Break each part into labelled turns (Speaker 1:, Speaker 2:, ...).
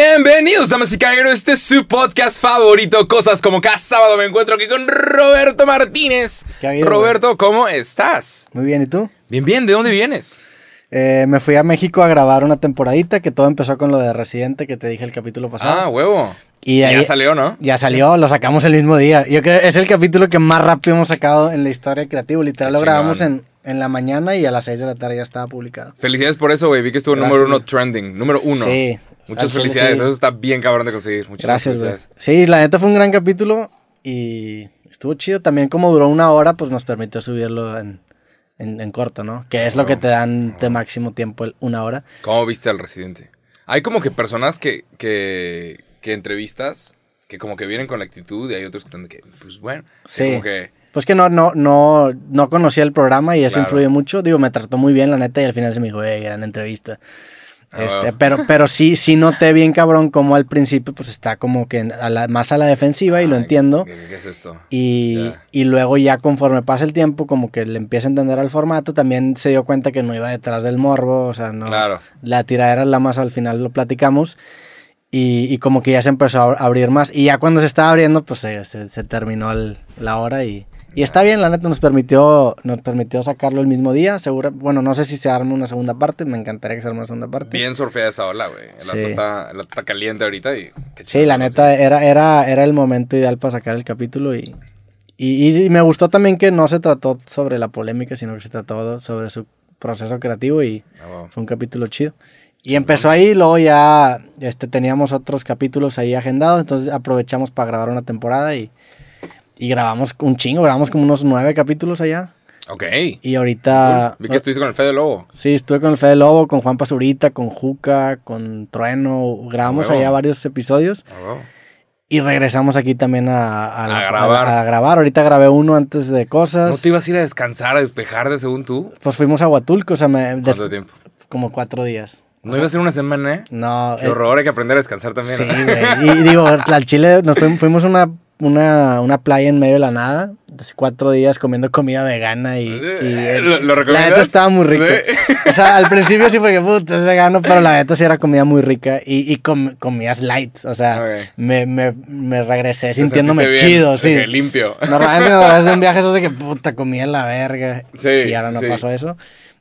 Speaker 1: Bienvenidos, damas y caballeros. Este es su podcast favorito, Cosas como Cada Sábado. Me encuentro aquí con Roberto Martínez.
Speaker 2: ¿Qué ha habido,
Speaker 1: Roberto, ¿cómo estás?
Speaker 2: Muy bien, ¿y tú?
Speaker 1: Bien, bien. ¿De dónde vienes?
Speaker 2: Eh, me fui a México a grabar una temporadita que todo empezó con lo de Residente que te dije el capítulo
Speaker 1: Ah,
Speaker 2: pasado.
Speaker 1: huevo.
Speaker 2: Pues, y de
Speaker 1: ya
Speaker 2: ahí-
Speaker 1: salió, ¿no?
Speaker 2: Ya salió, lo sacamos el mismo día. Yo creo que es el capítulo que más rápido hemos sacado en la historia de Creativo. Literal,
Speaker 1: Qué
Speaker 2: lo grabamos
Speaker 1: chingón.
Speaker 2: en, en la mañana y a las 6 de la tarde ya estaba publicado.
Speaker 1: Felicidades por eso, güey. Vi que estuvo
Speaker 2: Gracias,
Speaker 1: número uno
Speaker 2: güey.
Speaker 1: trending. Número uno.
Speaker 2: Sí.
Speaker 1: Muchas
Speaker 2: Al chile,
Speaker 1: felicidades.
Speaker 2: sí.
Speaker 1: Eso está bien cabrón de conseguir. Muchas
Speaker 2: Gracias, güey.
Speaker 1: felicidades.
Speaker 2: Sí, la neta fue un gran capítulo y estuvo chido. También como duró una hora, pues nos permitió subirlo en, en- en corto, ¿no? Que es lo que te dan de máximo tiempo, el- una hora.
Speaker 1: ¿Cómo viste al residente? Hay como que personas que, que, que entrevistas que como que vienen con la actitud y hay otros que están de que, pues bueno. que
Speaker 2: Sí.
Speaker 1: Como que,
Speaker 2: Pues que no, no, no, no conocía el programa y eso
Speaker 1: Claro.
Speaker 2: influye mucho. Digo, me trató muy bien, la neta, y al final se me dijo, "Ey, gran entrevista.
Speaker 1: Ah,
Speaker 2: Este,
Speaker 1: bueno.
Speaker 2: pero, pero sí, sí noté bien, cabrón, como al principio, pues está como que en- a la- más a la defensiva y lo
Speaker 1: "Ay,
Speaker 2: entiendo.
Speaker 1: ¿qué, qué es esto?
Speaker 2: Y,
Speaker 1: Ya.
Speaker 2: y luego ya conforme pasa el tiempo, como que le empieza a entender al formato, también se dio cuenta que no iba detrás del morbo, o sea, no.
Speaker 1: Claro.
Speaker 2: La tiradera es la más, al final lo platicamos. Y, y como que ya se empezó a ab- abrir más. Y ya cuando se estaba abriendo, pues se, se- se terminó el- la hora y... Y está bien, la neta nos permitió, nos permitió sacarlo el mismo día. Segura, bueno, no sé si se arma una segunda parte. Me encantaría que se arme una segunda parte.
Speaker 1: Bien surfeada esa ola, güey. El,
Speaker 2: Sí.
Speaker 1: auto está, el auto está caliente ahorita y... qué
Speaker 2: Sí, la
Speaker 1: chingón,
Speaker 2: neta, era, era, era el momento ideal para sacar el capítulo y, y, y me gustó también que no se trató sobre la polémica, sino que se trató sobre su proceso creativo y
Speaker 1: Ah, wow.
Speaker 2: fue un capítulo chido. Y empezó ahí, luego ya este, teníamos otros capítulos ahí agendados, entonces aprovechamos para grabar una temporada y, y grabamos un chingo, grabamos como unos nueve capítulos allá.
Speaker 1: Ok.
Speaker 2: Y ah, ahorita...
Speaker 1: Vi que estuviste con el Fede Lobo.
Speaker 2: Sí, estuve con el Fede Lobo, con Juan Pasurita, con Juca, con Trueno, grabamos
Speaker 1: Huevo.
Speaker 2: allá varios episodios.
Speaker 1: Ah, wow.
Speaker 2: Y regresamos aquí también a, a la-
Speaker 1: A grabar.
Speaker 2: a- a grabar. Ahorita grabé uno antes de
Speaker 1: ¿No
Speaker 2: cosas.
Speaker 1: te ibas a ir a descansar, a despejar de según tú?
Speaker 2: Pues fuimos a Huatulco, o sea, me, des-
Speaker 1: ¿Cuánto tiempo?
Speaker 2: como cuatro días.
Speaker 1: No iba a ser una semana, ¿eh?
Speaker 2: No.
Speaker 1: Qué
Speaker 2: eh,
Speaker 1: horror, hay que aprender a descansar también. ¿eh?
Speaker 2: sí,
Speaker 1: ¿no?
Speaker 2: güey. Y digo, al Chile nos fuim- fuimos a una, una, una playa en medio de la nada. Hace cuatro días comiendo comida vegana y. y, eh,
Speaker 1: ¿Lo- lo
Speaker 2: La
Speaker 1: recomiendas?
Speaker 2: neta estaba muy rico.
Speaker 1: Sí.
Speaker 2: O sea, al principio sí fue que puta, es vegano, pero la neta sí era comida muy rica y, y com- comías light. O sea,
Speaker 1: Ok.
Speaker 2: me, me, me regresé
Speaker 1: Te
Speaker 2: sintiéndome
Speaker 1: sentiste bien,
Speaker 2: chido,
Speaker 1: de
Speaker 2: sí.
Speaker 1: que limpio.
Speaker 2: Normalmente cuando regresas de un viaje, eso de que puta, comía la verga.
Speaker 1: Sí,
Speaker 2: y ahora no
Speaker 1: sí.
Speaker 2: pasó eso.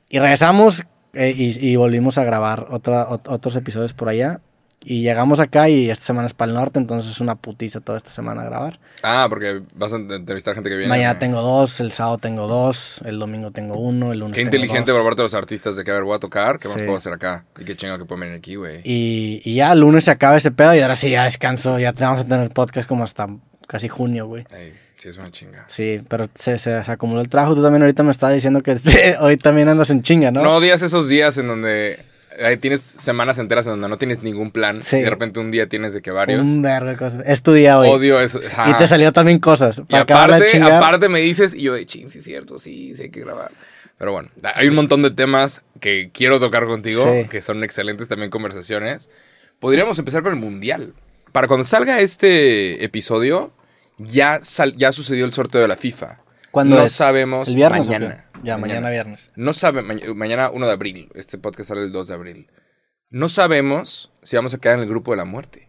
Speaker 2: Y regresamos eh, y, y volvimos a grabar otra, ot- otros episodios por allá. Y llegamos acá y esta semana es para el norte, entonces es una putiza toda esta semana grabar.
Speaker 1: Ah, porque vas a entrevistar gente que viene.
Speaker 2: Mañana
Speaker 1: ¿no?
Speaker 2: tengo dos, el sábado tengo dos, el domingo tengo uno, el lunes
Speaker 1: Qué
Speaker 2: tengo
Speaker 1: inteligente
Speaker 2: dos.
Speaker 1: por parte de los artistas de que, a ver, voy a tocar, ¿qué más
Speaker 2: Sí.
Speaker 1: puedo hacer acá? Y qué chingo que pueden venir aquí, güey.
Speaker 2: Y, y ya el lunes se acaba ese pedo y ahora sí ya descanso, ya te- vamos a tener podcast como hasta casi junio, güey.
Speaker 1: Ey, sí, es una chinga.
Speaker 2: Sí, pero se, se, se acumuló el trabajo. Tú también ahorita me estabas diciendo que hoy también andas en chinga,
Speaker 1: ¿No? odias esos días en donde eh, tienes semanas enteras en donde no tienes ningún plan
Speaker 2: Sí.
Speaker 1: y de repente un día tienes de que varios.
Speaker 2: Un vergo de cosas. Es tu día hoy.
Speaker 1: Odio eso. ajá.
Speaker 2: Y te salió también cosas.
Speaker 1: Y
Speaker 2: Para acabarla de
Speaker 1: aparte,
Speaker 2: chingar.
Speaker 1: aparte me dices, y yo de ching, sí es cierto, sí, sí hay que grabar. Pero bueno, da- hay un montón de temas que quiero tocar contigo,
Speaker 2: Sí.
Speaker 1: que son excelentes también conversaciones. Podríamos empezar con el Mundial. Para cuando salga este episodio, ya, sal- ya sucedió el sorteo de la FIFA.
Speaker 2: ¿Cuándo
Speaker 1: no
Speaker 2: es?
Speaker 1: sabemos.
Speaker 2: ¿El viernes o qué?
Speaker 1: Mañana.
Speaker 2: Ya, mañana viernes.
Speaker 1: No sabe, ma- mañana 1 de abril. Este podcast sale el 2 de abril. No sabemos si vamos a quedar en el grupo de la muerte.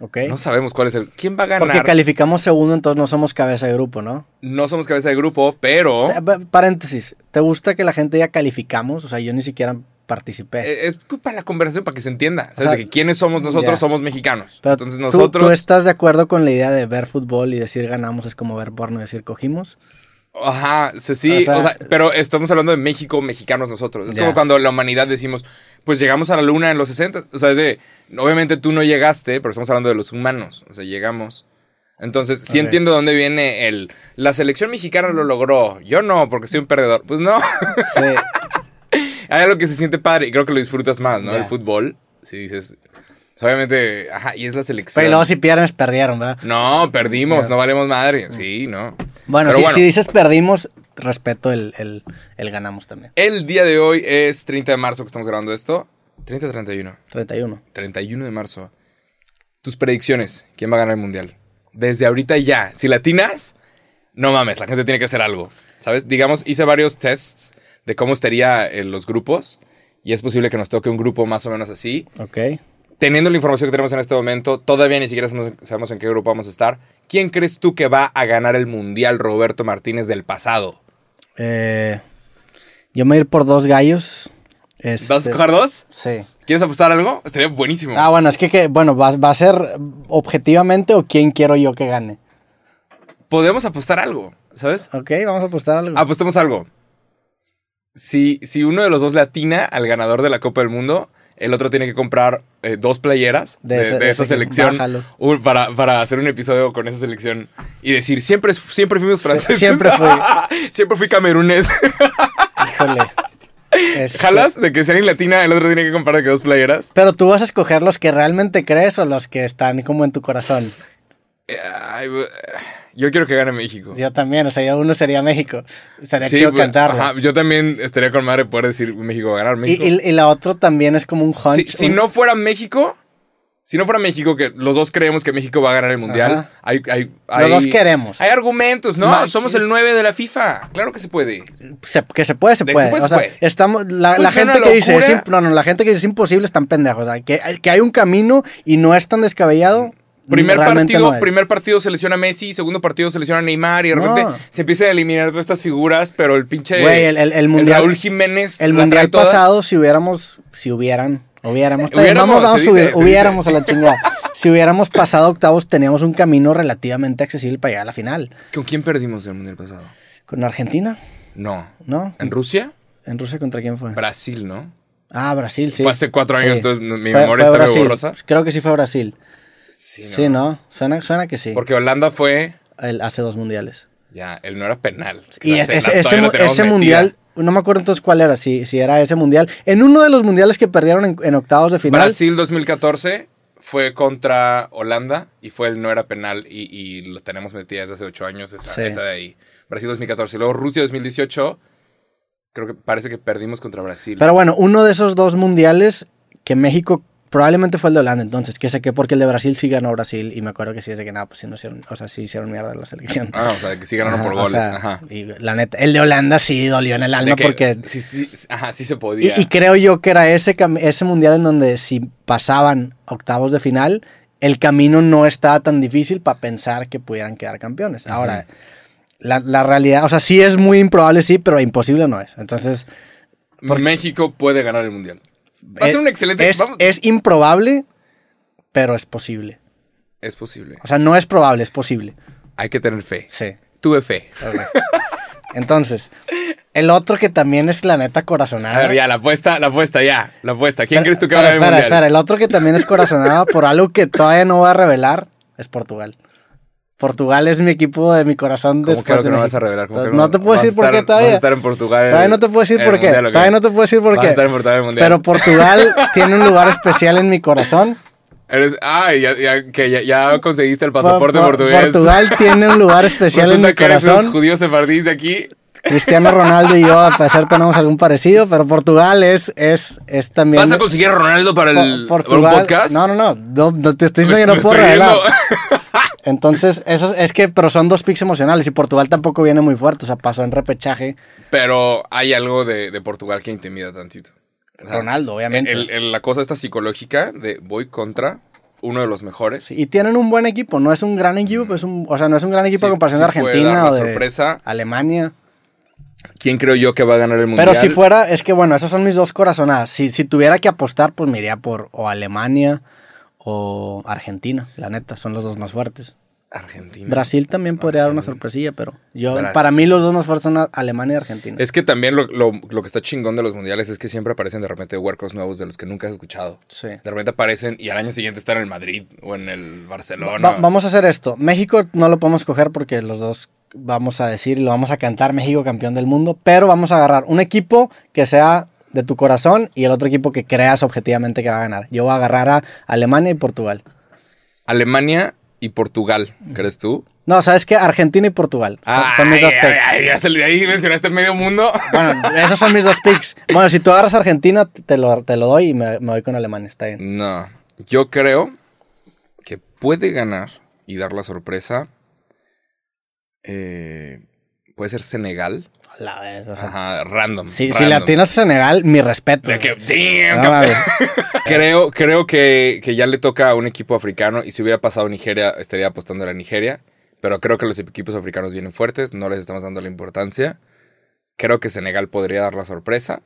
Speaker 2: Ok.
Speaker 1: No sabemos cuál es el. ¿Quién va a
Speaker 2: Porque
Speaker 1: ganar?
Speaker 2: calificamos segundo, entonces no somos cabeza de grupo, ¿no?
Speaker 1: no somos cabeza de grupo, pero.
Speaker 2: Eh, pa- Paréntesis. ¿Te gusta que la gente ya calificamos? O sea, yo ni siquiera participé.
Speaker 1: Eh, Es para la conversación, para que se entienda. ¿Sabes?
Speaker 2: sea,
Speaker 1: de que quiénes somos nosotros,
Speaker 2: ya.
Speaker 1: somos mexicanos.
Speaker 2: Pero
Speaker 1: Entonces
Speaker 2: tú-
Speaker 1: nosotros.
Speaker 2: ¿tú, estás de acuerdo con la idea de ver fútbol y decir ganamos es como ver porno y decir cogimos?
Speaker 1: Ajá, se- sí, o
Speaker 2: O
Speaker 1: sea,
Speaker 2: sea-
Speaker 1: pero estamos hablando de México, mexicanos nosotros. Es
Speaker 2: Ya.
Speaker 1: como cuando la humanidad decimos, pues llegamos a la luna en los 60. O sea, es de, obviamente tú no llegaste, pero estamos hablando de los humanos. O sea, llegamos. Entonces, sí
Speaker 2: Ok.
Speaker 1: entiendo dónde viene el. La selección mexicana lo logró. Yo no, porque soy un perdedor. Pues no.
Speaker 2: Sí.
Speaker 1: Hay algo que se siente padre y creo que lo disfrutas más, ¿no?
Speaker 2: Ya.
Speaker 1: El fútbol. Si dices. o sea, obviamente, ajá, y es la selección.
Speaker 2: Pero luego si pierdes, perdieron, ¿verdad?
Speaker 1: No, perdimos, no valemos
Speaker 2: Mm.
Speaker 1: madre. Sí, no.
Speaker 2: Bueno,
Speaker 1: Pero
Speaker 2: si, si dices perdimos, respeto el, el- el ganamos también.
Speaker 1: El día de hoy es 30 de marzo que estamos grabando esto. 30 o 31.
Speaker 2: 31.
Speaker 1: 31 de marzo. Tus predicciones. ¿Quién va a ganar el mundial? Desde ahorita ya. Si latinas, no mames, la gente tiene que hacer algo. ¿Sabes? Digamos, hice varios tests eh, de cómo estarían los grupos. Y es posible que nos toque un grupo más o menos así.
Speaker 2: Ok.
Speaker 1: teniendo la información que tenemos en este momento, todavía ni siquiera sabemos, sabemos en qué grupo vamos a estar. ¿Quién crees tú que va a ganar el Mundial Roberto Martínez del pasado?
Speaker 2: Eh, yo me voy a ir por dos gallos. Este,
Speaker 1: ¿Vas a escoger dos?
Speaker 2: Sí.
Speaker 1: ¿Quieres apostar algo? Estaría buenísimo.
Speaker 2: Ah, bueno, es que, que- bueno, va, va a ser objetivamente o quién quiero yo que gane.
Speaker 1: Podemos apostar algo, ¿sabes?
Speaker 2: Ok, vamos a apostar algo.
Speaker 1: Apostemos algo. Si, si uno de los dos le atina al ganador de la Copa del Mundo, el otro tiene que comprar eh, dos playeras de,
Speaker 2: De ese-
Speaker 1: de
Speaker 2: de
Speaker 1: esa
Speaker 2: ese-
Speaker 1: selección
Speaker 2: bájalo.
Speaker 1: un- para, para hacer un episodio con esa selección y decir, siempre, siempre fuimos franceses.
Speaker 2: siempre
Speaker 1: fui. siempre fui camerunés.
Speaker 2: Híjole. Este,
Speaker 1: Ah. ¿Jalas de que si alguien le atina, el otro tiene que comprar de que dos playeras?
Speaker 2: Pero tú vas a escoger los que realmente crees o los que están como en tu corazón.
Speaker 1: Eh, ay, bu- eh, yo quiero que gane México.
Speaker 2: Yo también, o sea, yo uno sería México. Estaría
Speaker 1: Sí,
Speaker 2: chido
Speaker 1: pues,
Speaker 2: cantarlo.
Speaker 1: ajá, yo también estaría con madre poder decir México va a ganar.
Speaker 2: Y,
Speaker 1: México.
Speaker 2: y- y la otra también es como un
Speaker 1: Si,
Speaker 2: hunch.
Speaker 1: si
Speaker 2: un-
Speaker 1: no fuera México, si no fuera México, que los dos creemos que México va a ganar el mundial,
Speaker 2: Ajá.
Speaker 1: hay, hay- hay-
Speaker 2: dos queremos.
Speaker 1: Hay argumentos, ¿no?
Speaker 2: Ma-
Speaker 1: Somos el 9 de la FIFA. Claro que se puede.
Speaker 2: se- que se puede, se
Speaker 1: De que
Speaker 2: puede.
Speaker 1: se puede, se
Speaker 2: o sea,
Speaker 1: puede.
Speaker 2: estamos, la,
Speaker 1: Pues
Speaker 2: la
Speaker 1: es
Speaker 2: gente
Speaker 1: una
Speaker 2: que dice, es
Speaker 1: locura.
Speaker 2: imp- no, no, la gente que dice es imposible están pendejos. O sea, que, que hay un camino y no es tan descabellado.
Speaker 1: Primer
Speaker 2: realmente
Speaker 1: partido,
Speaker 2: no es.
Speaker 1: primer partido selecciona a Messi, segundo partido selecciona a Neymar y de
Speaker 2: No.
Speaker 1: repente se empiezan a eliminar todas estas figuras, pero el pinche
Speaker 2: Güey, el, el- el mundial,
Speaker 1: Raúl Jiménez
Speaker 2: el
Speaker 1: la
Speaker 2: mundial
Speaker 1: trae toda.
Speaker 2: pasado, si hubiéramos, si hubieran, hubiéramos, está bien,
Speaker 1: Hubiéramos,
Speaker 2: vamos, vamos,
Speaker 1: se dice,
Speaker 2: hubiera-
Speaker 1: se
Speaker 2: hubiéramos a la chingada. Si hubiéramos pasado octavos, teníamos un camino relativamente accesible para llegar a la final.
Speaker 1: ¿Con quién perdimos el mundial pasado?
Speaker 2: Con Argentina,
Speaker 1: No.
Speaker 2: ¿no?
Speaker 1: ¿En Rusia?
Speaker 2: ¿En Rusia contra quién fue?
Speaker 1: Brasil, ¿no?
Speaker 2: ah, Brasil, sí.
Speaker 1: Fue hace cuatro
Speaker 2: Sí.
Speaker 1: años, entonces mi
Speaker 2: Fue-
Speaker 1: memoria
Speaker 2: fue
Speaker 1: está medio
Speaker 2: Brasil.
Speaker 1: borrosa.
Speaker 2: Creo que sí fue Brasil.
Speaker 1: Sí, ¿no?
Speaker 2: Sí, ¿no? Suena, suena que sí.
Speaker 1: Porque Holanda fue
Speaker 2: El- hace dos mundiales.
Speaker 1: Ya, él no era penal.
Speaker 2: Y
Speaker 1: La-
Speaker 2: es-
Speaker 1: la-
Speaker 2: ese,
Speaker 1: todavía
Speaker 2: ese
Speaker 1: la
Speaker 2: mu-
Speaker 1: tenemos
Speaker 2: ese
Speaker 1: metida.
Speaker 2: mundial, no me acuerdo entonces cuál era, si, si era ese mundial. En uno de los mundiales que perdieron en, en octavos de final.
Speaker 1: Brasil 2014 fue contra Holanda y fue el no era penal y, y lo tenemos metida desde hace ocho años, esa,
Speaker 2: Sí.
Speaker 1: esa de ahí. Brasil 2014. Y luego Rusia 2018, creo que parece que perdimos contra Brasil.
Speaker 2: Pero bueno, uno de esos dos mundiales que México probablemente fue el de Holanda entonces, que sé que porque el de Brasil sí ganó Brasil y me acuerdo que sí es de que nada, pues sí no hicieron, o sea, sí hicieron mierda la selección.
Speaker 1: ah, o sea, que sí ganaron
Speaker 2: Ajá,
Speaker 1: por
Speaker 2: o
Speaker 1: goles.
Speaker 2: sea,
Speaker 1: ajá.
Speaker 2: y la neta, el de Holanda sí dolió en el
Speaker 1: De
Speaker 2: alma
Speaker 1: que-
Speaker 2: porque
Speaker 1: Sí, sí, ajá, sí se
Speaker 2: Y,
Speaker 1: podía.
Speaker 2: y creo yo que era ese, cam- ese mundial en donde si pasaban octavos de final, el camino no estaba tan difícil para pensar que pudieran quedar campeones. Ahora, la, la realidad, o sea, sí es muy improbable, sí, pero imposible no es. Entonces,
Speaker 1: México puede ganar el mundial. Va a
Speaker 2: eh,
Speaker 1: ser un excelente.
Speaker 2: es,
Speaker 1: vamos-
Speaker 2: es improbable, pero es posible.
Speaker 1: es posible.
Speaker 2: O sea, no es probable, es posible.
Speaker 1: Hay que tener fe.
Speaker 2: Sí.
Speaker 1: Tuve fe.
Speaker 2: Entonces, el otro que también es la neta
Speaker 1: A
Speaker 2: corazonada.
Speaker 1: ver, ya, la apuesta, la apuesta, ya. La apuesta. ¿Quién
Speaker 2: Pero-
Speaker 1: crees tú que va a ganar
Speaker 2: pero
Speaker 1: el
Speaker 2: espera,
Speaker 1: mundial?
Speaker 2: espera, el otro que también es corazonado por algo que todavía no va a revelar es Portugal. Portugal es mi equipo de mi corazón
Speaker 1: ¿Cómo
Speaker 2: después
Speaker 1: claro
Speaker 2: de
Speaker 1: que no vas
Speaker 2: México.
Speaker 1: a revelar? ¿Cómo que
Speaker 2: Entonces, no, te puedo
Speaker 1: vas a
Speaker 2: decir por qué
Speaker 1: estar- Vas a
Speaker 2: todavía.
Speaker 1: estar en Portugal. en-
Speaker 2: Todavía no te puedo decir
Speaker 1: en
Speaker 2: por
Speaker 1: el
Speaker 2: qué.
Speaker 1: Mundial, ¿o
Speaker 2: Todavía no te puedo decir por
Speaker 1: Vas a estar
Speaker 2: qué.
Speaker 1: en Portugal en el mundial.
Speaker 2: Pero Portugal tiene un lugar especial en mi corazón.
Speaker 1: Eres, ay, ya, ya- que ya, ya conseguiste el pasaporte
Speaker 2: Por- por-
Speaker 1: portugués.
Speaker 2: Portugal tiene un lugar especial en
Speaker 1: Resulta
Speaker 2: mi
Speaker 1: que eres un
Speaker 2: corazón.
Speaker 1: judío sefardí de aquí.
Speaker 2: Cristiano Ronaldo y yo, a pesar tenemos algún parecido, pero Portugal es, es, es también.
Speaker 1: ¿Vas a conseguir a Ronaldo para
Speaker 2: Po-
Speaker 1: el para un
Speaker 2: Portugal.
Speaker 1: podcast?
Speaker 2: No, no, no, no, no te estoy
Speaker 1: Me-
Speaker 2: diciendo que
Speaker 1: me
Speaker 2: no puedo
Speaker 1: estoy
Speaker 2: revelar.
Speaker 1: viendo.
Speaker 2: Entonces, eso es- es que, pero son dos picks emocionales y Portugal tampoco viene muy fuerte, o sea, pasó en repechaje
Speaker 1: Pero hay algo de, de Portugal que intimida tantito. O sea,
Speaker 2: Ronaldo, obviamente.
Speaker 1: el- el- la cosa esta psicológica de voy contra uno de los mejores.
Speaker 2: Sí, y tienen un buen equipo, no es un gran equipo, pues un- o sea, no es un gran
Speaker 1: Sí-
Speaker 2: equipo a comparación de
Speaker 1: sí puede
Speaker 2: Argentina
Speaker 1: dar
Speaker 2: o
Speaker 1: la
Speaker 2: de
Speaker 1: sorpresa.
Speaker 2: Alemania.
Speaker 1: ¿Quién creo yo que va a ganar el mundial?
Speaker 2: Pero si fuera, es que bueno, esas son mis dos corazonadas. Si, si tuviera que apostar, pues me iría por o Alemania o Argentina, la neta, son los dos más fuertes.
Speaker 1: Argentina.
Speaker 2: Brasil también podría dar una
Speaker 1: Brasil.
Speaker 2: sorpresilla, pero yo,
Speaker 1: Brasil.
Speaker 2: para mí los dos más fuertes son a- Alemania y Argentina.
Speaker 1: Es que también lo, lo- lo que está chingón de los mundiales es que siempre aparecen de repente huercos nuevos de los que nunca has escuchado.
Speaker 2: Sí.
Speaker 1: De repente aparecen y al año siguiente están en el Madrid o en el Barcelona.
Speaker 2: Va- vamos a hacer esto. México no lo podemos coger porque los dos vamos a decir y lo vamos a cantar México campeón del mundo, pero vamos a agarrar un equipo que sea de tu corazón y el otro equipo que creas objetivamente que va a ganar. Yo voy a agarrar a Alemania y Portugal.
Speaker 1: Alemania y Portugal, ¿crees tú?
Speaker 2: No, ¿sabes qué? Argentina y Portugal. Son, son mis
Speaker 1: Ay,
Speaker 2: dos
Speaker 1: ay,
Speaker 2: picks.
Speaker 1: ay, ya se le- ahí mencionaste medio mundo.
Speaker 2: Bueno, esos son mis dos picks. Bueno, si tú agarras a Argentina, te lo, te lo doy y me, me voy con Alemania. Está bien.
Speaker 1: No, yo creo que puede ganar y dar la sorpresa. eh, puede ser Senegal.
Speaker 2: la vez. O sea,
Speaker 1: Ajá, random.
Speaker 2: si, si
Speaker 1: random.
Speaker 2: le atinas a Senegal, mi respeto.
Speaker 1: De que,
Speaker 2: güey.
Speaker 1: "Damn,
Speaker 2: No,
Speaker 1: campeón".
Speaker 2: mames.
Speaker 1: Creo, creo que, que ya le toca a un equipo africano y si hubiera pasado Nigeria, estaría apostando a la Nigeria. Pero creo que los equipos africanos vienen fuertes, no les estamos dando la importancia. Creo que Senegal podría dar la sorpresa.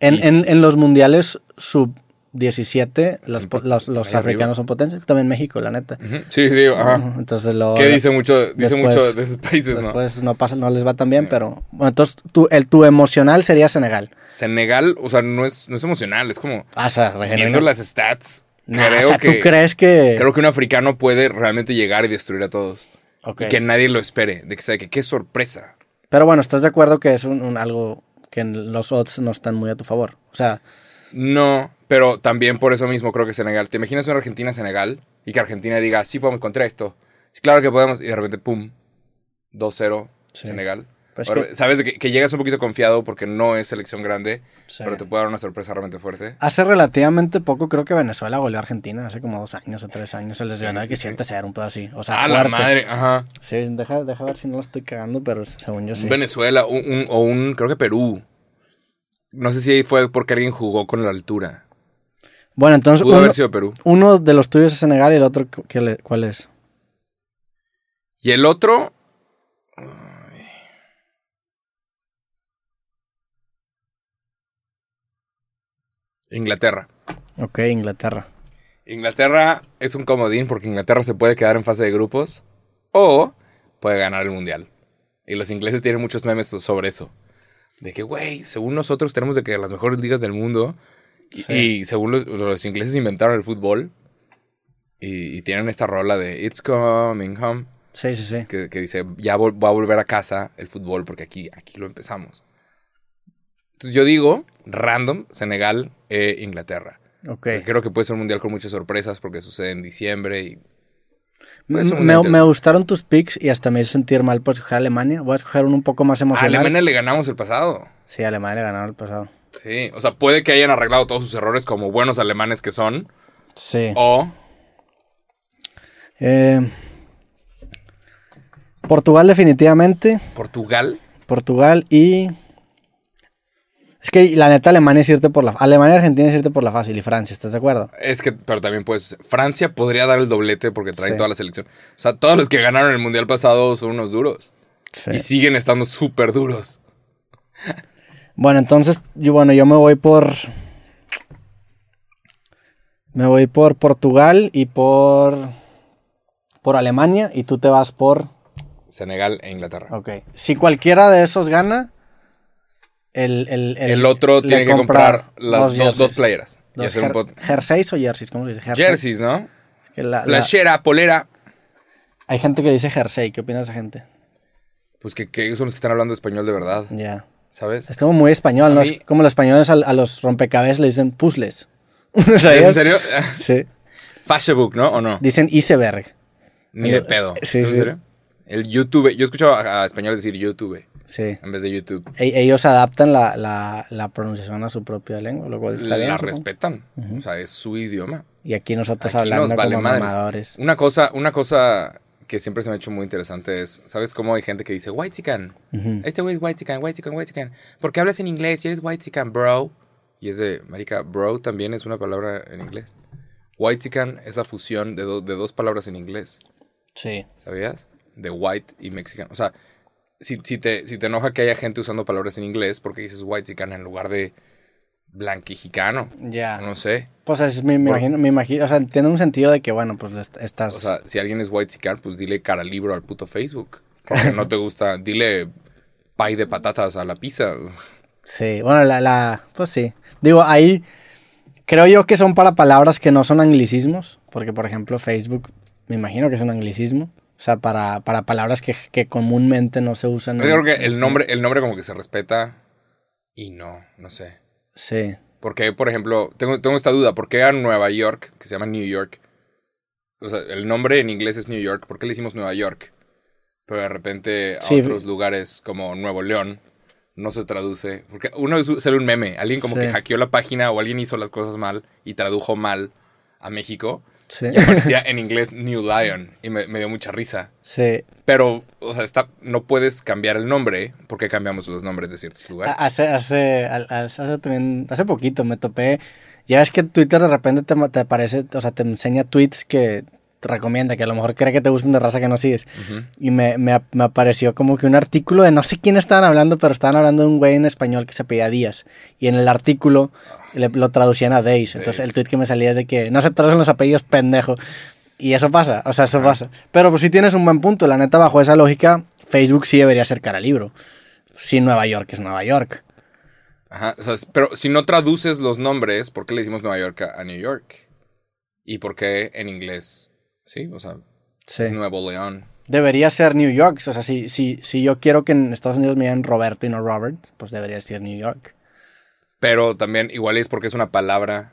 Speaker 2: En,
Speaker 1: Y
Speaker 2: en-
Speaker 1: sí.
Speaker 2: en los mundiales sub 17, los,
Speaker 1: Son
Speaker 2: po-
Speaker 1: pot-
Speaker 2: los, los
Speaker 1: pues, ahí arriba.
Speaker 2: africanos son potencia. También México, la neta.
Speaker 1: Ujú. Sí, sí, digo, ajá.
Speaker 2: Entonces lo.
Speaker 1: Que dice mucho, dice
Speaker 2: Después-
Speaker 1: mucho de esos países, ¿no?
Speaker 2: Después no, pasa, no les va tan bien,
Speaker 1: Sí.
Speaker 2: pero. Bueno, entonces tu, el, tu emocional sería Senegal.
Speaker 1: Senegal, o sea, no es, no es emocional, es como
Speaker 2: Ah, o sea,
Speaker 1: viendo
Speaker 2: regenerando.
Speaker 1: las stats.
Speaker 2: Nah,
Speaker 1: creo
Speaker 2: o sea,
Speaker 1: que
Speaker 2: ¿tú crees que.?
Speaker 1: creo que un africano puede realmente llegar y destruir a todos.
Speaker 2: Ok.
Speaker 1: Y que nadie lo espere. De que sea que qué sorpresa.
Speaker 2: Pero bueno, ¿estás de acuerdo que es un, un algo que en los odds no están muy a tu favor? O sea,
Speaker 1: No, pero también por eso mismo creo que Senegal. ¿Te imaginas una Argentina-Senegal? Y que Argentina diga, sí podemos contra esto. Sí, claro que podemos. Y de repente, pum, 2-0
Speaker 2: Sí.
Speaker 1: Senegal.
Speaker 2: Pues
Speaker 1: Ahora,
Speaker 2: que-
Speaker 1: Sabes de que, que llegas un poquito confiado porque no es selección grande,
Speaker 2: Sí.
Speaker 1: pero te puede dar una sorpresa realmente fuerte.
Speaker 2: hace relativamente poco creo que Venezuela goleó a Argentina, hace como dos años o tres años, se les
Speaker 1: Sí,
Speaker 2: ganó de
Speaker 1: sí,
Speaker 2: que
Speaker 1: sí.
Speaker 2: 7 0 un pedo así. O sea,
Speaker 1: Ah, la
Speaker 2: fuerte.
Speaker 1: madre, ajá.
Speaker 2: Sí, deja, deja ver si no lo estoy cagando, pero según yo sí.
Speaker 1: Venezuela un- un- o un, creo que Perú. No sé si ahí fue porque alguien jugó con la altura.
Speaker 2: Bueno, entonces
Speaker 1: Pudo
Speaker 2: uno,
Speaker 1: haber sido Perú.
Speaker 2: uno de los tuyos es Senegal y el otro, cu- ¿qué le- ¿cuál es?
Speaker 1: Y el otro. ay. Inglaterra.
Speaker 2: Ok, Inglaterra.
Speaker 1: Inglaterra es un comodín porque Inglaterra se puede quedar en fase de grupos o puede ganar el mundial. Y los ingleses tienen muchos memes so- sobre eso. De que, güey, según nosotros tenemos de que las mejores ligas del mundo y,
Speaker 2: Sí.
Speaker 1: y según los, los ingleses inventaron el fútbol y, y tienen esta rola de It's coming home
Speaker 2: Sí, sí, sí.
Speaker 1: que, que dice, ya vol- va a volver a casa el fútbol porque aquí, aquí lo empezamos. Entonces yo digo, random, Senegal, e Inglaterra.
Speaker 2: Ok.
Speaker 1: Creo que puede ser un mundial con muchas sorpresas porque sucede en diciembre y... puede ser un
Speaker 2: Me,
Speaker 1: mundial
Speaker 2: me gustaron tus picks y hasta me hizo sentir mal por escoger a Alemania. Voy a escoger uno un poco más
Speaker 1: interesante. A
Speaker 2: emocional.
Speaker 1: Ah, Alemania le ganamos el pasado.
Speaker 2: Sí, a Alemania le ganaron el pasado.
Speaker 1: Sí, o sea, puede que hayan arreglado todos sus errores como buenos alemanes que son.
Speaker 2: Sí.
Speaker 1: O...
Speaker 2: Eh, Portugal definitivamente.
Speaker 1: Portugal.
Speaker 2: Portugal y... Es que la neta Alemania es irte por la... Alemania y Argentina es irte por la fácil y Francia, ¿estás de acuerdo?
Speaker 1: Es que, pero también pues, Francia podría dar el doblete porque traen
Speaker 2: Sí.
Speaker 1: toda la selección. O sea, todos los que ganaron el mundial pasado son unos duros. Y siguen estando súper duros.
Speaker 2: Bueno, entonces, yo, bueno, yo me voy por... Me voy por Portugal y por... Por Alemania y tú te vas por...
Speaker 1: Senegal e Inglaterra.
Speaker 2: Ok. Si cualquiera de esos gana, el... El,
Speaker 1: El, otro
Speaker 2: le
Speaker 1: tiene que comprar las dos,
Speaker 2: jerseys.
Speaker 1: dos playeras. y
Speaker 2: Dos
Speaker 1: hacer un
Speaker 2: jer-
Speaker 1: pot-
Speaker 2: jerseys o jerseys, ¿cómo se dice? Jerseys.
Speaker 1: Jerseys, ¿no?
Speaker 2: Que la- la-
Speaker 1: Playera, polera.
Speaker 2: hay gente que le dice jersey, ¿qué opina esa gente?
Speaker 1: Pues que, que ellos son los que están hablando español de verdad,
Speaker 2: Ya.
Speaker 1: ¿sabes?
Speaker 2: Es como muy español,
Speaker 1: A
Speaker 2: ¿no?
Speaker 1: mí-
Speaker 2: Es como los españoles a, a los rompecabezas le dicen puzzles.
Speaker 1: ¿Es
Speaker 2: ¿Sabías?
Speaker 1: en serio?
Speaker 2: Sí.
Speaker 1: Fashion book, ¿no? ¿O no?
Speaker 2: Dicen iceberg.
Speaker 1: Ni de pedo.
Speaker 2: Sí,
Speaker 1: ¿Es
Speaker 2: sí.
Speaker 1: en serio? El YouTube. Yo he escuchado a, a españoles decir YouTube
Speaker 2: Sí.
Speaker 1: en vez de YouTube.
Speaker 2: E- ellos adaptan la, la- la pronunciación a su propia lengua, lo cual Pues está bien.
Speaker 1: La
Speaker 2: supongo.
Speaker 1: respetan. O sea, es su idioma.
Speaker 2: Y aquí nosotros
Speaker 1: Aquí
Speaker 2: hablando
Speaker 1: nos vale
Speaker 2: como
Speaker 1: madres.
Speaker 2: mamadores.
Speaker 1: Una cosa, una cosa que siempre se me ha hecho muy interesante es, ¿sabes cómo hay gente que dice white chican?
Speaker 2: Ujú.
Speaker 1: Este güey es white chican, white chican, white chican. ¿Por qué hablas en inglés y eres white chican, bro? Y es de, marica, bro también es una palabra en inglés. White chican es la fusión de, do- de dos palabras en inglés,
Speaker 2: Sí.
Speaker 1: ¿sabías? De white y mexican. O sea, si, si te, si te enoja que haya gente usando palabras en inglés, porque dices white chican en lugar de blanquijicano? Ah,
Speaker 2: Ya.
Speaker 1: No sé.
Speaker 2: Pues es, me, me
Speaker 1: Por-
Speaker 2: imagino, me imagino, o sea, tiene un sentido de que, bueno, pues le est- estás...
Speaker 1: O sea, si alguien es white chican, pues dile cara libro al puto Facebook. Porque no te gusta, dile pay de patatas a la pizza.
Speaker 2: sí, bueno, la, la- Pues sí. Digo, ahí creo yo que son para palabras que no son anglicismos, porque, por ejemplo, Facebook, me imagino que es un anglicismo. O sea, para, para palabras que, que comúnmente no se usan.
Speaker 1: Yo
Speaker 2: en-
Speaker 1: creo que
Speaker 2: en
Speaker 1: el
Speaker 2: este-
Speaker 1: nombre, el nombre como que se respeta y no, no sé.
Speaker 2: Sí.
Speaker 1: Porque, por ejemplo, tengo, tengo esta duda, ¿por qué a Nueva York, que se llama New York? O sea, el nombre en inglés es New York, ¿por qué le hicimos Nueva York? Pero de repente a
Speaker 2: Sí.
Speaker 1: otros lugares como Nuevo León no se traduce. Porque uno vez sale un meme, alguien como
Speaker 2: Sí.
Speaker 1: que hackeó la página o alguien hizo las cosas mal y tradujo mal a México.
Speaker 2: Sí.
Speaker 1: Y aparecía en inglés New Lion y me, me dio mucha risa.
Speaker 2: Sí.
Speaker 1: Pero, o sea, está, no puedes cambiar el nombre porque cambiamos los nombres de ciertos lugares.
Speaker 2: Ha- Ah, Hace, hace, al- al- hace también, hace poquito me topé. Ya ves que Twitter de repente te, ma- te aparece, o sea, te enseña tweets que te recomienda, que a lo mejor cree que te gustan de raza que no sigues.
Speaker 1: Ujú.
Speaker 2: Y me, me ap- me apareció como que un artículo de no sé quién estaban hablando, pero estaban hablando de un güey en español que se pedía Díaz. Y en el artículo le- lo traducían a Days. Entonces
Speaker 1: Days.
Speaker 2: el tweet que me salía es de que no se traducen los apellidos, pendejo. Y eso pasa, o sea, eso pasa. Pero pues si tienes un buen punto, la neta, bajo esa lógica, Facebook sí debería ser cara al libro. Si Nueva York es Nueva York.
Speaker 1: Ajá, o sea, es- pero si no traduces los nombres, ¿por qué le decimos Nueva York a, a New York? ¿Y por qué en inglés? Sí, o sea,
Speaker 2: Sí.
Speaker 1: Nuevo León.
Speaker 2: Debería ser New York. O sea, si, si, si yo quiero que en Estados Unidos me digan Roberto y no Robert, pues debería ser New York.
Speaker 1: Pero también igual es porque es una palabra.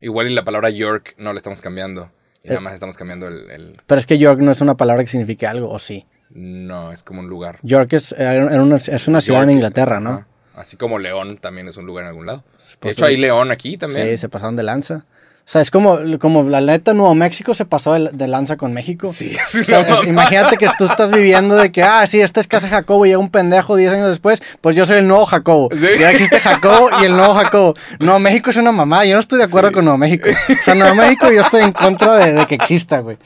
Speaker 1: Igual y la palabra York no la estamos cambiando. Y nada
Speaker 2: Eh.
Speaker 1: más estamos cambiando el, el-
Speaker 2: Pero es que York no es una palabra que signifique algo, o sí.
Speaker 1: No, es como un lugar.
Speaker 2: York es, eh, era una, es una ciudad en
Speaker 1: York,
Speaker 2: Inglaterra, ¿no?
Speaker 1: ajá. Así como León también es un lugar en algún lado. De
Speaker 2: Pues,
Speaker 1: hecho, hay León aquí también.
Speaker 2: Sí, se pasaron de lanza. O sea, es como, como la neta Nuevo México se pasó de, de lanza con México.
Speaker 1: Sí, es
Speaker 2: O sea,
Speaker 1: una
Speaker 2: es-
Speaker 1: mamá.
Speaker 2: imagínate que tú estás viviendo de que, ah, sí, esta es casa Jacobo y llega un pendejo 10 años después, pues yo soy el nuevo Jacobo.
Speaker 1: Sí.
Speaker 2: Ya existe Jacobo y el nuevo Jacobo. Nuevo México es una mamá, yo no estoy de acuerdo
Speaker 1: Sí.
Speaker 2: con Nuevo México. O sea, Nuevo México yo estoy en contra de, de que exista, güey.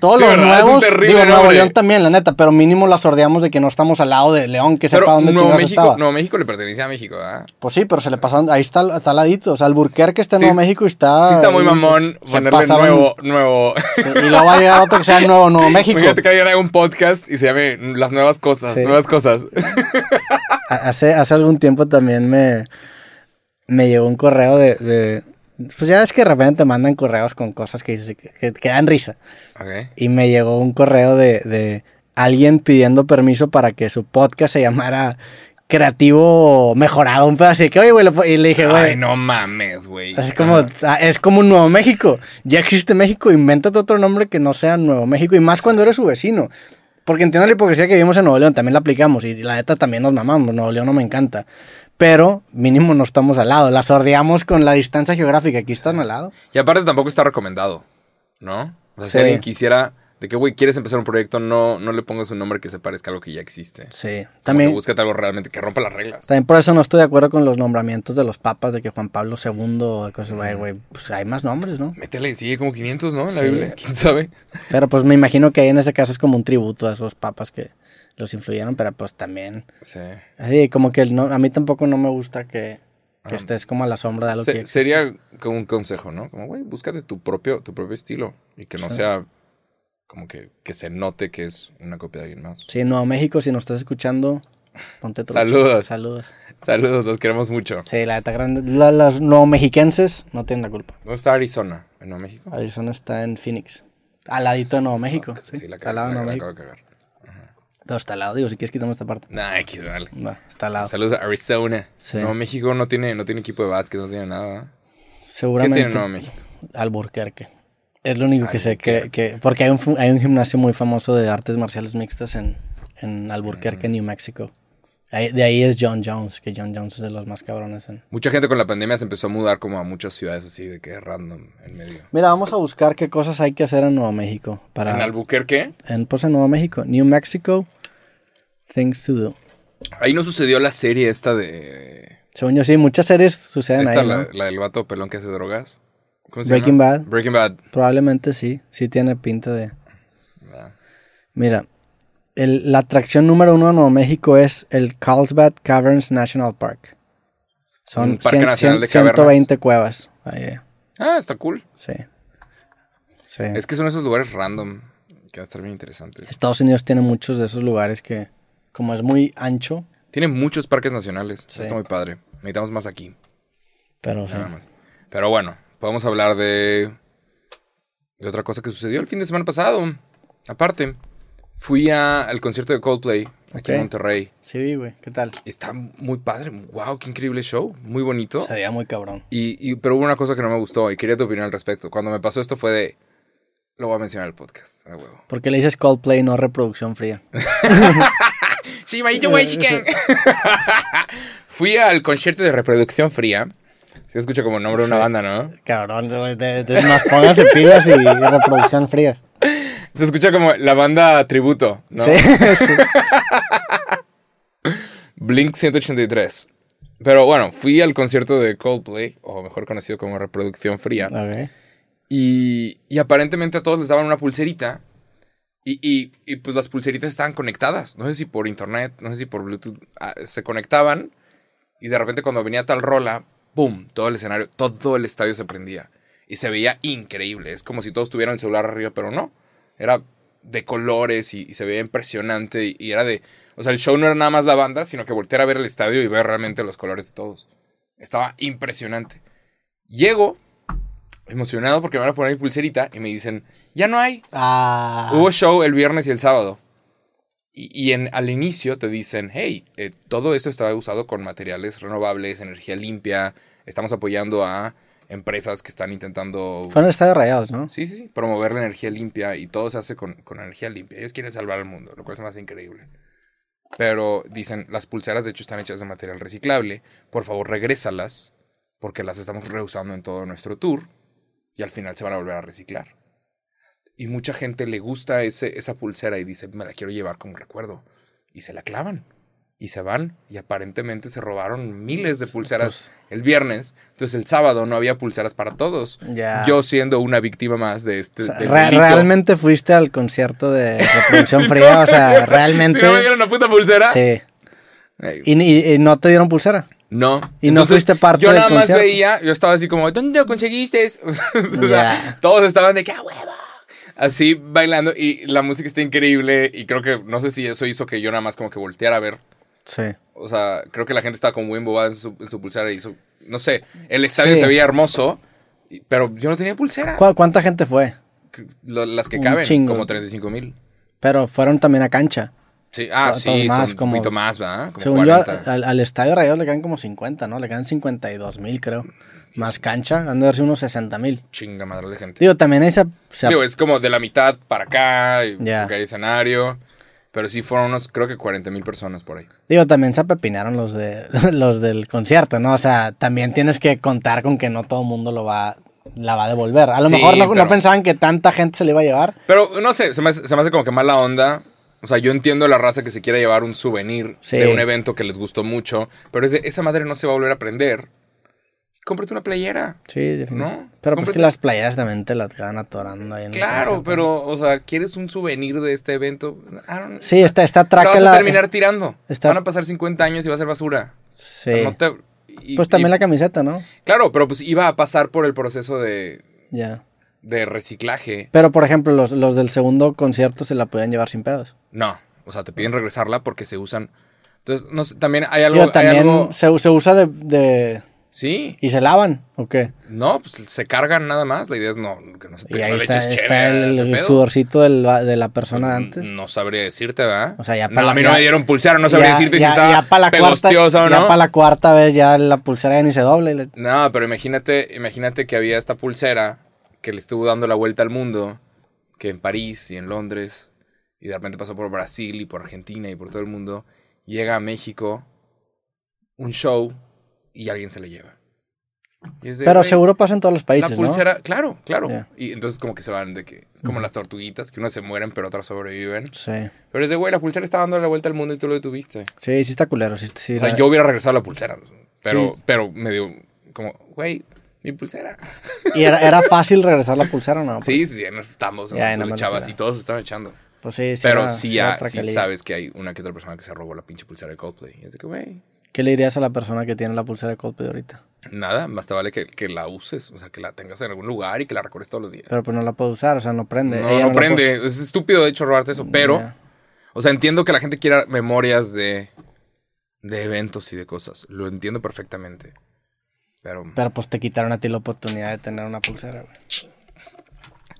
Speaker 2: Todos
Speaker 1: Sí,
Speaker 2: los
Speaker 1: ¿verdad? Es un
Speaker 2: nuevos,
Speaker 1: terrible
Speaker 2: digo, Nuevo
Speaker 1: nombre.
Speaker 2: León también, la neta, pero mínimo la sordeamos de que no estamos al lado de León, que sepa
Speaker 1: Pero
Speaker 2: dónde
Speaker 1: Nuevo
Speaker 2: chingados
Speaker 1: México,
Speaker 2: estaba.
Speaker 1: Nuevo México le pertenece a México, ¿ah? ¿verdad?
Speaker 2: Pues sí, pero se le pasaron, ahí está, está al ladito, o sea, Alburquerque está en
Speaker 1: Sí,
Speaker 2: Nuevo México y está...
Speaker 1: sí está muy
Speaker 2: ahí,
Speaker 1: mamón
Speaker 2: se
Speaker 1: ponerle
Speaker 2: pasaron-
Speaker 1: nuevo, nuevo.
Speaker 2: Sí, y luego va a llegar otro que sea Nuevo Nuevo México.
Speaker 1: Imagínate que alguien haga un podcast y se llame Las Nuevas Cosas,
Speaker 2: Sí.
Speaker 1: Nuevas Cosas.
Speaker 2: Ha- Hace, hace algún tiempo también me, me llegó un correo de, de- Pues ya es que de repente te mandan correos con cosas que, dices que, que- que dan risa.
Speaker 1: Ok.
Speaker 2: Y me llegó un correo de, de alguien pidiendo permiso para que su podcast se llamara Creativo Mejorado. Un pedazo así de que, oye, güey, lo po-". y le dije,
Speaker 1: Ay,
Speaker 2: güey.
Speaker 1: no mames, güey.
Speaker 2: Es como, ah, es como un Nuevo México. Ya existe México, invéntate otro nombre que no sea Nuevo México. Y más cuando eres su vecino. Porque entiendo la hipocresía que vivimos en Nuevo León, también la aplicamos. Y la neta también nos mamamos. Nuevo León no me encanta. Pero mínimo no estamos al lado. La sordeamos con la distancia geográfica. Aquí están al lado.
Speaker 1: Y aparte tampoco está recomendado, ¿no? O sea, si
Speaker 2: Sí.
Speaker 1: alguien quisiera, de que, güey, quieres empezar un proyecto, no, no le pongas un nombre que se parezca a algo que ya existe.
Speaker 2: Sí.
Speaker 1: También.
Speaker 2: También,
Speaker 1: búscate algo realmente que rompa las reglas.
Speaker 2: también por eso no estoy de acuerdo con los nombramientos de los papas, de que Juan Pablo II, cosas, güey, güey, pues hay más nombres, ¿no?
Speaker 1: Métele, sigue como 500, ¿no? En la
Speaker 2: Sí.
Speaker 1: Biblia, quién sabe.
Speaker 2: Pero pues me imagino que ahí en este caso es como un tributo a esos papas que los influyeron, pero pues también...
Speaker 1: Sí.
Speaker 2: Sí, como que el no, a mí tampoco no me gusta que, que
Speaker 1: Ah.
Speaker 2: estés como a la sombra de lo
Speaker 1: Se-
Speaker 2: que... existe.
Speaker 1: sería como un consejo, ¿no? Como, güey, búscate tu propio, tu propio estilo y que no
Speaker 2: Sí.
Speaker 1: sea como que, que se note que es una copia de alguien más.
Speaker 2: Sí, Nuevo México, si nos estás escuchando, ponte trucha.
Speaker 1: Saludos.
Speaker 2: Saludos.
Speaker 1: Saludos, los queremos mucho.
Speaker 2: Sí, la neta grande. la- las nuevo mexiquenses no tienen la culpa.
Speaker 1: ¿Dónde está Arizona? ¿En Nuevo México?
Speaker 2: Arizona está Ah, en Phoenix. Al ladito de Nuevo México. Sí,
Speaker 1: Ah, la,
Speaker 2: está
Speaker 1: acabo-
Speaker 2: al lado de
Speaker 1: la-
Speaker 2: Nuevo
Speaker 1: la
Speaker 2: México.
Speaker 1: acabo de cagar.
Speaker 2: Pero está al lado, digo, si quieres quitamos esta parte.
Speaker 1: Nah, X, dale.
Speaker 2: No, está al lado.
Speaker 1: Saludos a Arizona.
Speaker 2: Ah. Sí.
Speaker 1: No, México no tiene, no tiene equipo de básquet, no tiene nada. ¿Qué
Speaker 2: Seguramente
Speaker 1: tiene Nuevo México?
Speaker 2: Alburquerque. Es lo único que sé que... que- porque hay un, fu- hay un gimnasio muy famoso de artes marciales mixtas en, en
Speaker 1: Mm.
Speaker 2: Alburquerque, New Mexico. Ahí- de ahí es John Jones, que John Jones es de los más cabrones en...
Speaker 1: Mucha gente con la pandemia se empezó a mudar como a muchas ciudades así de que random en medio.
Speaker 2: Mira, vamos a buscar qué cosas hay que hacer en Nuevo México. Para,
Speaker 1: ¿En
Speaker 2: en,
Speaker 1: Albuquerque?
Speaker 2: pues, en Nuevo México. New Mexico, things to do.
Speaker 1: Ahí no sucedió la serie esta de...
Speaker 2: Según yo, sí, muchas series suceden
Speaker 1: Esta,
Speaker 2: ahí,
Speaker 1: la,
Speaker 2: ¿no?
Speaker 1: la del vato pelón que hace drogas. ¿Cómo
Speaker 2: Breaking Bad.
Speaker 1: Breaking Bad.
Speaker 2: Probablemente sí, sí tiene pinta de...
Speaker 1: Ah,
Speaker 2: Mira, el- la atracción número uno de Nuevo México es el Carlsbad Caverns National Park. Son
Speaker 1: Un parque
Speaker 2: 100,
Speaker 1: nacional de
Speaker 2: 120 cuevas. Ahí, eh,
Speaker 1: Ah, está cool.
Speaker 2: sí. Sí.
Speaker 1: Es que son esos lugares random que va a estar bien interesante.
Speaker 2: Estados Unidos tiene muchos de esos lugares que, como es muy ancho,
Speaker 1: Tiene muchos parques nacionales. Eso
Speaker 2: Sí.
Speaker 1: Está muy padre. Necesitamos más aquí.
Speaker 2: pero sí.
Speaker 1: Nada más. Pero bueno, podemos hablar de. de otra cosa que sucedió el fin de semana pasado. Aparte, fui a- al concierto de Coldplay aquí
Speaker 2: Ok.
Speaker 1: en Monterrey.
Speaker 2: Sí, vi, güey, ¿qué tal?
Speaker 1: Está muy padre. Wow, qué increíble show. Muy bonito.
Speaker 2: Se veía muy cabrón.
Speaker 1: Y, y- pero hubo una cosa que no me gustó y quería tu opinión al respecto. Cuando me pasó esto fue de. Lo voy a mencionar en el podcast. a huevo.
Speaker 2: ¿Por qué le dices Coldplay no reproducción fría?
Speaker 1: Sí, Maillo, güey, chiquen. Fui al concierto de reproducción fría Se escucha como nombre de una
Speaker 2: Sí.
Speaker 1: banda, ¿no?
Speaker 2: Cabrón, güey, de- de- más pónganse pilas y reproducción fría.
Speaker 1: Se escucha como la banda tributo, ¿no?
Speaker 2: Sí, sí.
Speaker 1: Blink 183. Pero bueno, fui al concierto de Coldplay, o mejor conocido como Reproducción Fría.
Speaker 2: Ok.
Speaker 1: Y, y aparentemente a todos les daban una pulserita. Y, y- y, pues las pulseritas estaban conectadas. No sé si por internet, no sé si por Bluetooth. ah, se conectaban. Y de repente cuando venía tal rola, ¡boom! Todo el escenario, todo el estadio se prendía. Y se veía increíble. Es como si todos tuvieran el celular arriba, pero no. Era de colores y, y se veía impresionante. Y, y era de... O sea, el show no era nada más la banda, sino que voltear a ver el estadio y ver realmente los colores de todos. Estaba impresionante. Llego emocionado porque me van a poner mi pulserita y me dicen, ya no hay.
Speaker 2: Ah,
Speaker 1: Hubo show el viernes y el sábado. Y, y en, al inicio te dicen, hey, eh, todo esto está usado con materiales renovables, energía limpia, estamos apoyando a empresas que están intentando...
Speaker 2: fueron estadio rayados, ¿no?
Speaker 1: Sí, sí, sí, promover la energía limpia y todo se hace con, con energía limpia. Ellos quieren salvar al mundo, lo cual es más increíble. Pero dicen, las pulseras de hecho están hechas de material reciclable, por favor regrésalas, porque las estamos reusando en todo nuestro tour y al final se van a volver a reciclar. Y mucha gente le gusta ese, esa pulsera y dice, me la quiero llevar como recuerdo. Y se la clavan. Y se van. Y aparentemente se robaron miles de pulseras el viernes. Entonces el sábado no había pulseras para todos.
Speaker 2: Pues, Ya.
Speaker 1: Yo siendo una víctima más de este.
Speaker 2: O sea,
Speaker 1: del
Speaker 2: re-
Speaker 1: delito.
Speaker 2: realmente fuiste al concierto de reproducción fría, o sea, realmente.
Speaker 1: Si no me dieron la puta pulsera.
Speaker 2: Sí.
Speaker 1: Ey,
Speaker 2: Y, y- y no te dieron pulsera.
Speaker 1: no.
Speaker 2: y no fuiste parte
Speaker 1: Yo
Speaker 2: del
Speaker 1: nada más
Speaker 2: concierto.
Speaker 1: veía, yo estaba así como, ¿dónde lo conseguiste? O sea,
Speaker 2: Ya.
Speaker 1: Todos estaban de que "¡Ah, huevo. Así bailando y la música está increíble y creo que no sé si eso hizo que yo nada más como que volteara a ver.
Speaker 2: Sí.
Speaker 1: O sea, creo que la gente estaba como muy embobada en su, en su pulsera y su, no sé, el estadio
Speaker 2: Sí.
Speaker 1: se veía hermoso, y- pero yo no tenía pulsera.
Speaker 2: ¿Cu- ¿Cuánta gente fue?
Speaker 1: Lo- las que
Speaker 2: Un
Speaker 1: caben,
Speaker 2: chingo.
Speaker 1: como 35 mil.
Speaker 2: Pero fueron también a cancha.
Speaker 1: Sí, ah,
Speaker 2: Todos
Speaker 1: sí,
Speaker 2: más,
Speaker 1: son
Speaker 2: como-
Speaker 1: un poquito más, ¿verdad? Como
Speaker 2: Según
Speaker 1: 40.
Speaker 2: yo, al, al estadio Rayados le quedan como 50, ¿no? Le quedan 52 mil, creo. Más cancha, han de verse unos 60 mil.
Speaker 1: Chinga madre de gente.
Speaker 2: Digo, también esa. o sea,
Speaker 1: Digo, es como de la mitad para acá, y
Speaker 2: Ya.
Speaker 1: porque hay escenario. Pero sí fueron unos, creo que 40 mil personas por ahí.
Speaker 2: Digo, también se apepinaron los, de, los del concierto, ¿no? O sea, también tienes que contar con que no todo el mundo lo va, la va a devolver. A lo
Speaker 1: Sí,
Speaker 2: mejor no, no
Speaker 1: pero-
Speaker 2: pensaban que tanta gente se le iba a llevar.
Speaker 1: Pero no sé, se me, hace- se me hace como que mala onda. O sea, yo entiendo la raza que se quiere llevar un souvenir
Speaker 2: Sí.
Speaker 1: de un evento que les gustó mucho. Pero es de, esa madre no se va a volver a prender. Cómprate una playera.
Speaker 2: Sí, definitivamente.
Speaker 1: No,
Speaker 2: Pero pues que
Speaker 1: cómprate-
Speaker 2: las playeras también te las van atorando ahí en el
Speaker 1: Claro,
Speaker 2: concierto.
Speaker 1: pero, o sea, ¿quieres un souvenir de este evento? I don't-
Speaker 2: Sí, está, está
Speaker 1: La vas a
Speaker 2: trácala.
Speaker 1: terminar tirando.
Speaker 2: está-
Speaker 1: Van a pasar 50 años y va a ser basura. O sea,
Speaker 2: Sí.
Speaker 1: no te- y-
Speaker 2: Pues también
Speaker 1: y-
Speaker 2: la camiseta, ¿no?
Speaker 1: Claro, pero pues iba a pasar por el proceso de,
Speaker 2: Ya.
Speaker 1: de reciclaje.
Speaker 2: Pero, por ejemplo, los, los del segundo concierto se la podían llevar sin pedos.
Speaker 1: No, o sea, te piden regresarla porque se usan. Entonces, no sé, también hay algo.
Speaker 2: Digo,
Speaker 1: hay
Speaker 2: también
Speaker 1: algo-
Speaker 2: se, se usa de, de-
Speaker 1: Sí,
Speaker 2: ¿Y se lavan o qué?
Speaker 1: no, pues se cargan nada más. La idea es no, que no se
Speaker 2: Y
Speaker 1: te
Speaker 2: ahí
Speaker 1: no le
Speaker 2: está,
Speaker 1: eches
Speaker 2: está
Speaker 1: cheve a
Speaker 2: el,
Speaker 1: ese
Speaker 2: el
Speaker 1: pedo. Mm,
Speaker 2: sudorcito del va- de la persona de antes.
Speaker 1: No sabría decirte, ¿verdad?
Speaker 2: O sea, ya
Speaker 1: no,
Speaker 2: para la-
Speaker 1: A mí no
Speaker 2: ya-
Speaker 1: me dieron pulsera, no sabría
Speaker 2: Ya-
Speaker 1: decirte
Speaker 2: ya-
Speaker 1: si estaba
Speaker 2: ya pa' la cuarta,
Speaker 1: pelostiosa o
Speaker 2: Ya
Speaker 1: no.
Speaker 2: para la cuarta vez ya la pulsera ya ni se dobla. y le-
Speaker 1: No, pero imagínate, imagínate que había esta pulsera que le estuvo dando la vuelta al mundo, que en París y en Londres, y de repente pasó por Brasil y por Argentina y por todo el mundo, llega a México un show y alguien se le lleva. Y es de,
Speaker 2: Pero
Speaker 1: güey,
Speaker 2: seguro pasa en todos los países,
Speaker 1: La
Speaker 2: ¿no?
Speaker 1: pulsera, claro, claro.
Speaker 2: Ya.
Speaker 1: Y entonces como que se van de que, es como las tortuguitas, que unas se mueren pero otras sobreviven.
Speaker 2: Sí.
Speaker 1: Pero es de, güey, la pulsera está dando la vuelta al mundo y tú lo detuviste.
Speaker 2: Sí, sí está culero. Sí, sí,
Speaker 1: O sea,
Speaker 2: la-
Speaker 1: yo hubiera regresado la pulsera, pero,
Speaker 2: Sí.
Speaker 1: pero me dio como, güey, mi pulsera.
Speaker 2: Y era, era fácil regresar la pulsera, ¿no?
Speaker 1: Sí, sí, ya nos estamos.
Speaker 2: pues. Ya,
Speaker 1: tú
Speaker 2: nada
Speaker 1: le
Speaker 2: más
Speaker 1: echabas
Speaker 2: era.
Speaker 1: y todos se estaban echando.
Speaker 2: Pues sí, sí.
Speaker 1: Pero
Speaker 2: era-
Speaker 1: sí,
Speaker 2: era
Speaker 1: ya,
Speaker 2: otra
Speaker 1: sí
Speaker 2: calidad.
Speaker 1: sabes que hay una que otra persona que se robó la pinche pulsera de Coldplay. Y es de que, güey,
Speaker 2: ¿Qué le dirías a la persona que tiene la pulsera de Coldplay ahorita?
Speaker 1: nada, más te vale que, que la uses. O sea, que la tengas en algún lugar y que la recorres todos los días.
Speaker 2: Pero pues no la puede usar, o sea, no prende.
Speaker 1: no,
Speaker 2: Ella
Speaker 1: no
Speaker 2: la
Speaker 1: prende. Es estúpido, de hecho, robarte eso.
Speaker 2: puede-
Speaker 1: Pero,
Speaker 2: Ya.
Speaker 1: o sea, entiendo que la gente quiera memorias de, de eventos y de cosas. Lo entiendo perfectamente. Pero,
Speaker 2: Pero pues te quitaron a ti la oportunidad de tener una pulsera, güey.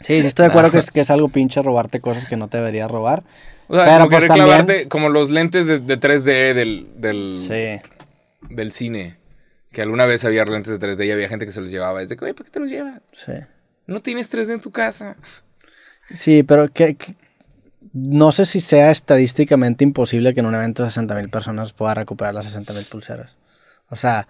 Speaker 2: Sí, sí estoy de acuerdo que es, que es algo pinche robarte cosas que no te deberías robar.
Speaker 1: o sea,
Speaker 2: pero
Speaker 1: como
Speaker 2: pues
Speaker 1: querer
Speaker 2: también-
Speaker 1: clavarte como los lentes de, de 3D del, del,
Speaker 2: Sí.
Speaker 1: del cine. Que alguna vez había lentes de 3D y había gente que se los llevaba. Es de que, "Oye, ¿por qué te los llevas?
Speaker 2: Sí.
Speaker 1: No tienes 3D en tu casa.
Speaker 2: Sí, pero que, que- no sé si sea estadísticamente imposible que en un evento de 60.000 personas pueda recuperar las 60.000 pulseras. O sea,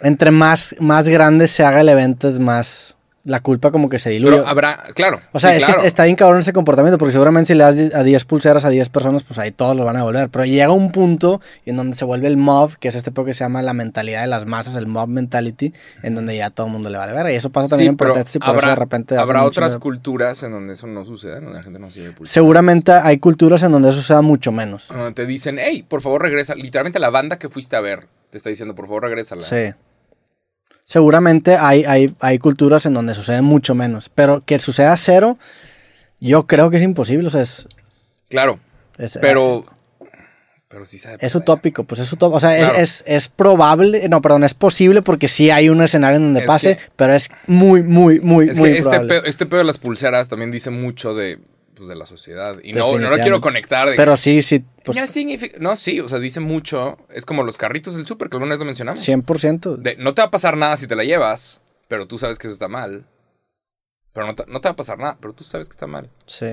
Speaker 2: entre más, más grande se haga el evento, es más. La culpa como que se diluye.
Speaker 1: Pero habrá, claro.
Speaker 2: O sea,
Speaker 1: sí,
Speaker 2: es
Speaker 1: claro.
Speaker 2: que está bien cabrón ese comportamiento, porque seguramente si le das a 10 pulseras a 10 personas, pues ahí todos lo van a devolver. Pero llega un punto en donde se vuelve el mob, que es este poco que se llama la mentalidad de las masas, el mob mentality, en donde ya todo el mundo le vale ver. Y eso pasa también
Speaker 1: Sí,
Speaker 2: en
Speaker 1: pero
Speaker 2: protestas y por eso de repente. hacen
Speaker 1: habrá
Speaker 2: un
Speaker 1: otras
Speaker 2: chingo de-
Speaker 1: culturas en donde eso no suceda, en donde la gente no se lleve pulsera.
Speaker 2: Seguramente hay culturas en donde eso sea mucho menos.
Speaker 1: Donde te dicen, hey, por favor regresa. Literalmente la banda que fuiste a ver te está diciendo, por favor regrésala.
Speaker 2: Sí. Seguramente hay, hay, hay culturas en donde sucede mucho menos. Pero que suceda cero, yo creo que es imposible. O sea, es.
Speaker 1: Claro,
Speaker 2: es-
Speaker 1: pero. Pero sí sabe.
Speaker 2: Es utópico, pues es utópico. O sea, es-
Speaker 1: Claro.
Speaker 2: es, es probable, no, perdón, es posible porque sí hay un escenario en donde
Speaker 1: Es
Speaker 2: pase,
Speaker 1: que-
Speaker 2: pero es muy, muy, muy,
Speaker 1: Es
Speaker 2: muy
Speaker 1: que este
Speaker 2: probable.
Speaker 1: pedo, este pedo de las pulseras también dice mucho de, pues, de la sociedad. Y no, no lo
Speaker 2: Definitivamente.
Speaker 1: quiero conectar. De,
Speaker 2: Pero sí, sí, pues
Speaker 1: Ya significa- No, sí, o sea, dice mucho. Es como los carritos del súper, que alguna vez lo mencionamos.
Speaker 2: 100%.
Speaker 1: De, no te va a pasar nada si te la llevas, pero tú sabes que eso está mal. Pero no te, no te va a pasar nada, pero tú sabes que está mal.
Speaker 2: Sí.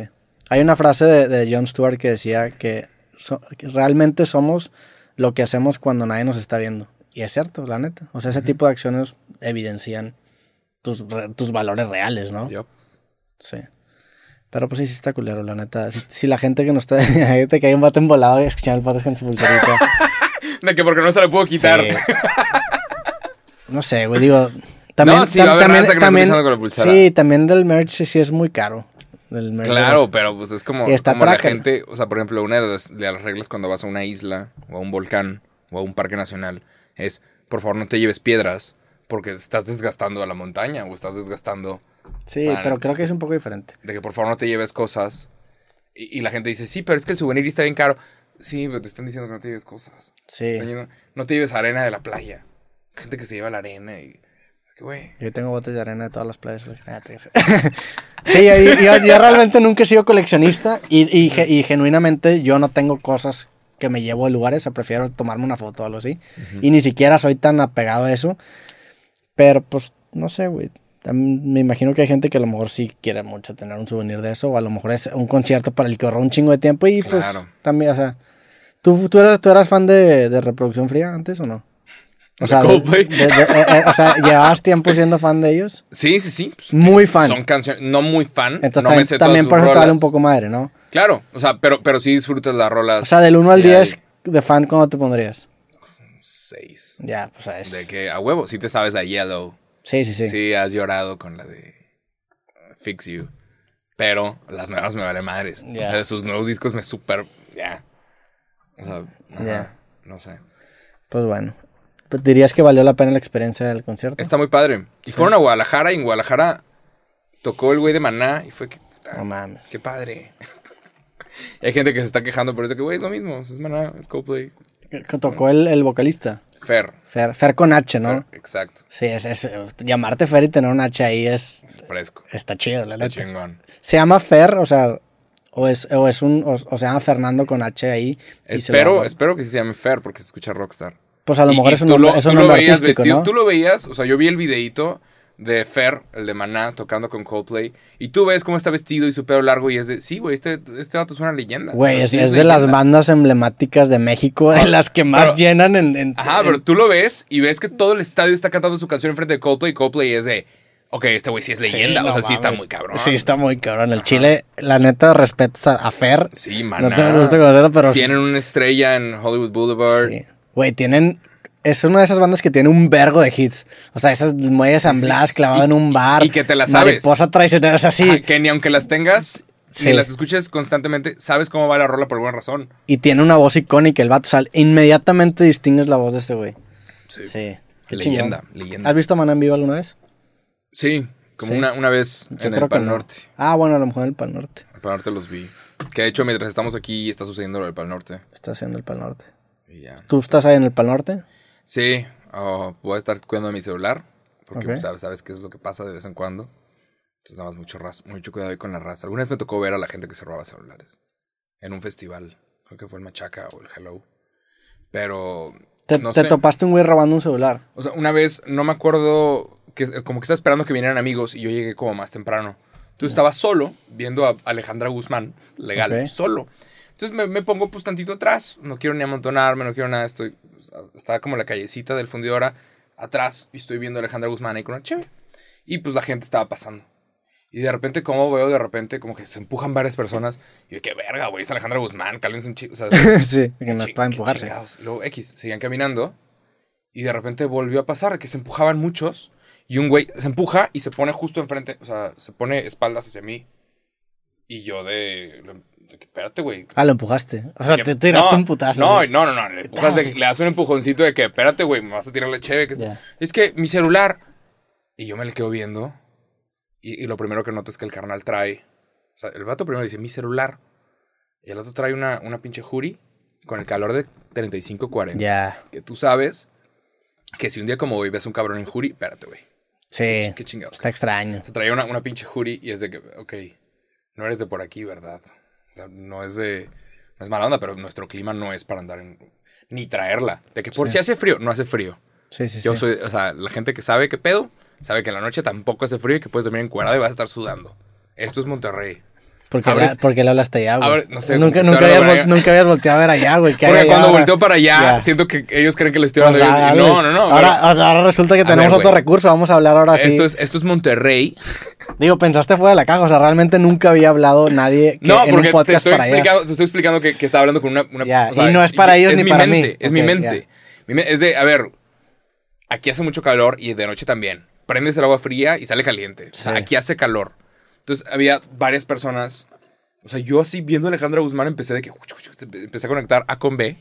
Speaker 2: Hay una frase de, de John Stewart que decía que, so- que realmente somos lo que hacemos cuando nadie nos está viendo. Y es cierto, la neta. O sea, ese tipo de acciones evidencian tus, re- tus valores reales, ¿no?
Speaker 1: Yo.
Speaker 2: Sí. Pero pues sí, sí está culero, la neta. Si, si la gente que no está... Gente que hay un vato embolado y escuchar el podcast con su pulserita.
Speaker 1: De que porque no se la puedo quitar.
Speaker 2: No sé, güey, digo. También,
Speaker 1: No, sí, va a haber
Speaker 2: también,
Speaker 1: raza que nos
Speaker 2: también,
Speaker 1: está echando con la pulsera.
Speaker 2: sí, también del merch sí, sí es muy caro. Del merch de
Speaker 1: Claro,
Speaker 2: los-
Speaker 1: pero pues es como,
Speaker 2: Y está
Speaker 1: como la
Speaker 2: tracker.
Speaker 1: gente, o sea, por ejemplo, una de las, de las reglas cuando vas a una isla o a un volcán o a un parque nacional es, por favor, no te lleves piedras porque estás desgastando a la montaña o estás desgastando
Speaker 2: Sí,
Speaker 1: o sea,
Speaker 2: pero creo que es un poco diferente.
Speaker 1: de que por favor no te lleves cosas. Y, y la gente dice, sí, pero es que el souvenir está bien caro. Sí, pero te están diciendo que no te lleves cosas.
Speaker 2: Sí.
Speaker 1: Te están yendo- no te lleves arena de la playa. Gente que se lleva la arena y... Güey.
Speaker 2: Yo tengo botes de arena de todas las playas. Ah, te- sí, yo, yo- yo realmente nunca he sido coleccionista y, y ge- y genuinamente yo no tengo cosas que me llevo a lugares. O sea, prefiero tomarme una foto o algo así. Y ni siquiera soy tan apegado a eso. Pero pues, no sé, güey. Tam- Me imagino que hay gente que a lo mejor sí quiere mucho tener un souvenir de eso. O a lo mejor es un concierto para el que ahorró un chingo de tiempo. Y pues
Speaker 1: Claro.
Speaker 2: también, o sea... ¿Tú, tú, eras, ¿Tú eras fan de, de Reproducción Fría antes o no? O
Speaker 1: ¿De
Speaker 2: sea, de-
Speaker 1: Coldplay?
Speaker 2: de- de- eh, eh, o sea, llevabas tiempo siendo fan de ellos.
Speaker 1: Sí, sí, sí. pues,
Speaker 2: Muy fan.
Speaker 1: Son canciones, no muy fan.
Speaker 2: Entonces
Speaker 1: no me
Speaker 2: también,
Speaker 1: sé todas
Speaker 2: también
Speaker 1: sus
Speaker 2: por eso te vale
Speaker 1: rolas.
Speaker 2: un poco madre, ¿no?
Speaker 1: Claro, o sea, pero, pero sí disfrutas las rolas.
Speaker 2: O sea, del 1 al
Speaker 1: sí
Speaker 2: 10
Speaker 1: hay
Speaker 2: de fan, ¿cómo te pondrías?
Speaker 1: Seis.
Speaker 2: Ya, pues es.
Speaker 1: De que a huevo, sí te sabes la Yellow.
Speaker 2: Sí, sí,
Speaker 1: Sí.
Speaker 2: sí.
Speaker 1: has llorado con la de Fix You. Pero las nuevas me vale madres.
Speaker 2: Ya.
Speaker 1: O sea, sus nuevos discos me súper. Ya. O sea, ajá,
Speaker 2: Ya.
Speaker 1: no sé.
Speaker 2: Pues bueno. Pues dirías que valió la pena la experiencia del concierto.
Speaker 1: Está muy padre. Y fueron a Guadalajara y en Guadalajara tocó el güey de Maná y fue que. puta,
Speaker 2: No mames.
Speaker 1: Qué padre. Y hay gente que se está quejando por eso que, güey, es lo mismo. Es Maná, es Coldplay.
Speaker 2: Que Tocó el, el vocalista.
Speaker 1: Fer.
Speaker 2: Fer, Fer con H, ¿no?
Speaker 1: Fer, Exacto.
Speaker 2: Sí, es, es- Llamarte Fer y tener un H ahí es.
Speaker 1: Es fresco.
Speaker 2: Está chido, la
Speaker 1: Está
Speaker 2: neta.
Speaker 1: chingón.
Speaker 2: Se llama Fer, o sea. O es, o es un. O, o se llama Fernando con H ahí. y se lo
Speaker 1: Espero,
Speaker 2: llama-
Speaker 1: espero que sí se llame Fer porque se escucha Rockstar.
Speaker 2: Pues a lo
Speaker 1: Y-
Speaker 2: mejor
Speaker 1: y
Speaker 2: es un
Speaker 1: tú
Speaker 2: nombre,
Speaker 1: lo-
Speaker 2: es un
Speaker 1: tú lo
Speaker 2: nombre
Speaker 1: veías
Speaker 2: artístico,
Speaker 1: vestido-
Speaker 2: ¿no?
Speaker 1: Tú lo veías, o sea, yo vi el videíto de Fer, el de Maná, tocando con Coldplay, y tú ves cómo está vestido y su pelo largo y es de, sí, güey, este, este vato es una leyenda.
Speaker 2: Güey,
Speaker 1: Pero
Speaker 2: es,
Speaker 1: sí
Speaker 2: es de las
Speaker 1: leyenda.
Speaker 2: bandas emblemáticas de México, de las que más
Speaker 1: pero-
Speaker 2: llenan en... en-
Speaker 1: Ajá,
Speaker 2: en-
Speaker 1: pero tú lo ves y ves que todo el estadio está cantando su canción enfrente de Coldplay y Coldplay es de, ok, este güey sí es leyenda,
Speaker 2: Sí,
Speaker 1: o sea,
Speaker 2: no
Speaker 1: sí está
Speaker 2: mames.
Speaker 1: muy cabrón.
Speaker 2: Sí, está muy cabrón. El Chile, la neta, respetas a, a Fer.
Speaker 1: Sí,
Speaker 2: No
Speaker 1: Maná.
Speaker 2: te gusta conocerlo, pero...
Speaker 1: Tienen una estrella en Hollywood Boulevard.
Speaker 2: sí. Güey, tienen... Es una de esas bandas que tiene un vergo de hits. O sea, esas muelles San Blas clavado en un bar.
Speaker 1: y que te la sabes.
Speaker 2: Mariposa traicionera, es así.
Speaker 1: Ah, que ni aunque las tengas,
Speaker 2: Sí.
Speaker 1: ni las escuches constantemente, sabes cómo va la rola por alguna razón.
Speaker 2: Y tiene una voz icónica, el vato. O sea, inmediatamente distingues la voz de ese güey.
Speaker 1: Sí.
Speaker 2: Sí. Qué
Speaker 1: Leyenda,
Speaker 2: chingón.
Speaker 1: leyenda.
Speaker 2: ¿Has visto a Maná en vivo alguna vez?
Speaker 1: Sí, como
Speaker 2: Sí.
Speaker 1: Una, una vez
Speaker 2: Yo
Speaker 1: en
Speaker 2: creo
Speaker 1: el Pal
Speaker 2: que no.
Speaker 1: Norte.
Speaker 2: Ah, bueno, a lo mejor en el Pal Norte.
Speaker 1: El Pal Norte los vi. Que de hecho, mientras estamos aquí, está sucediendo lo del Pal Norte.
Speaker 2: Está haciendo el Pal Norte.
Speaker 1: Y ya.
Speaker 2: ¿Tú estás ahí en el Pal Norte?
Speaker 1: Sí, oh, voy a estar cuidando de mi celular. Porque
Speaker 2: Ok.
Speaker 1: pues, sabes, sabes qué es lo que pasa de vez en cuando. Entonces, nada más mucho, raz- mucho cuidado ahí con la raza. Alguna vez me tocó ver a la gente que se robaba celulares. En un festival. Creo que fue el Machaca o el Hello. Pero.
Speaker 2: Te,
Speaker 1: no
Speaker 2: te
Speaker 1: sé.
Speaker 2: topaste un güey robando un celular.
Speaker 1: O sea, una vez, no me acuerdo, que como que estaba esperando que vinieran amigos y yo llegué como más temprano. Tú estabas solo viendo a Alejandra Guzmán, legal,
Speaker 2: Ok.
Speaker 1: solo. Entonces me, me pongo pues tantito atrás, no quiero ni amontonarme, no quiero nada, estoy, estaba como en la callecita del fundidora, atrás y estoy viendo a Alejandra Guzmán ahí con una cheve. Y pues la gente estaba pasando. Y de repente, como veo, de repente, como que se empujan varias personas. Y yo, qué verga, güey, es Alejandra Guzmán, cálmense un chico. O sea,
Speaker 2: sí, que nos
Speaker 1: chi-
Speaker 2: pueda
Speaker 1: qué
Speaker 2: empujarse.
Speaker 1: chingados. Luego X, seguían caminando. Y de repente volvió a pasar que se empujaban muchos. Y un güey se empuja y se pone justo enfrente, o sea, se pone espaldas hacia mí. Y yo de. de que, espérate, güey.
Speaker 2: Ah, lo empujaste. O sea,
Speaker 1: Que-
Speaker 2: te tiraste
Speaker 1: no,
Speaker 2: un putazo.
Speaker 1: No,
Speaker 2: güey. Ah,
Speaker 1: no, no, no. Le, empujas de-
Speaker 2: así.
Speaker 1: le das un empujoncito de que, espérate, güey, me vas a tirar la cheve. que es-
Speaker 2: Ya.
Speaker 1: Es que mi celular. Y yo me le quedo viendo. Y, y lo primero que noto es que el carnal trae. O sea, el vato primero dice, mi celular. Y el otro trae una, una pinche jury con el calor de 35, 40.
Speaker 2: Ya.
Speaker 1: Que tú sabes que si un día como hoy ves un cabrón en jury, espérate, güey.
Speaker 2: Sí.
Speaker 1: Qué chingados.
Speaker 2: Está extraño.
Speaker 1: O sea, traía una, una pinche jury y es de que, ok, no eres de por aquí, ¿verdad? O sea, No es de. No es mala onda, pero nuestro clima no es para andar en. Ni traerla. De que por
Speaker 2: Sí.
Speaker 1: si hace frío, no hace frío.
Speaker 2: Sí, sí, sí.
Speaker 1: Yo soy. O sea, la gente que sabe qué pedo, sabe que en la noche tampoco hace frío y que puedes dormir encuerado y vas a estar sudando. Esto es Monterrey.
Speaker 2: ¿Por qué,
Speaker 1: Abres-
Speaker 2: la- por qué le hablaste allá, güey?
Speaker 1: Abre- no sé,
Speaker 2: nunca,
Speaker 1: estoy hablando
Speaker 2: nunca, habías
Speaker 1: para
Speaker 2: vol-
Speaker 1: allá.
Speaker 2: nunca habías volteado a ver allá, güey. ¿qué hay
Speaker 1: Porque
Speaker 2: allá
Speaker 1: cuando
Speaker 2: ahora?
Speaker 1: volteo para allá,
Speaker 2: Ya.
Speaker 1: siento que ellos creen que lo estoy
Speaker 2: Pues,
Speaker 1: hablando. yo,
Speaker 2: ah,
Speaker 1: y-
Speaker 2: dale.
Speaker 1: no, no, no.
Speaker 2: Ahora,
Speaker 1: pero
Speaker 2: ahora resulta que
Speaker 1: A
Speaker 2: tenemos
Speaker 1: ver,
Speaker 2: otro
Speaker 1: güey.
Speaker 2: recurso. Vamos a hablar ahora sí.
Speaker 1: esto, es, esto es Monterrey.
Speaker 2: Digo, pensaste fuera de la caja. O sea, realmente nunca había hablado nadie que,
Speaker 1: No,
Speaker 2: en un
Speaker 1: porque te
Speaker 2: podcast
Speaker 1: estoy,
Speaker 2: para allá.
Speaker 1: explicando, te estoy explicando que, que estaba hablando con una... una
Speaker 2: Ya, y no es para ellos ni
Speaker 1: mi
Speaker 2: para mí.
Speaker 1: mente, Es mi
Speaker 2: Ok,
Speaker 1: mente. Mi me- Es de, a ver, aquí hace mucho calor y de noche también. Prendes el agua fría y sale caliente. O sea,
Speaker 2: Sí.
Speaker 1: aquí hace calor. Entonces había varias personas... O sea, yo así viendo a Alejandra Guzmán empecé de que... Empecé a conectar A con B.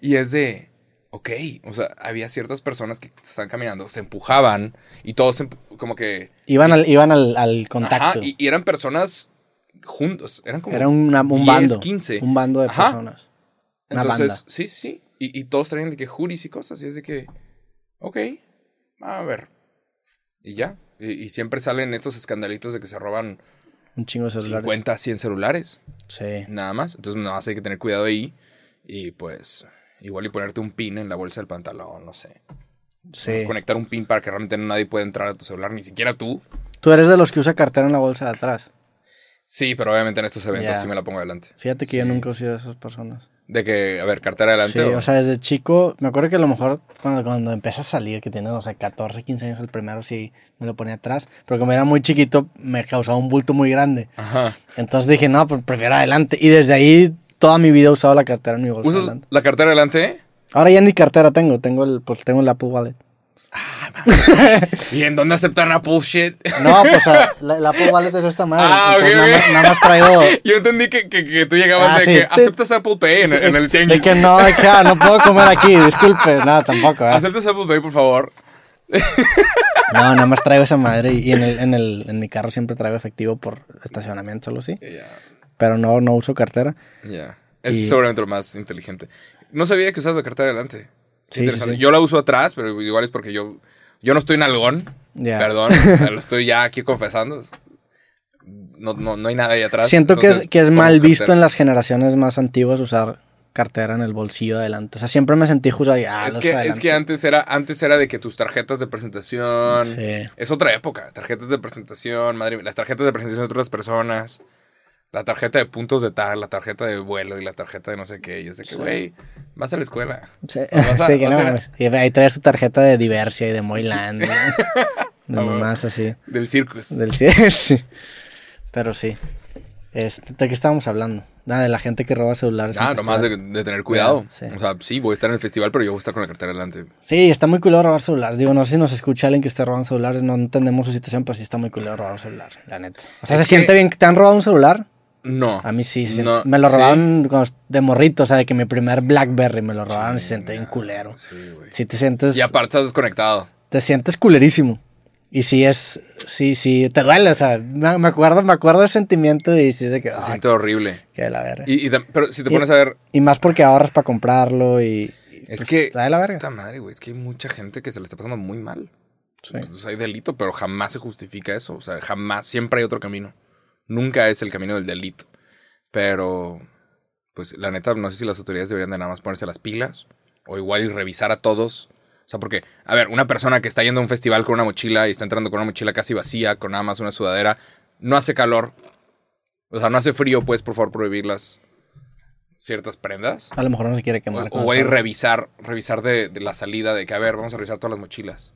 Speaker 1: y es de... Ok, o sea, había ciertas personas que estaban caminando, se empujaban y todos se empu- como que...
Speaker 2: Iban al, iban al, al
Speaker 1: Ajá,
Speaker 2: contacto.
Speaker 1: y, y eran personas juntos, eran como...
Speaker 2: Era una- un
Speaker 1: 10,
Speaker 2: bando.
Speaker 1: 15.
Speaker 2: Un bando de
Speaker 1: Ajá.
Speaker 2: personas. una
Speaker 1: Entonces,
Speaker 2: banda.
Speaker 1: sí, sí, sí. Y, y todos traían de que juris y cosas, y es de que, ok, a ver. Y ya. Y, y siempre salen estos escandalitos de que se roban
Speaker 2: Un chingo de celulares.
Speaker 1: 50, 100 celulares,
Speaker 2: Sí.
Speaker 1: nada más. Entonces, nada más hay que tener cuidado ahí. Y pues, igual y ponerte un pin en la bolsa del pantalón, no sé.
Speaker 2: Sí.
Speaker 1: Conectar un pin para que realmente nadie pueda entrar a tu celular, ni siquiera tú.
Speaker 2: Tú eres de los que usa cartera en la bolsa de atrás.
Speaker 1: Sí, pero obviamente en estos eventos
Speaker 2: Ya.
Speaker 1: sí me la pongo adelante.
Speaker 2: Fíjate que yo
Speaker 1: Sí.
Speaker 2: nunca he sido de esas personas.
Speaker 1: De que, a ver, cartera adelante.
Speaker 2: Sí, o sea, desde chico, me acuerdo que a lo mejor cuando, cuando empecé a salir, que tenía, no sé, 14, 15 años el primero, sí, me lo ponía atrás, pero como era muy chiquito, me causaba un bulto muy grande.
Speaker 1: Ajá.
Speaker 2: Entonces dije, no, pues prefiero adelante. Y desde ahí toda mi vida he usado la cartera en mi bolsa.
Speaker 1: ¿Usas
Speaker 2: Pues adelante.
Speaker 1: la cartera adelante?
Speaker 2: Ahora ya ni cartera tengo, tengo el, pues tengo el Apple Wallet.
Speaker 1: ¿Y en dónde aceptan a bullshit?
Speaker 2: No, pues ah, la, el Apple Wallet es esta madre.
Speaker 1: Ah, ok,
Speaker 2: entonces nada,
Speaker 1: ok.
Speaker 2: más- nada más traigo...
Speaker 1: Yo entendí que, que- que tú llegabas
Speaker 2: Ah,
Speaker 1: de
Speaker 2: sí.
Speaker 1: que aceptas Apple Pay en, en el tianguis.
Speaker 2: De que no, de que, ah, no puedo comer aquí, disculpe. No, tampoco. ¿eh?
Speaker 1: Aceptas Apple Pay, por favor.
Speaker 2: No, nada más traigo esa madre y y en, el, en, el, en mi carro siempre traigo efectivo por estacionamiento, solo sí.
Speaker 1: Ya,
Speaker 2: Pero no, no uso cartera.
Speaker 1: ya. Es
Speaker 2: Y-
Speaker 1: seguramente lo más inteligente. No sabía que usabas la cartera adelante. Es
Speaker 2: Sí, sí,
Speaker 1: interesante.
Speaker 2: sí.
Speaker 1: Yo la uso atrás, pero igual es porque yo, yo no estoy en algón.
Speaker 2: Ya.
Speaker 1: Perdón, o sea, lo estoy ya aquí confesando. No, no, no hay nada ahí atrás.
Speaker 2: Siento que es,
Speaker 1: entonces
Speaker 2: que es
Speaker 1: pongo
Speaker 2: mal
Speaker 1: cartera.
Speaker 2: visto en las generaciones más antiguas usar cartera en el bolsillo de adelante. O sea, siempre me sentí juzgado. y, Ah,
Speaker 1: Es
Speaker 2: los
Speaker 1: que, es
Speaker 2: adelante.
Speaker 1: que antes, era, antes era de que tus tarjetas de presentación...
Speaker 2: Sí.
Speaker 1: Es otra época. Tarjetas de presentación, madre mía. Las tarjetas de presentación de otras personas. La tarjeta de puntos de tal, la tarjeta de vuelo y la tarjeta de no sé qué. Y es de que,
Speaker 2: Sí.
Speaker 1: güey, vas a la escuela.
Speaker 2: Sí,
Speaker 1: vas a-
Speaker 2: sí, que
Speaker 1: vas
Speaker 2: no
Speaker 1: a-
Speaker 2: mames. Y ahí traes tu tarjeta de Diversia y de Moyland. ¿no? De
Speaker 1: Ah, bueno.
Speaker 2: mamás así.
Speaker 1: Del circus.
Speaker 2: Del CIE, sí. Pero sí. Este, ¿De qué estábamos hablando? Nada, de la gente que roba celulares.
Speaker 1: Ah,
Speaker 2: en
Speaker 1: nomás
Speaker 2: festival.
Speaker 1: de, de tener cuidado.
Speaker 2: Cuidado, sí.
Speaker 1: O sea, sí, voy a estar en el festival, pero yo voy a estar con la cartera adelante.
Speaker 2: Sí, está muy culero robar celulares. Digo, no sé si nos escucha alguien que esté robando celulares, no entendemos su situación, pero sí está muy culero robar un celular, la neta. O sea,
Speaker 1: Es
Speaker 2: ¿se
Speaker 1: que-
Speaker 2: siente bien que te han robado un celular?
Speaker 1: No.
Speaker 2: A mí sí, se siente-
Speaker 1: No,
Speaker 2: me lo
Speaker 1: sí.
Speaker 2: robaron cuando- de morrito, o sea, de que mi primer Blackberry me lo robaron y se siente bien culero.
Speaker 1: Sí, güey.
Speaker 2: Sí te sientes,
Speaker 1: Y aparte estás desconectado.
Speaker 2: te sientes culerísimo. Y sí es, sí, sí, te duele, o sea, me me acuerdo, me acuerdo del sentimiento y sí es de que,
Speaker 1: Se
Speaker 2: ay,
Speaker 1: siente horrible.
Speaker 2: que de la verga. Y,
Speaker 1: Y, y tam- pero si te
Speaker 2: Y-
Speaker 1: pones a ver,
Speaker 2: más porque ahorras para comprarlo y... y,
Speaker 1: es
Speaker 2: pues,
Speaker 1: que...
Speaker 2: está de la verga.
Speaker 1: Puta madre, güey. Es que hay mucha gente que se le está pasando muy mal.
Speaker 2: Sí.
Speaker 1: Pues, o sea, hay delito, pero jamás se justifica eso. O sea, jamás, siempre hay otro camino. Nunca es el camino del delito. Pero, pues la neta, no sé si las autoridades deberían de nada más ponerse las pilas o igual y revisar a todos. O sea, porque, a ver, una persona que está yendo a un festival con una mochila y está entrando con una mochila casi vacía, con nada más una sudadera, no hace calor. O sea, no hace frío, pues por favor prohibirlas. ciertas prendas.
Speaker 2: A lo mejor no se quiere
Speaker 1: O,
Speaker 2: quemar.
Speaker 1: o
Speaker 2: con
Speaker 1: güey,
Speaker 2: eso.
Speaker 1: revisar, revisar de, de la salida de que, a ver, vamos a revisar todas las mochilas.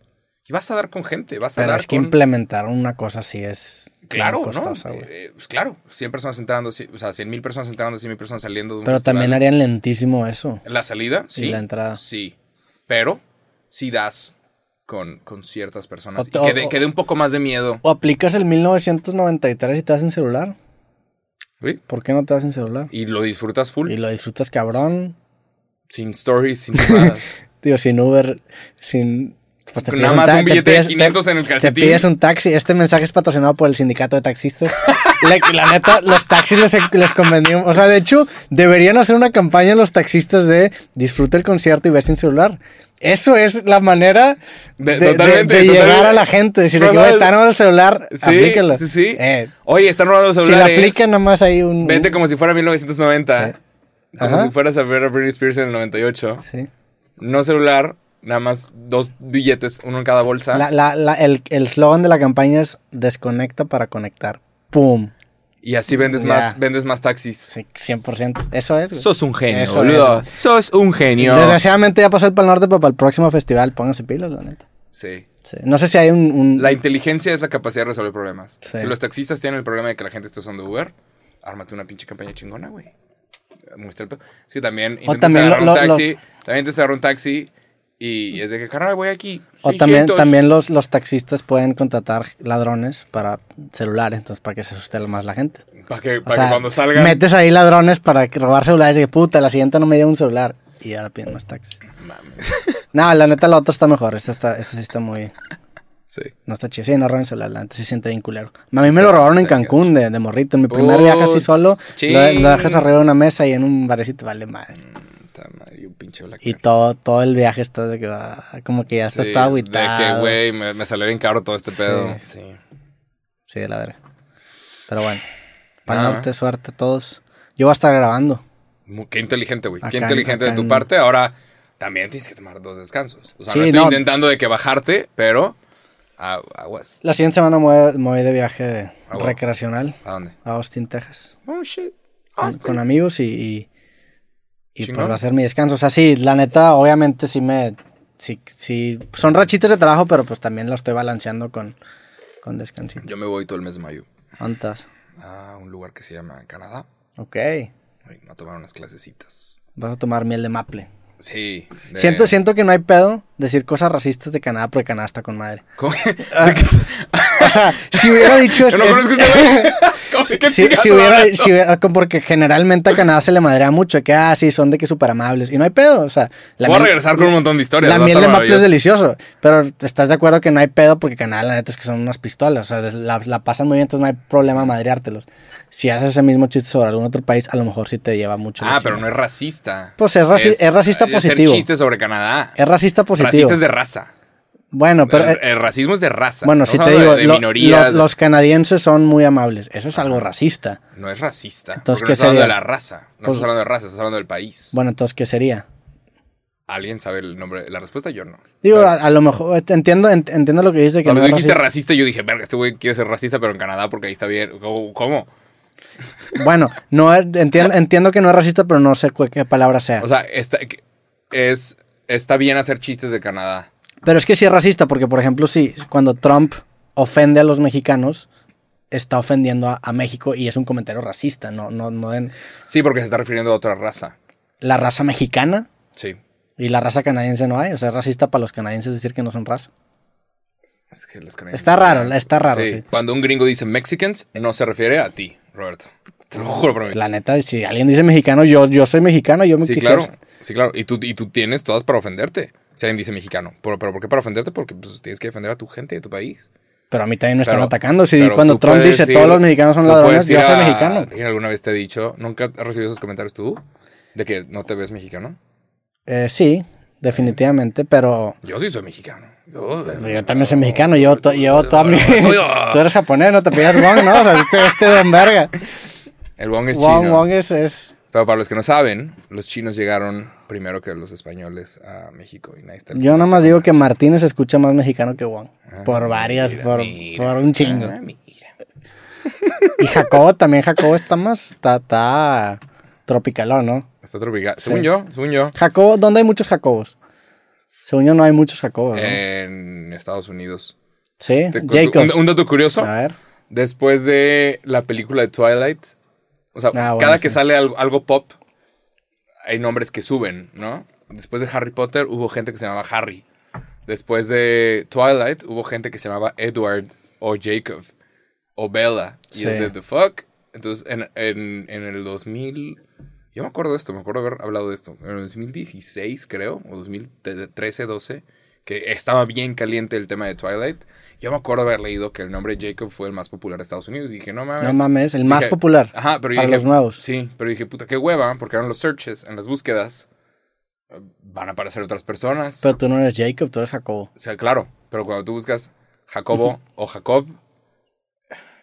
Speaker 1: Y vas a dar con gente, vas a
Speaker 2: Pero
Speaker 1: dar
Speaker 2: es que
Speaker 1: con...
Speaker 2: implementar una cosa así es
Speaker 1: Claro,
Speaker 2: bien costosa,
Speaker 1: ¿no?
Speaker 2: güey.
Speaker 1: Eh, pues claro, 100 personas entrando, ci- o sea, 100 mil personas entrando, 100 mil personas saliendo de un
Speaker 2: Pero
Speaker 1: festival.
Speaker 2: también harían lentísimo eso.
Speaker 1: La salida, sí.
Speaker 2: la entrada.
Speaker 1: Sí. Pero si das con, con ciertas personas.
Speaker 2: O
Speaker 1: Y
Speaker 2: te-
Speaker 1: que, dé-
Speaker 2: o-
Speaker 1: que dé un poco más de miedo.
Speaker 2: O aplicas el 1993 y te das en celular.
Speaker 1: ¿Sí?
Speaker 2: ¿Por qué no te das en celular?
Speaker 1: Y lo disfrutas full.
Speaker 2: Y lo disfrutas cabrón.
Speaker 1: Sin stories, sin llamadas.
Speaker 2: Tío, sin Uber, sin... Pues
Speaker 1: Con
Speaker 2: pides
Speaker 1: nada más
Speaker 2: ta-
Speaker 1: un billete de 500
Speaker 2: te-
Speaker 1: en el
Speaker 2: Te
Speaker 1: calcetín.
Speaker 2: pides un taxi. Este mensaje es patrocinado por el sindicato de taxistas. Le- la, neta, los taxis les, les convenimos. O sea, de hecho, deberían hacer una campaña los taxistas de disfruta el concierto y ve sin celular. Eso es la manera
Speaker 1: De-
Speaker 2: de, de-
Speaker 1: totalmente,
Speaker 2: de llegar
Speaker 1: totalmente.
Speaker 2: a la gente. Decirle que
Speaker 1: No, no,
Speaker 2: "Güey,
Speaker 1: es-
Speaker 2: te han robado el celular,
Speaker 1: Sí,
Speaker 2: aplícalo.
Speaker 1: sí, sí.
Speaker 2: Eh,
Speaker 1: Oye, están robando los
Speaker 2: si la
Speaker 1: celulares.
Speaker 2: aplican, nomás hay un...
Speaker 1: Vente como si fuera 1990.
Speaker 2: Sí.
Speaker 1: Como
Speaker 2: Ajá.
Speaker 1: si fueras a ver a Britney Spears en el 98.
Speaker 2: Sí.
Speaker 1: No celular, nada más dos billetes, uno en cada bolsa.
Speaker 2: La- la- la- el el slogan de la campaña es desconecta para conectar. ¡Pum!
Speaker 1: Y así vendes
Speaker 2: Ya.
Speaker 1: más, vendes más taxis.
Speaker 2: Sí, 100%. Eso es, güey.
Speaker 1: Sos un genio,
Speaker 2: Eso
Speaker 1: boludo. Sos un genio.
Speaker 2: Desgraciadamente ya pasó el Pal Norte, pero para el próximo festival pónganse pilas, la neta.
Speaker 1: Sí.
Speaker 2: Sí. No sé si hay un... un-
Speaker 1: La inteligencia es la capacidad de resolver problemas.
Speaker 2: Sí.
Speaker 1: Si los taxistas tienen el problema de que la gente está usando Uber, ármate una pinche campaña chingona, güey. Muestra el pedo. Es que también intentas
Speaker 2: también
Speaker 1: agarrar
Speaker 2: lo-
Speaker 1: un
Speaker 2: lo-
Speaker 1: taxi. También intentas agarrar un taxi y es de que, carnal, voy aquí.
Speaker 2: O también,
Speaker 1: 600".
Speaker 2: también los, los taxistas pueden contratar ladrones para celulares, entonces para que se asuste más la gente.
Speaker 1: Para que,
Speaker 2: O
Speaker 1: para
Speaker 2: sea,
Speaker 1: que cuando salgan.
Speaker 2: metes ahí ladrones para que- robar celulares y que puta, la siguiente no me lleva un celular. Y ahora piden más taxis.
Speaker 1: Mames.
Speaker 2: No, la neta la otra está mejor. Esta, está, esta sí está muy...
Speaker 1: Sí.
Speaker 2: No está chido. Sí, no roban el celular. La neta se siente bien culero. A mí me lo robaron en Cancún de, de morrito. En mi primer viaje así
Speaker 1: Uts,
Speaker 2: solo.
Speaker 1: ching.
Speaker 2: Lo, lo dejas arriba de una mesa y en un barecito. Vale, madre.
Speaker 1: Puta madre, y un pinche black.
Speaker 2: Y todo, todo el viaje está de que va, como que ya está
Speaker 1: Sí,
Speaker 2: todo
Speaker 1: De que,
Speaker 2: agüitado.
Speaker 1: güey, me, me salió bien caro todo este
Speaker 2: Sí.
Speaker 1: pedo. Sí.
Speaker 2: Sí, de la verga. Pero bueno. Para
Speaker 1: Nada.
Speaker 2: norte, suerte a todos. Yo voy a estar grabando.
Speaker 1: Mu- Qué inteligente, güey.
Speaker 2: Acá
Speaker 1: Qué
Speaker 2: en-
Speaker 1: inteligente de
Speaker 2: acá
Speaker 1: tu
Speaker 2: en-
Speaker 1: parte. Ahora también tienes que tomar dos descansos. O sea,
Speaker 2: Sí,
Speaker 1: no estoy
Speaker 2: no.
Speaker 1: intentando de que bajarte, pero a- aguas.
Speaker 2: La siguiente semana me voy, me voy de viaje
Speaker 1: Ah, bueno.
Speaker 2: recreacional
Speaker 1: ¿A dónde?
Speaker 2: a Austin, Texas.
Speaker 1: Oh, shit.
Speaker 2: con- con, amigos y, y, y, pues
Speaker 1: Chingón.
Speaker 2: va a ser mi descanso. O sea, sí, la neta, obviamente sí me... Sí, sí, son rachitas de trabajo, pero pues también lo estoy balanceando con, con descansito.
Speaker 1: Yo me voy todo el mes de mayo
Speaker 2: ¿Cuántas?
Speaker 1: a un lugar que se llama Canadá.
Speaker 2: Ok.
Speaker 1: Ay, me tomaron unas clasecitas.
Speaker 2: Vas a tomar miel de maple.
Speaker 1: Sí. de-
Speaker 2: Siento, siento que no hay pedo decir cosas racistas de Canadá porque Canadá está con madre.
Speaker 1: ¿Cómo que-
Speaker 2: Ah,
Speaker 1: de que-
Speaker 2: pues O sea, si hubiera dicho
Speaker 1: Yo
Speaker 2: esto...
Speaker 1: no conozco a este güey. ¿Cómo que qué
Speaker 2: Si,
Speaker 1: chingados
Speaker 2: si hubiera,
Speaker 1: hablas?
Speaker 2: si hubiera- porque generalmente a Canadá se le madrea mucho, que ah, sí, son de que súper amables. Y no hay pedo, o sea, la
Speaker 1: Voy a
Speaker 2: miel-
Speaker 1: regresar con un montón de historias.
Speaker 2: La
Speaker 1: va a
Speaker 2: miel de
Speaker 1: estar
Speaker 2: maple es
Speaker 1: maravilloso.
Speaker 2: delicioso, pero estás de acuerdo que no hay pedo porque Canadá, la neta es que son unas pistolas, o sea, la, la pasan muy bien, entonces no hay problema madreártelos. Si haces ese mismo chiste sobre algún otro país, a lo mejor sí te lleva mucho. la
Speaker 1: Ah, pero no
Speaker 2: chingada.
Speaker 1: es racista.
Speaker 2: Pues es raci- es racista positivo.
Speaker 1: Hacer chistes sobre Canadá.
Speaker 2: es racista positivo.
Speaker 1: Racista es de raza.
Speaker 2: Bueno, pero
Speaker 1: el,
Speaker 2: eh,
Speaker 1: el racismo es de raza.
Speaker 2: bueno,
Speaker 1: Estamos
Speaker 2: si te
Speaker 1: hablando
Speaker 2: digo,
Speaker 1: de, de
Speaker 2: lo-
Speaker 1: minorías.
Speaker 2: los, los canadienses son muy amables, eso es algo racista.
Speaker 1: No es racista.
Speaker 2: Entonces,
Speaker 1: Entonces,
Speaker 2: ¿qué
Speaker 1: no estás hablando de
Speaker 2: sería?
Speaker 1: la raza. No
Speaker 2: Pues-
Speaker 1: estás hablando de raza, estás hablando del país.
Speaker 2: Bueno, entonces qué sería?
Speaker 1: ¿Alguien sabe el nombre? La respuesta yo no.
Speaker 2: Digo, a, a lo mejor eh, entiendo ent- entiendo lo que dices de que
Speaker 1: Cuando
Speaker 2: no es
Speaker 1: tú dijiste
Speaker 2: racista.
Speaker 1: racista, yo dije, verga, este güey quiere ser racista, pero en Canadá porque ahí está bien. ¿Cómo? ¿Cómo?
Speaker 2: Bueno, no es- entien- entiendo que no es racista, pero no sé cu- qué palabra sea.
Speaker 1: O sea, está, es, está bien hacer chistes de Canadá.
Speaker 2: Pero es que sí es racista, porque por ejemplo, sí, cuando Trump ofende a los mexicanos, está ofendiendo a, a México y es un comentario racista, no, no, no en
Speaker 1: Sí, porque se está refiriendo a otra raza.
Speaker 2: la raza mexicana
Speaker 1: Sí.
Speaker 2: y la raza canadiense no hay. O sea, es racista para los canadienses decir que no son raza.
Speaker 1: Es que los canadienses-
Speaker 2: Está raro, está raro, sí.
Speaker 1: Cuando un gringo dice Mexicans, no se refiere a ti, Roberto. Te lo juro por mí.
Speaker 2: La neta, si alguien dice mexicano, yo, yo soy mexicano, yo me
Speaker 1: Sí,
Speaker 2: quisiera-
Speaker 1: claro. Sí, claro. Y tú, y tú tienes todas para ofenderte. Si alguien dice mexicano. ¿Pero, pero por qué para ofenderte? Porque pues, tienes que defender a tu gente y a tu país.
Speaker 2: Pero a mí también me están
Speaker 1: Pero-
Speaker 2: atacando. Si
Speaker 1: pero
Speaker 2: cuando
Speaker 1: tú
Speaker 2: Trump
Speaker 1: puedes
Speaker 2: dice
Speaker 1: ir-
Speaker 2: todos los mexicanos son
Speaker 1: tú
Speaker 2: ladrones,
Speaker 1: puedes "Ah, ir
Speaker 2: yo soy
Speaker 1: a-
Speaker 2: mexicano.
Speaker 1: ¿Alguna vez te he dicho? ¿Nunca has recibido esos comentarios tú? De que no te ves mexicano.
Speaker 2: Eh, sí, definitivamente, pero
Speaker 1: Yo sí soy mexicano. Yo,
Speaker 2: Yo también soy mexicano, yo, to- yo toda mi...
Speaker 1: Soy-
Speaker 2: Tú eres japonés, no te pidas Wong, ¿no? O sea, este, este don verga.
Speaker 1: El Wong es
Speaker 2: Wong,
Speaker 1: chino.
Speaker 2: Wong es, es-
Speaker 1: Pero para los que no saben, los chinos llegaron primero que los españoles a México. Y nadie está
Speaker 2: Yo nomás digo que Martínez se escucha más mexicano que Wong. Por varias,
Speaker 1: Ah, Mira,
Speaker 2: por,
Speaker 1: mira.
Speaker 2: por un chingo.
Speaker 1: Ah, mira.
Speaker 2: Y Jacobo también, Jacobo está más... Está, está tropicalón, ¿no?
Speaker 1: Está tropical. Según yo, según yo,
Speaker 2: Jacobo, ¿dónde hay muchos Jacobos? Según yo no hay muchos Jacobos. ¿no?
Speaker 1: en Estados Unidos.
Speaker 2: sí,
Speaker 1: Eh, Te cuento
Speaker 2: Eh, Jacobs.
Speaker 1: Un, un dato curioso.
Speaker 2: A ver.
Speaker 1: Después de la película de Twilight, o sea,
Speaker 2: Ah, bueno,
Speaker 1: cada que
Speaker 2: sí.
Speaker 1: sale algo, algo pop, hay nombres que suben, ¿no? Después de Harry Potter hubo gente que se llamaba Harry. Después de Twilight hubo gente que se llamaba Edward o Jacob o Bella. Y
Speaker 2: Sí.
Speaker 1: es de The Fuck. Entonces, en, en- en el 2000... Yo me acuerdo de esto, me acuerdo haber hablado de esto. En el 2016, creo, o 2013, 12, que estaba bien caliente el tema de Twilight. Yo me acuerdo haber leído que el nombre Jacob fue el más popular de Estados Unidos. Y dije, no mames.
Speaker 2: No mames, el más
Speaker 1: Dije-
Speaker 2: popular.
Speaker 1: Ajá, pero yo
Speaker 2: para
Speaker 1: dije,
Speaker 2: los nuevos.
Speaker 1: Sí, pero dije, puta, qué hueva, porque eran los searches, en las búsquedas eh, van a aparecer otras personas.
Speaker 2: Pero tú no eres Jacob, tú eres Jacobo.
Speaker 1: O sea, claro, pero cuando tú buscas Jacobo o Jacob,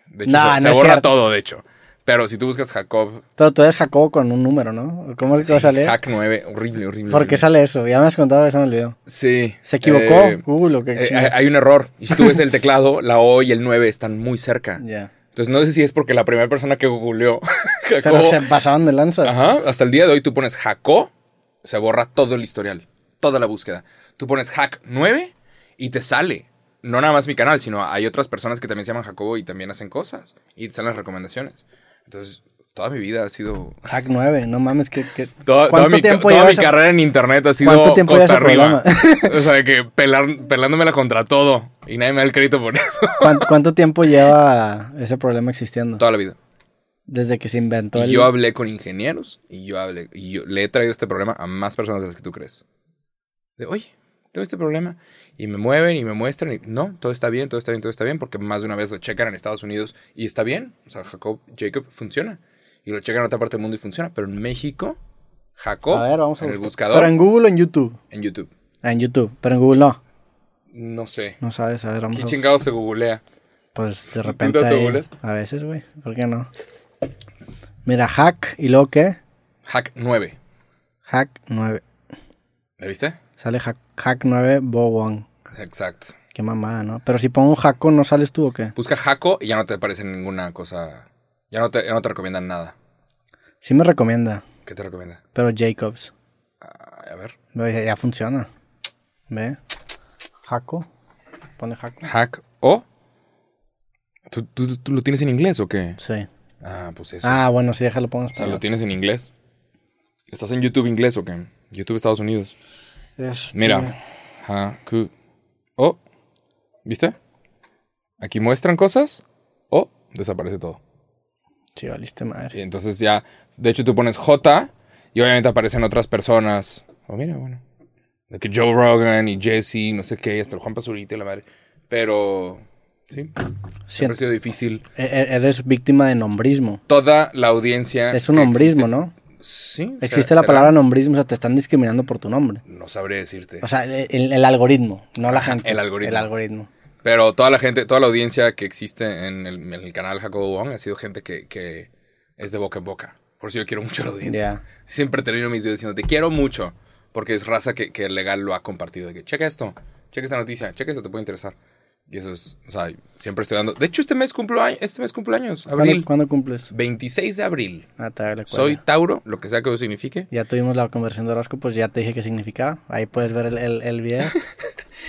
Speaker 1: de hecho,
Speaker 2: Nah,
Speaker 1: se,
Speaker 2: no
Speaker 1: se
Speaker 2: es
Speaker 1: borra
Speaker 2: cierto.
Speaker 1: todo, de hecho. Pero si tú buscas Jacob,
Speaker 2: Pero tú eres Jacobo con un número, ¿no? ¿Cómo es que va a salir?
Speaker 1: Hack 9, horrible, horrible.
Speaker 2: ¿Por qué
Speaker 1: horrible.
Speaker 2: sale eso? Ya me has contado, ya me olvidó.
Speaker 1: Sí.
Speaker 2: ¿Se equivocó
Speaker 1: eh,
Speaker 2: Google o qué
Speaker 1: eh,
Speaker 2: chingados?
Speaker 1: hay un error. Y si tú ves el teclado, la O y el 9 están muy cerca.
Speaker 2: Ya.
Speaker 1: Entonces no sé si es porque la primera persona que googleó
Speaker 2: Pero
Speaker 1: Jacobo
Speaker 2: se pasaron de lanza.
Speaker 1: Ajá, hasta el día de hoy tú pones Jaco, se borra todo el historial, toda la búsqueda. Tú pones Hack 9 y te sale. No nada más mi canal, sino hay otras personas que también se llaman Jacobo y también hacen cosas. Y te salen las recomendaciones. Entonces, toda mi vida ha sido...
Speaker 2: Hack 9, no mames, que, que...
Speaker 1: Toda, toda mi, toda mi
Speaker 2: llevas a-
Speaker 1: carrera en internet ha sido
Speaker 2: ¿Cuánto tiempo
Speaker 1: costa
Speaker 2: llevas a
Speaker 1: arriba. o sea, de que pelar, pelándomela contra todo. Y nadie me da el crédito por eso.
Speaker 2: ¿cuán- ¿Cuánto tiempo lleva ese problema existiendo?
Speaker 1: Toda la vida.
Speaker 2: Desde que se inventó el...
Speaker 1: Y yo hablé con ingenieros y yo hablé y yo le he traído este problema a más personas de las que tú crees. De, oye, tengo este problema. Y me mueven y me muestran y no, todo está bien, todo está bien, todo está bien, porque más de una vez lo checan en Estados Unidos y está bien. O sea, Jacob, Jacob funciona. Y lo checan en otra parte del mundo y funciona. Pero en México, Jacob,
Speaker 2: A ver, vamos a
Speaker 1: en el
Speaker 2: buscar.
Speaker 1: buscador,
Speaker 2: Pero en
Speaker 1: en...
Speaker 2: Google o en YouTube.
Speaker 1: YouTube.
Speaker 2: Ah, en YouTube, pero en Google no.
Speaker 1: No sé.
Speaker 2: No sabes, a ver, vamos
Speaker 1: ¿Qué
Speaker 2: a
Speaker 1: chingado se googlea?
Speaker 2: Pues de
Speaker 1: ¿Tú
Speaker 2: repente
Speaker 1: te
Speaker 2: ahí-
Speaker 1: googleas?
Speaker 2: a veces, güey, ¿por qué no? Mira, hack y luego qué?
Speaker 1: Hack 9.
Speaker 2: Hack 9.
Speaker 1: ¿La viste?
Speaker 2: Sale hack, hack 9 Bowon.
Speaker 1: Exacto.
Speaker 2: Qué mamada, ¿no? Pero si pongo Jaco, ¿no sales tú o qué?
Speaker 1: Busca Jaco y ya no te aparece ninguna cosa. Ya no te, ya no te recomiendan nada.
Speaker 2: Sí me recomienda,
Speaker 1: ¿Qué te recomienda?
Speaker 2: pero Jacobs.
Speaker 1: Ah, a ver.
Speaker 2: Pero ya, ya funciona. ¿Ve? Jaco. Pone Jaco.
Speaker 1: Hack o. ¿Tú, tú, tú lo tienes en inglés o qué?
Speaker 2: Sí.
Speaker 1: Ah, pues eso.
Speaker 2: Ah, bueno, sí, déjalo, pongo en
Speaker 1: o sea, lo
Speaker 2: español.
Speaker 1: tienes en inglés. ¿Estás en YouTube inglés o qué? YouTube Estados Unidos.
Speaker 2: Este,
Speaker 1: Mira. Hack o. ¿Viste? Aquí muestran cosas o desaparece todo.
Speaker 2: Sí, valiste
Speaker 1: Y
Speaker 2: madre.
Speaker 1: entonces ya. De hecho, tú pones J y obviamente aparecen otras personas. Oh, mira, bueno. De que Joe Rogan y Jesse, no sé qué, hasta el Juan Pazurita y la madre. Pero. Sí,
Speaker 2: Siento-
Speaker 1: siempre ha sido difícil.
Speaker 2: e- e- eres víctima de nombrismo.
Speaker 1: toda la audiencia.
Speaker 2: Es un
Speaker 1: que
Speaker 2: nombrismo,
Speaker 1: Ah, existe-
Speaker 2: ¿no?
Speaker 1: Sí.
Speaker 2: Existe
Speaker 1: será-
Speaker 2: la palabra
Speaker 1: será-
Speaker 2: nombrismo, o sea, te están discriminando por tu nombre.
Speaker 1: No sabré decirte.
Speaker 2: O sea, el, el- el algoritmo, no la gente.
Speaker 1: el algoritmo.
Speaker 2: El algoritmo.
Speaker 1: Pero toda la gente, toda la audiencia que existe en el, en el canal Jacobo Wong ha sido gente que, que es de boca en boca. Por eso yo quiero mucho a la
Speaker 2: Ya.
Speaker 1: audiencia. Siempre termino mis videos diciendo, te quiero mucho. Porque es raza que, que legal lo ha compartido. De que, checa esto, checa esta noticia, checa esto, te puede interesar. Y eso es, o sea, siempre estoy dando. De hecho, este mes cumplo, a- este mes cumplo años, abril.
Speaker 2: ¿Cuándo, cuándo cumples?
Speaker 1: 26 de abril.
Speaker 2: Ah, te doy la cuerda.
Speaker 1: Soy Tauro, lo que sea que eso signifique.
Speaker 2: Ya tuvimos la conversión de horóscopos, ya te dije qué significaba. Ahí puedes ver el, el- el video.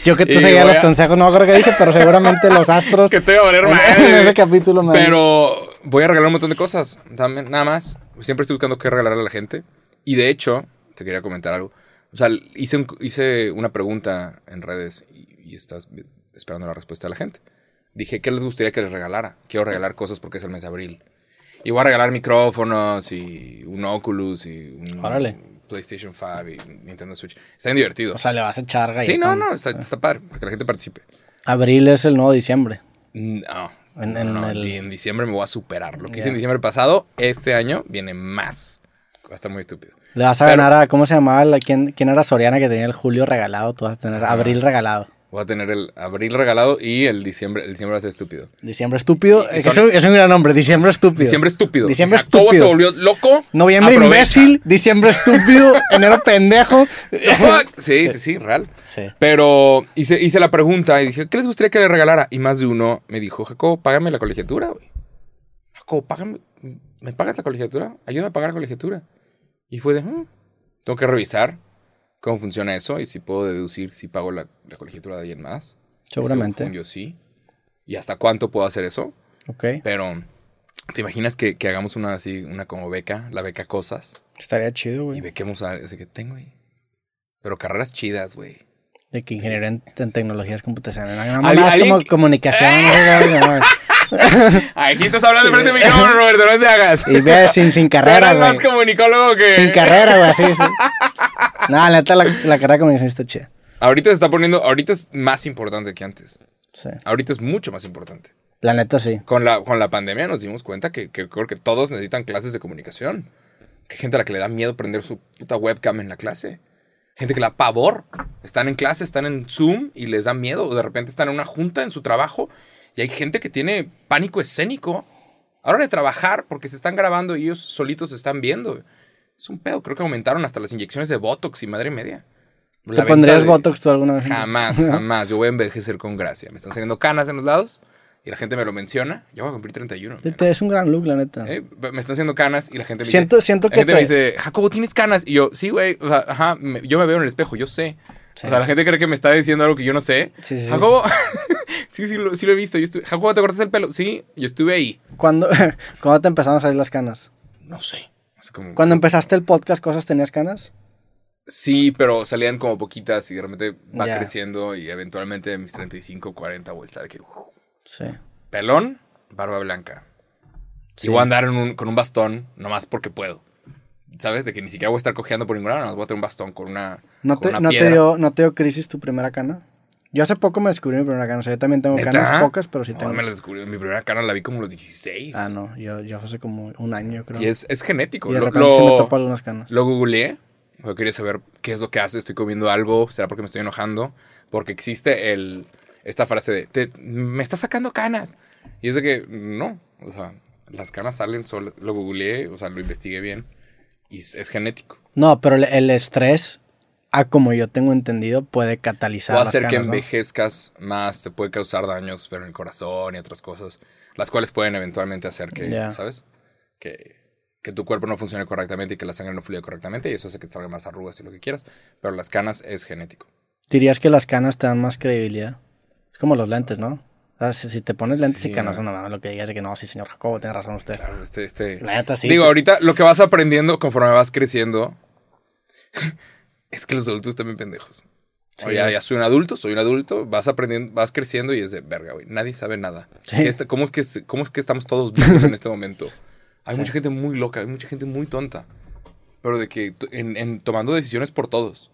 Speaker 2: Yo que tú
Speaker 1: Y
Speaker 2: seguías
Speaker 1: voy
Speaker 2: los
Speaker 1: a-
Speaker 2: consejos, no creo que dije, pero seguramente los astros.
Speaker 1: Que te iba a valer
Speaker 2: en,
Speaker 1: madre.
Speaker 2: en ese capítulo, man.
Speaker 1: Pero voy a regalar un montón de cosas. También, nada más. Siempre estoy buscando qué regalar a la gente. Y de hecho, te quería comentar algo. O sea, hice, un- hice una pregunta en redes y, y estás esperando la respuesta de la gente. Dije, ¿qué les gustaría que les regalara? Quiero regalar cosas porque es el mes de abril. Y voy a regalar micrófonos y un Oculus y un
Speaker 2: Órale.
Speaker 1: PlayStation 5 y un Nintendo Switch. Está bien divertido.
Speaker 2: O sea, le vas a echar galletón.
Speaker 1: sí, no, no, está, está padre, para que la gente participe.
Speaker 2: Abril es el nuevo diciembre.
Speaker 1: No.
Speaker 2: En-
Speaker 1: Mm, ah, no,
Speaker 2: en
Speaker 1: no,
Speaker 2: el-
Speaker 1: y en diciembre me voy a superar. Lo que hice
Speaker 2: Ya.
Speaker 1: en diciembre pasado, este año viene más. Va a estar muy estúpido.
Speaker 2: Le vas a
Speaker 1: Pero-
Speaker 2: ganar a, ¿cómo se llamaba? la- ¿quién, ¿Quién era Soriana que tenía el julio regalado? Tú vas a tener abril regalado.
Speaker 1: Voy a tener el abril regalado y el diciembre. El diciembre va a ser estúpido.
Speaker 2: Diciembre estúpido.
Speaker 1: Y- y
Speaker 2: Es, que es
Speaker 1: son-
Speaker 2: un, es un gran nombre, diciembre estúpido.
Speaker 1: Diciembre estúpido.
Speaker 2: Diciembre
Speaker 1: Jacobo
Speaker 2: estúpido.
Speaker 1: se volvió loco.
Speaker 2: Noviembre
Speaker 1: Aprovecha.
Speaker 2: imbécil, diciembre estúpido, enero pendejo.
Speaker 1: The fuck? Sí, sí, sí, real.
Speaker 2: Sí.
Speaker 1: Pero hice, hice la pregunta y dije, ¿qué les gustaría que le regalara? Y más de uno me dijo, Jacobo, págame la colegiatura, güey. Jacobo, págame. ¿Me pagas la colegiatura? Ayúdame a pagar la colegiatura. Y fue de, "Mm, tengo que revisar cómo funciona eso y si puedo deducir si pago la, la colegiatura de alguien más. Según
Speaker 2: Seguramente.
Speaker 1: yo sí. ¿Y hasta cuánto puedo hacer eso?
Speaker 2: Ok.
Speaker 1: Pero, ¿te imaginas que, que hagamos una así, una como beca, la beca cosas?
Speaker 2: Estaría chido,
Speaker 1: Y
Speaker 2: güey.
Speaker 1: bequemos a ese que tengo ahí. Pero carreras chidas, güey.
Speaker 2: De que ingeniería en, en tecnologías computacionales. No,
Speaker 1: ¿Alguien-
Speaker 2: más como
Speaker 1: alguien- Eh.
Speaker 2: comunicación. no, no, no.
Speaker 1: Aquí estás hablando frente a mi cámara, Roberto, no te hagas.
Speaker 2: Y ve sin, sin carrera,
Speaker 1: Tú eras más
Speaker 2: güey.
Speaker 1: comunicólogo que.
Speaker 2: Sin carrera, güey, sí, sí. No, la neta, la, la carrera de comunicación está chida.
Speaker 1: Ahorita se está poniendo. Ahorita es más importante que antes.
Speaker 2: Sí.
Speaker 1: Ahorita es mucho más importante.
Speaker 2: La neta, sí.
Speaker 1: Con la, con la pandemia nos dimos cuenta que, que creo que todos necesitan clases de comunicación. Hay gente a la que le da miedo prender su puta webcam en la clase. Gente que le da pavor. Están en clase, están en Zoom y les da miedo. O de repente están en una junta en su trabajo y hay gente que tiene pánico escénico. Ahora de trabajar porque se están grabando y ellos solitos se están viendo. Es un pedo. Creo que aumentaron hasta las inyecciones de Botox y madre media.
Speaker 2: ¿Te pondrías
Speaker 1: Botox?
Speaker 2: Botox tú alguna vez?
Speaker 1: Jamás, jamás. Yo voy a envejecer con gracia. Me están saliendo canas en los lados y la gente me lo menciona. Yo voy a cumplir 31.
Speaker 2: Te-
Speaker 1: man.
Speaker 2: te- Es un gran look, la neta.
Speaker 1: Eh, me están haciendo canas y la gente me
Speaker 2: Siento,
Speaker 1: dice,
Speaker 2: siento
Speaker 1: la
Speaker 2: que
Speaker 1: gente
Speaker 2: te...
Speaker 1: me dice, Jacobo, tienes canas. Y yo, sí, güey. O sea, ajá, me- yo me veo en el espejo, yo sé.
Speaker 2: Sí.
Speaker 1: O sea, la gente cree que me está diciendo algo que yo no sé.
Speaker 2: Sí, sí, sí.
Speaker 1: Jacobo, sí, sí, lo, sí lo he visto. Yo estuve- Jacobo, ¿te cortaste el pelo? Sí, yo estuve ahí.
Speaker 2: ¿Cuándo, ¿Cuándo te empezaron a salir las canas?
Speaker 1: No sé. Así como-
Speaker 2: Cuando empezaste el podcast, ¿cosas tenías canas?
Speaker 1: Sí, pero salían como poquitas y de repente va
Speaker 2: Ya.
Speaker 1: creciendo y eventualmente a mis 35, 40 voy a estar aquí. uf,
Speaker 2: Sí.
Speaker 1: pelón, barba blanca.
Speaker 2: Sí.
Speaker 1: Y voy a andar en un- con un bastón, nomás porque puedo. ¿Sabes? De que ni siquiera voy a estar cojeando por ningún lado, nomás voy a tener un bastón con una,
Speaker 2: ¿No,
Speaker 1: con
Speaker 2: te,
Speaker 1: una
Speaker 2: no, te
Speaker 1: piedra.
Speaker 2: dio, ¿No te dio crisis tu primera cana? Yo hace poco me descubrí mi primera cana. O sea, yo también tengo
Speaker 1: ¿Neta?
Speaker 2: canas pocas, pero sí
Speaker 1: No,
Speaker 2: tengo.
Speaker 1: me las descubrí. Mi primera cara la vi como a los 16.
Speaker 2: Ah, no. Yo, yo hace como un año, creo.
Speaker 1: Y es, es genético.
Speaker 2: Y de
Speaker 1: Lo,
Speaker 2: repente se me
Speaker 1: lo,
Speaker 2: tapó algunas canas.
Speaker 1: lo googleé. Yo quería saber qué es lo que hace. Estoy comiendo algo. ¿Será porque me estoy enojando? Porque existe el, esta frase de, "Te- me está sacando canas. Y es de que, no. O sea, las canas salen solas. Lo googleé, o sea, lo investigué bien. Y es- es genético.
Speaker 2: No, pero el, el estrés, a como yo tengo entendido, puede catalizar
Speaker 1: Puede
Speaker 2: las
Speaker 1: hacer que
Speaker 2: canas, ¿no?
Speaker 1: envejezcas más, te puede causar daños, pero en el corazón y otras cosas, las cuales pueden eventualmente hacer que,
Speaker 2: Ya.
Speaker 1: ¿sabes? Que, que tu cuerpo no funcione correctamente y que la sangre no fluya correctamente y eso hace que te salgan más arrugas y lo que quieras, pero las canas es genético.
Speaker 2: Dirías que las canas te dan más credibilidad. Es como los lentes, ¿no? O sea, si, si te pones lentes
Speaker 1: Sí,
Speaker 2: y canas,
Speaker 1: no.
Speaker 2: no, no, lo que digas es que no, sí, señor Jacobo, tiene razón usted.
Speaker 1: Claro, este, este...
Speaker 2: La neta, sí.
Speaker 1: Digo, ahorita lo que vas aprendiendo conforme vas creciendo es que los adultos también pendejos. O
Speaker 2: Sí.
Speaker 1: ya, ya soy un adulto, soy un adulto, vas aprendiendo, vas creciendo y es de verga, güey. Nadie sabe nada.
Speaker 2: Sí.
Speaker 1: ¿Qué está- ¿Cómo, es que, se- ¿Cómo es que estamos todos vivos en este momento? Hay
Speaker 2: Sí.
Speaker 1: mucha gente muy loca, hay mucha gente muy tonta. Pero de que t- en, en tomando decisiones por todos.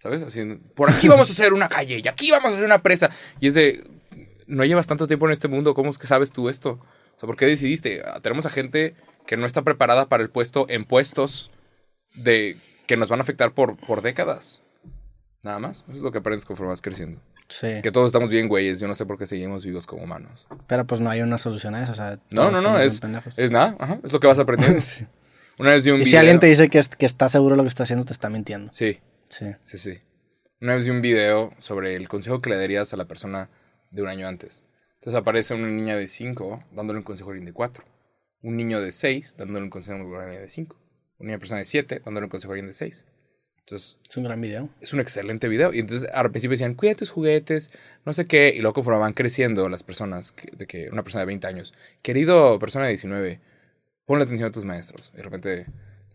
Speaker 1: ¿Sabes? Así, por aquí vamos a hacer una calle y aquí vamos a hacer una presa. Y es de, no llevas tanto tiempo en este mundo, ¿cómo es que sabes tú esto? O sea, ¿por qué decidiste? Ah, Tenemos a gente que no está preparada para el puesto en puestos de que nos van a afectar por, por décadas. Nada más. Eso es lo que aprendes conforme vas creciendo.
Speaker 2: Sí.
Speaker 1: Que todos estamos bien, güeyes. Yo no sé por qué seguimos vivos como humanos.
Speaker 2: Pero pues no hay una solución a eso, o sea.
Speaker 1: No, no,
Speaker 2: todos
Speaker 1: no.
Speaker 2: estamos bien
Speaker 1: Es,
Speaker 2: pendejos.
Speaker 1: es nada. ajá, es lo que vas aprendiendo.
Speaker 2: Sí.
Speaker 1: Una vez vi un
Speaker 2: Y
Speaker 1: video.
Speaker 2: si alguien te dice que, es- que está seguro de lo que está haciendo, te está mintiendo.
Speaker 1: Sí.
Speaker 2: Sí.
Speaker 1: Sí, sí. Una vez vi un video sobre el consejo que le darías a la persona de un año antes. Entonces aparece una niña de 5 dándole un consejo a alguien de 4. Un niño de 6 dándole un consejo a alguien de 5. Una persona de 7 dándole un consejo a alguien de 6. Entonces
Speaker 2: Es un gran video.
Speaker 1: es un excelente video. Y entonces al principio decían, cuida tus juguetes, no sé qué. Y luego conforme van creciendo las personas, que- de que una persona de 20 años, querido persona de 19, ponle atención a tus maestros. Y de repente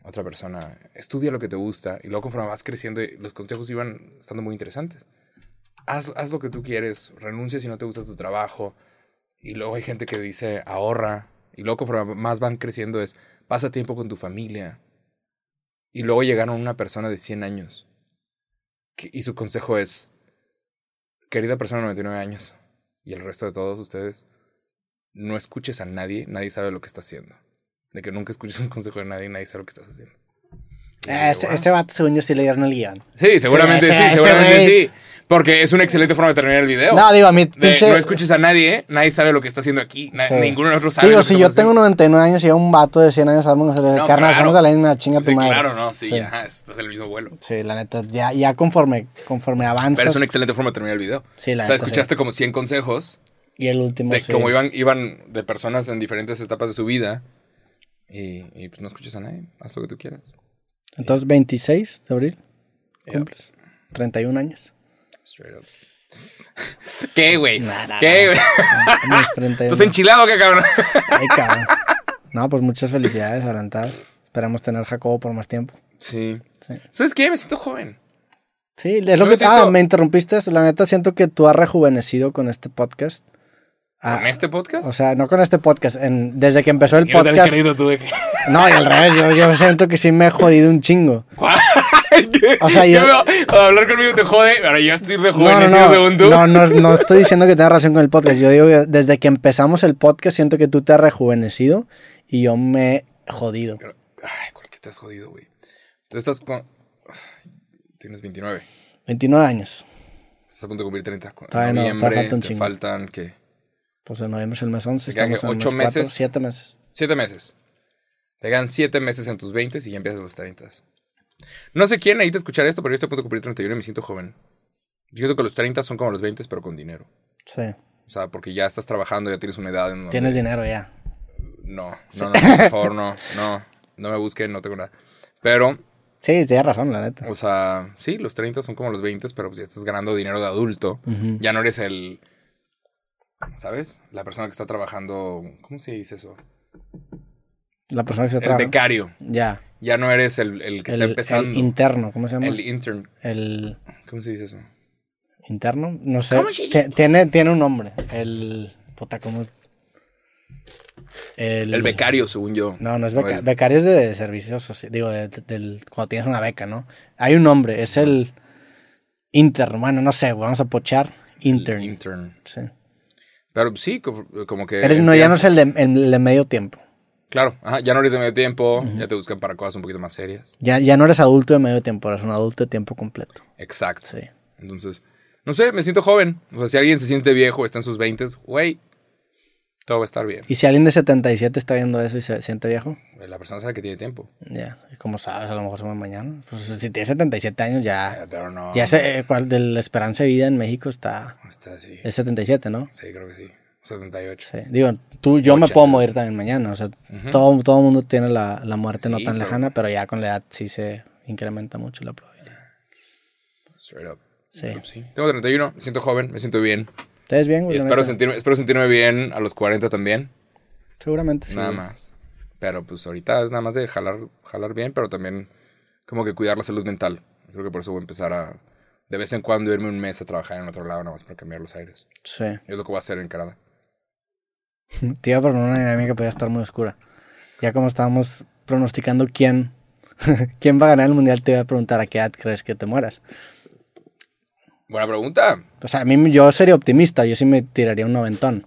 Speaker 1: otra persona, estudia lo que te gusta. Y luego conforme vas creciendo, y los consejos iban estando muy interesantes. Haz, haz lo que tú quieres, renuncia si no te gusta tu trabajo. Y luego hay gente que dice, ahorra. Y luego conforme más van creciendo es, pasa tiempo con tu familia. Y luego llegaron una persona de 100 años. Que- Y su consejo es, querida persona de 99 años y el resto de todos ustedes, no escuches a nadie, nadie sabe lo que está haciendo. De que nunca escuches un consejo de nadie, nadie sabe lo que estás haciendo. Y
Speaker 2: Ah,
Speaker 1: yo,
Speaker 2: ese,
Speaker 1: "Wow".
Speaker 2: ese vato, según yo, sí le dieron el guión.
Speaker 1: Sí, seguramente
Speaker 2: ese-
Speaker 1: sí,
Speaker 2: ese
Speaker 1: seguramente
Speaker 2: güey.
Speaker 1: sí. Porque es una excelente forma de terminar el video.
Speaker 2: No, digo, a mí,
Speaker 1: De,
Speaker 2: pinche.
Speaker 1: No escuches a nadie, ¿eh? nadie sabe lo que está haciendo aquí, na-
Speaker 2: Sí.
Speaker 1: ninguno de nosotros sabe.
Speaker 2: digo,
Speaker 1: lo que
Speaker 2: si yo
Speaker 1: estamos
Speaker 2: tengo
Speaker 1: haciendo.
Speaker 2: 99 años y a un vato de 100 años, vamos a hacer
Speaker 1: No,
Speaker 2: carnal,
Speaker 1: claro.
Speaker 2: somos de la misma chinga tu
Speaker 1: Sí,
Speaker 2: madre.
Speaker 1: Claro, no, sí,
Speaker 2: Sí.
Speaker 1: ajá, estás en el mismo vuelo.
Speaker 2: Sí, la neta, ya, ya conforme, conforme avanzas.
Speaker 1: Pero es una excelente forma de terminar el video.
Speaker 2: Sí, la
Speaker 1: o sea,
Speaker 2: neta, sí.
Speaker 1: escuchaste como 100 consejos
Speaker 2: Y el último.
Speaker 1: de
Speaker 2: sí.
Speaker 1: cómo iban, iban de personas en diferentes etapas de su vida. Y, y, pues no escuches a nadie, haz lo que tú quieras.
Speaker 2: Entonces, 26 de abril
Speaker 1: Yeah.
Speaker 2: cumples. 31 años.
Speaker 1: Straight up. ¿Qué, güey?
Speaker 2: Nah, nah,
Speaker 1: ¿Qué, güey?
Speaker 2: Mis 31.
Speaker 1: ¿Estás enchilado o qué, cabrón?
Speaker 2: Ay, cabrón. No, pues muchas felicidades adelantadas. Esperamos tener Jacobo por más tiempo.
Speaker 1: Sí.
Speaker 2: Sí.
Speaker 1: ¿Sabes qué? Me siento joven.
Speaker 2: Sí, es
Speaker 1: Yo
Speaker 2: lo que...
Speaker 1: insisto-
Speaker 2: Ah, me interrumpiste. La neta, siento que tú has rejuvenecido con este podcast. Ah,
Speaker 1: ¿Con este podcast?
Speaker 2: O sea, no con este podcast. en- desde que empezó el
Speaker 1: Yo te he
Speaker 2: podcast...
Speaker 1: querido tú de que-
Speaker 2: No, y al revés. Yo, yo siento que sí me he jodido un chingo. O sea,
Speaker 1: yo...
Speaker 2: yo-
Speaker 1: veo- cuando hablar conmigo te jode, pero yo estoy de
Speaker 2: No, no,
Speaker 1: joven,
Speaker 2: no,
Speaker 1: según tú.
Speaker 2: no, no, no estoy diciendo que tenga relación con el podcast. Yo digo que desde que empezamos el podcast siento que tú te has rejuvenecido y yo me he jodido.
Speaker 1: Pero- Ay, ¿cuál que te has jodido, güey? Tú estás con... Tienes 29.
Speaker 2: 29 años.
Speaker 1: Estás a punto de cumplir 30. En
Speaker 2: Todavía no, todavía
Speaker 1: noviembre
Speaker 2: falta un
Speaker 1: te
Speaker 2: chingo.
Speaker 1: faltan, ¿qué?
Speaker 2: Pues en noviembre es el mes 11,
Speaker 1: Te quedan,
Speaker 2: estamos en el
Speaker 1: ¿qué? ¿Ocho
Speaker 2: mes
Speaker 1: meses?
Speaker 2: 7 meses.
Speaker 1: Siete meses. Te quedan siete meses en tus 20 y ya empiezas los 30. No sé quién necesita escuchar esto, pero yo estoy a punto de cumplir 31 y me siento joven. Yo siento que los 30 son como los 20, pero con dinero.
Speaker 2: Sí.
Speaker 1: O sea, porque ya estás trabajando, ya tienes una edad. En donde-
Speaker 2: Tienes dinero ya.
Speaker 1: No, no, no, por favor, no, no. No me busquen, no tengo nada. Pero,
Speaker 2: Sí, tienes razón, la neta.
Speaker 1: o sea, sí, los 30 son como los 20, pero pues ya estás ganando dinero de adulto.
Speaker 2: Ujú.
Speaker 1: Ya no eres el. ¿Sabes? La persona que está trabajando. ¿Cómo se dice eso?
Speaker 2: La persona que se
Speaker 1: El
Speaker 2: trabaja.
Speaker 1: becario.
Speaker 2: Ya.
Speaker 1: Ya no eres el, el que
Speaker 2: El,
Speaker 1: está
Speaker 2: el
Speaker 1: empezando.
Speaker 2: interno, ¿cómo se llama?
Speaker 1: El
Speaker 2: El,
Speaker 1: intern. ¿Cómo se dice eso?
Speaker 2: interno, no sé.
Speaker 1: ¿Cómo se
Speaker 2: Tie- Tiene, tiene un nombre. El. Puta, ¿cómo?
Speaker 1: El, becario, según yo.
Speaker 2: No, no es
Speaker 1: el-
Speaker 2: beca- becario es de servicios, soci- digo, de- del- cuando tienes una beca, ¿no? Hay un nombre, es el intern, bueno, no sé, vamos a pochar
Speaker 1: el
Speaker 2: intern.
Speaker 1: intern. Eh,
Speaker 2: sí.
Speaker 1: Pero pues sí, co- como que.
Speaker 2: Eres- no, ya no es
Speaker 1: empiezas-
Speaker 2: el de, el de medio tiempo,
Speaker 1: Claro, ajá, ya no eres de medio tiempo, ya te buscan para cosas un poquito más serias.
Speaker 2: ya, ya no eres adulto de medio tiempo, eres un adulto de tiempo completo,
Speaker 1: Exacto.
Speaker 2: sí.
Speaker 1: Entonces, no sé, me siento joven. O sea, si alguien se siente viejo, está en sus 20, güey, todo va a estar bien.
Speaker 2: Y si alguien de 77 está viendo eso y se siente viejo,
Speaker 1: La persona sabe que tiene tiempo.
Speaker 2: ya, y como sabes, a lo mejor somos mañana, pues si tienes 77 años ya,
Speaker 1: Eh, Pero no.
Speaker 2: ya sé, eh, cuál de la esperanza de vida en México está,
Speaker 1: Está así.
Speaker 2: es 77, ¿no?
Speaker 1: Sí, creo que sí. 78.
Speaker 2: Sí, Digo, tú, yo me
Speaker 1: Ochenta.
Speaker 2: puedo morir también mañana. O sea, todo, todo mundo tiene la, la muerte no
Speaker 1: Sí,
Speaker 2: tan
Speaker 1: pero-
Speaker 2: lejana, pero ya con la edad sí se incrementa mucho la probabilidad.
Speaker 1: Straight up.
Speaker 2: Sí.
Speaker 1: Pero Tengo 31, me siento joven, me siento bien.
Speaker 2: ¿Te ves bien,
Speaker 1: pues, Y
Speaker 2: güey? La
Speaker 1: espero
Speaker 2: neta.
Speaker 1: sentirme, espero sentirme bien a los 40 también.
Speaker 2: Seguramente sí.
Speaker 1: Nada
Speaker 2: güey.
Speaker 1: más. Pero pues ahorita es nada más de jalar, jalar bien, pero también como que cuidar la salud mental. Creo que por eso voy a empezar a de vez en cuando irme un mes a trabajar en otro lado, nada más para cambiar los aires.
Speaker 2: Sí.
Speaker 1: Es lo que voy a hacer en Canadá.
Speaker 2: Te iba a proponer una dinámica que podía estar muy oscura. Ya como estábamos pronosticando quién, quién va a ganar el mundial, te iba a preguntar a qué edad crees que te mueras.
Speaker 1: Buena pregunta.
Speaker 2: O sea, a mí yo sería optimista, yo sí me tiraría un noventón.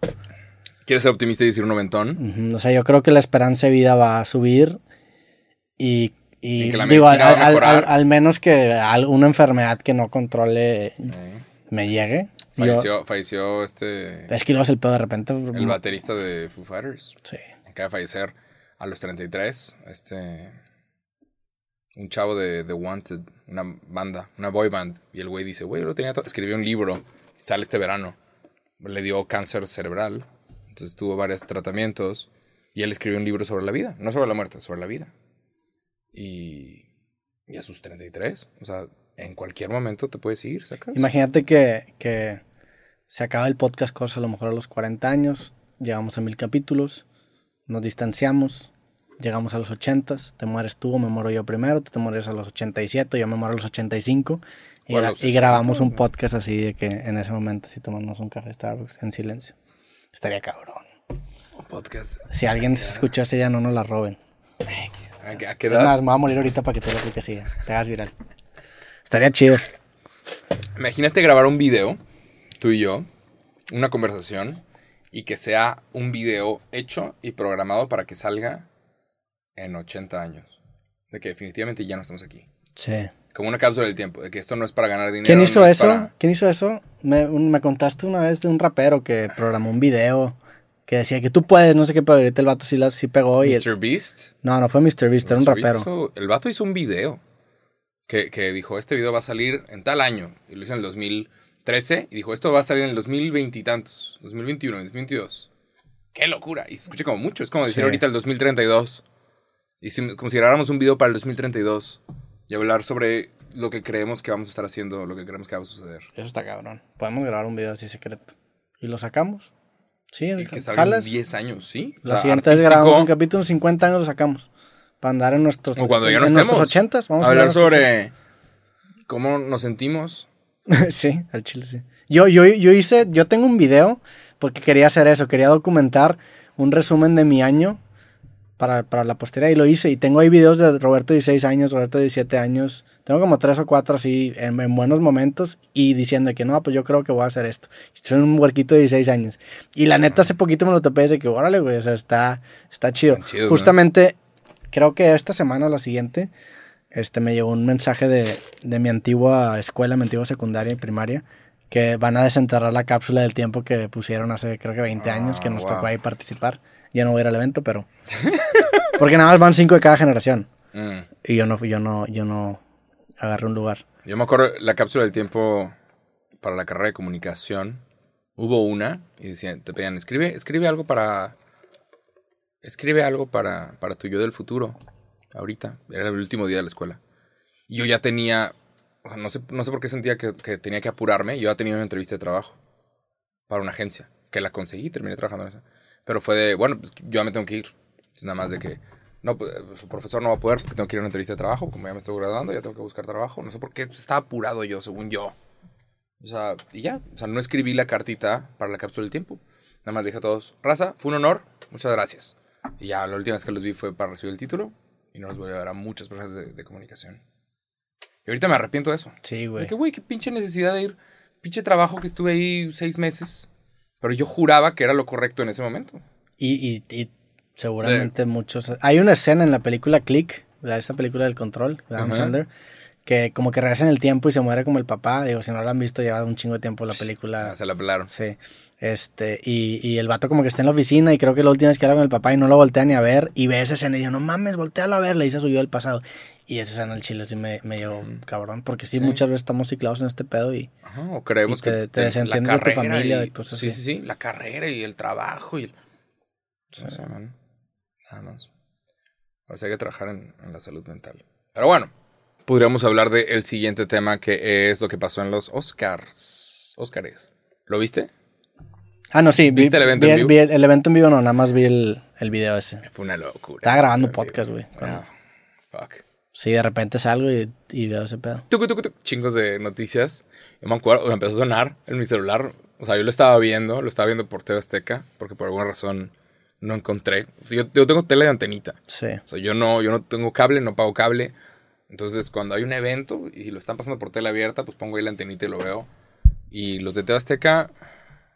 Speaker 1: ¿Quieres ser optimista y decir un noventón?
Speaker 2: Ujú, O sea, yo creo que la esperanza de vida va a subir y, y
Speaker 1: Y que la
Speaker 2: digo, al,
Speaker 1: medicina va a
Speaker 2: al- al-
Speaker 1: mejorar.
Speaker 2: al menos que alguna enfermedad que no controle me llegue. Yo-
Speaker 1: Eh, Falleció, falleció este
Speaker 2: es que luego es el pedo de repente.
Speaker 1: el baterista de Foo Fighters.
Speaker 2: Sí.
Speaker 1: Acaba de fallecer a los 33. Este. Un chavo de The Wanted, una banda, una boy band. Y el güey dice: Güey, yo lo tenía todo. Escribió un libro, sale este verano. Le dio cáncer cerebral. Entonces tuvo varios tratamientos. Y él escribió un libro sobre la vida. No sobre la muerte, sobre la vida. Y. Y a sus 33. O sea, en cualquier momento te puedes ir, sacas.
Speaker 2: Imagínate que, que se acaba el podcast Cosa a lo mejor a los 40 años, llegamos a mil capítulos, nos distanciamos, llegamos a los 80, te mueres tú o me muero yo primero, tú te mueres a los 87, yo me muero a los 85 y,
Speaker 1: O a
Speaker 2: gra-
Speaker 1: los
Speaker 2: y grabamos
Speaker 1: 60,
Speaker 2: un
Speaker 1: güey.
Speaker 2: podcast así de que en ese momento si tomamos un café Starbucks en silencio. Estaría cabrón.
Speaker 1: Podcast.
Speaker 2: Si alguien se escuchó ese ya no nos la roben.
Speaker 1: ¿A qué- a qué
Speaker 2: Es
Speaker 1: edad?
Speaker 2: más, me voy a morir ahorita para que tú lo que sigue, te hagas viral. Estaría chido.
Speaker 1: Imagínate grabar un video, tú y yo, una conversación, y que sea un video hecho y programado para que salga en 80 años. De que definitivamente ya no estamos aquí.
Speaker 2: Sí.
Speaker 1: Como una cápsula del tiempo, de que esto no es para ganar dinero.
Speaker 2: ¿Quién hizo
Speaker 1: no es
Speaker 2: eso?
Speaker 1: para-
Speaker 2: ¿Quién hizo eso? Me, un- me contaste una vez de un rapero que programó un video que decía que tú puedes, no sé qué, pero ahorita el vato sí, la, sí pegó y... el-
Speaker 1: Mr. Beast.
Speaker 2: no, no fue Mr. Beast, era un
Speaker 1: Mr.
Speaker 2: rapero.
Speaker 1: hizo- el vato hizo un video que, que dijo, este video va a salir en tal año. Y lo hizo en el 2013. Y dijo, esto va a salir en el 2020 y tantos. 2021, 2022. ¡Qué locura! Y se escucha como mucho. Es como decir
Speaker 2: Sí.
Speaker 1: ahorita el 2032. Y si consideráramos un video para el 2032 y hablar sobre lo que creemos que vamos a estar haciendo, lo que creemos que va a suceder.
Speaker 2: Eso está cabrón. Podemos grabar un video así secreto. ¿Y lo sacamos? Sí,
Speaker 1: Y que
Speaker 2: ja-
Speaker 1: salga en
Speaker 2: jalas.
Speaker 1: 10 años, ¿sí? O
Speaker 2: La
Speaker 1: sea,
Speaker 2: siguiente vez grabamos
Speaker 1: artístico,
Speaker 2: un capítulo, en 50 años lo sacamos. Para andar en nuestros,
Speaker 1: O cuando ya
Speaker 2: en
Speaker 1: no
Speaker 2: nuestros
Speaker 1: estemos.
Speaker 2: 80 vamos a
Speaker 1: hablar
Speaker 2: andar en nuestros
Speaker 1: sobre cómo nos sentimos.
Speaker 2: 80s. sí, al chile sí. Yo, yo, yo hice, yo tengo un video porque quería hacer eso, quería documentar un resumen de mi año para, para la posteridad y lo hice. Y tengo ahí videos de Roberto de 16 años, Roberto de 17 años. Tengo como tres o cuatro así en, en buenos momentos y diciendo que no, pues yo creo que voy a hacer esto. Soy un huerquito de 16 años. Y la neta hace poquito me lo topé y de que, órale, güey, o sea, está, está chido.
Speaker 1: Están chidos,
Speaker 2: Justamente, creo que esta semana o la siguiente, este, me llegó un mensaje de, de mi antigua escuela, mi antigua secundaria y primaria. Que van a desenterrar la cápsula del tiempo que pusieron hace creo que 20
Speaker 1: Ah,
Speaker 2: años, que nos
Speaker 1: wow.
Speaker 2: tocó ahí participar. Ya no voy a ir al evento, pero porque nada más van cinco de cada generación.
Speaker 1: Mm.
Speaker 2: Y yo no, yo no, yo no agarré un lugar.
Speaker 1: Yo me acuerdo la cápsula del tiempo para la carrera de comunicación. Hubo una y decían, te pedían, escribe, escribe algo para. Escribe algo para, para tu yo del futuro. Ahorita. Era el último día de la escuela. Y yo ya tenía. o sea, no, sé, no sé por qué sentía que, que tenía que apurarme. Yo ya tenía una entrevista de trabajo para una agencia. Que la conseguí, terminé trabajando en esa. Pero fue de, bueno, pues yo ya me tengo que ir. Es nada más de que, no, pues, el profesor no va a poder porque tengo que ir a una entrevista de trabajo. Como ya me estoy graduando, ya tengo que buscar trabajo. No sé por qué pues, estaba apurado yo, según yo. O sea, y ya. O sea, no escribí la cartita para la cápsula del tiempo. Nada más dije a todos, raza, fue un honor, muchas gracias. Y ya, la última vez que los vi fue para recibir el título. Y no los voy a ver a muchas personas de, de comunicación. Y ahorita me arrepiento de eso.
Speaker 2: Sí,
Speaker 1: De
Speaker 2: güey.
Speaker 1: que, güey, qué pinche necesidad de ir. Pinche trabajo que estuve ahí seis meses. Pero yo juraba que era lo correcto en ese momento.
Speaker 2: Y, y, y seguramente muchos. Hay una escena en la película Click, de esa película del control, de Adam
Speaker 1: Ajá.
Speaker 2: Sandler, que como que regresa en el tiempo y se muere como el papá. Digo, si no lo han visto, lleva un chingo de tiempo la película.
Speaker 1: Ah, se la pelaron.
Speaker 2: Sí. Este, y, y el vato como que está en la oficina y creo que la última vez que habla con el papá y no lo voltea ni a ver y ve esa escena y yo, no mames, voltealo a ver, le dice a su yo del pasado. Y esa escena el chile sí me, me llegó
Speaker 1: Ujú.
Speaker 2: cabrón, porque sí,
Speaker 1: Sí.
Speaker 2: muchas veces estamos ciclados en este pedo y
Speaker 1: Ajá, o creemos
Speaker 2: Y te-
Speaker 1: que
Speaker 2: te desentiendes de tu familia, de cosas
Speaker 1: sí,
Speaker 2: así.
Speaker 1: sí, sí, la carrera y el trabajo y el... No sé, man. Nada más. Ahora sí hay que trabajar en, en la salud mental. Pero bueno, podríamos hablar del siguiente tema que es lo que pasó en los Oscars. Oscars. ¿Lo viste?
Speaker 2: Ah, no, sí. vi-
Speaker 1: ¿Viste el evento
Speaker 2: vi
Speaker 1: en vivo?
Speaker 2: vi el, el evento en vivo no, nada más vi el, el video ese.
Speaker 1: Fue una locura.
Speaker 2: Estaba grabando podcast, güey. cuando-
Speaker 1: Ah, fuck.
Speaker 2: Sí, de repente salgo y, y veo ese pedo.
Speaker 1: tucu, tucu, tucu, chingos de noticias. Yo me acuerdo, me empezó a sonar en mi celular. O sea, yo lo estaba viendo, lo estaba viendo por TV Azteca, porque por alguna razón no encontré. O sea, yo, yo tengo tele de antenita.
Speaker 2: Sí.
Speaker 1: O sea, yo no, yo no tengo cable, no pago cable. Entonces, cuando hay un evento y lo están pasando por tele abierta, pues pongo ahí la antenita y lo veo. Y los de TV Azteca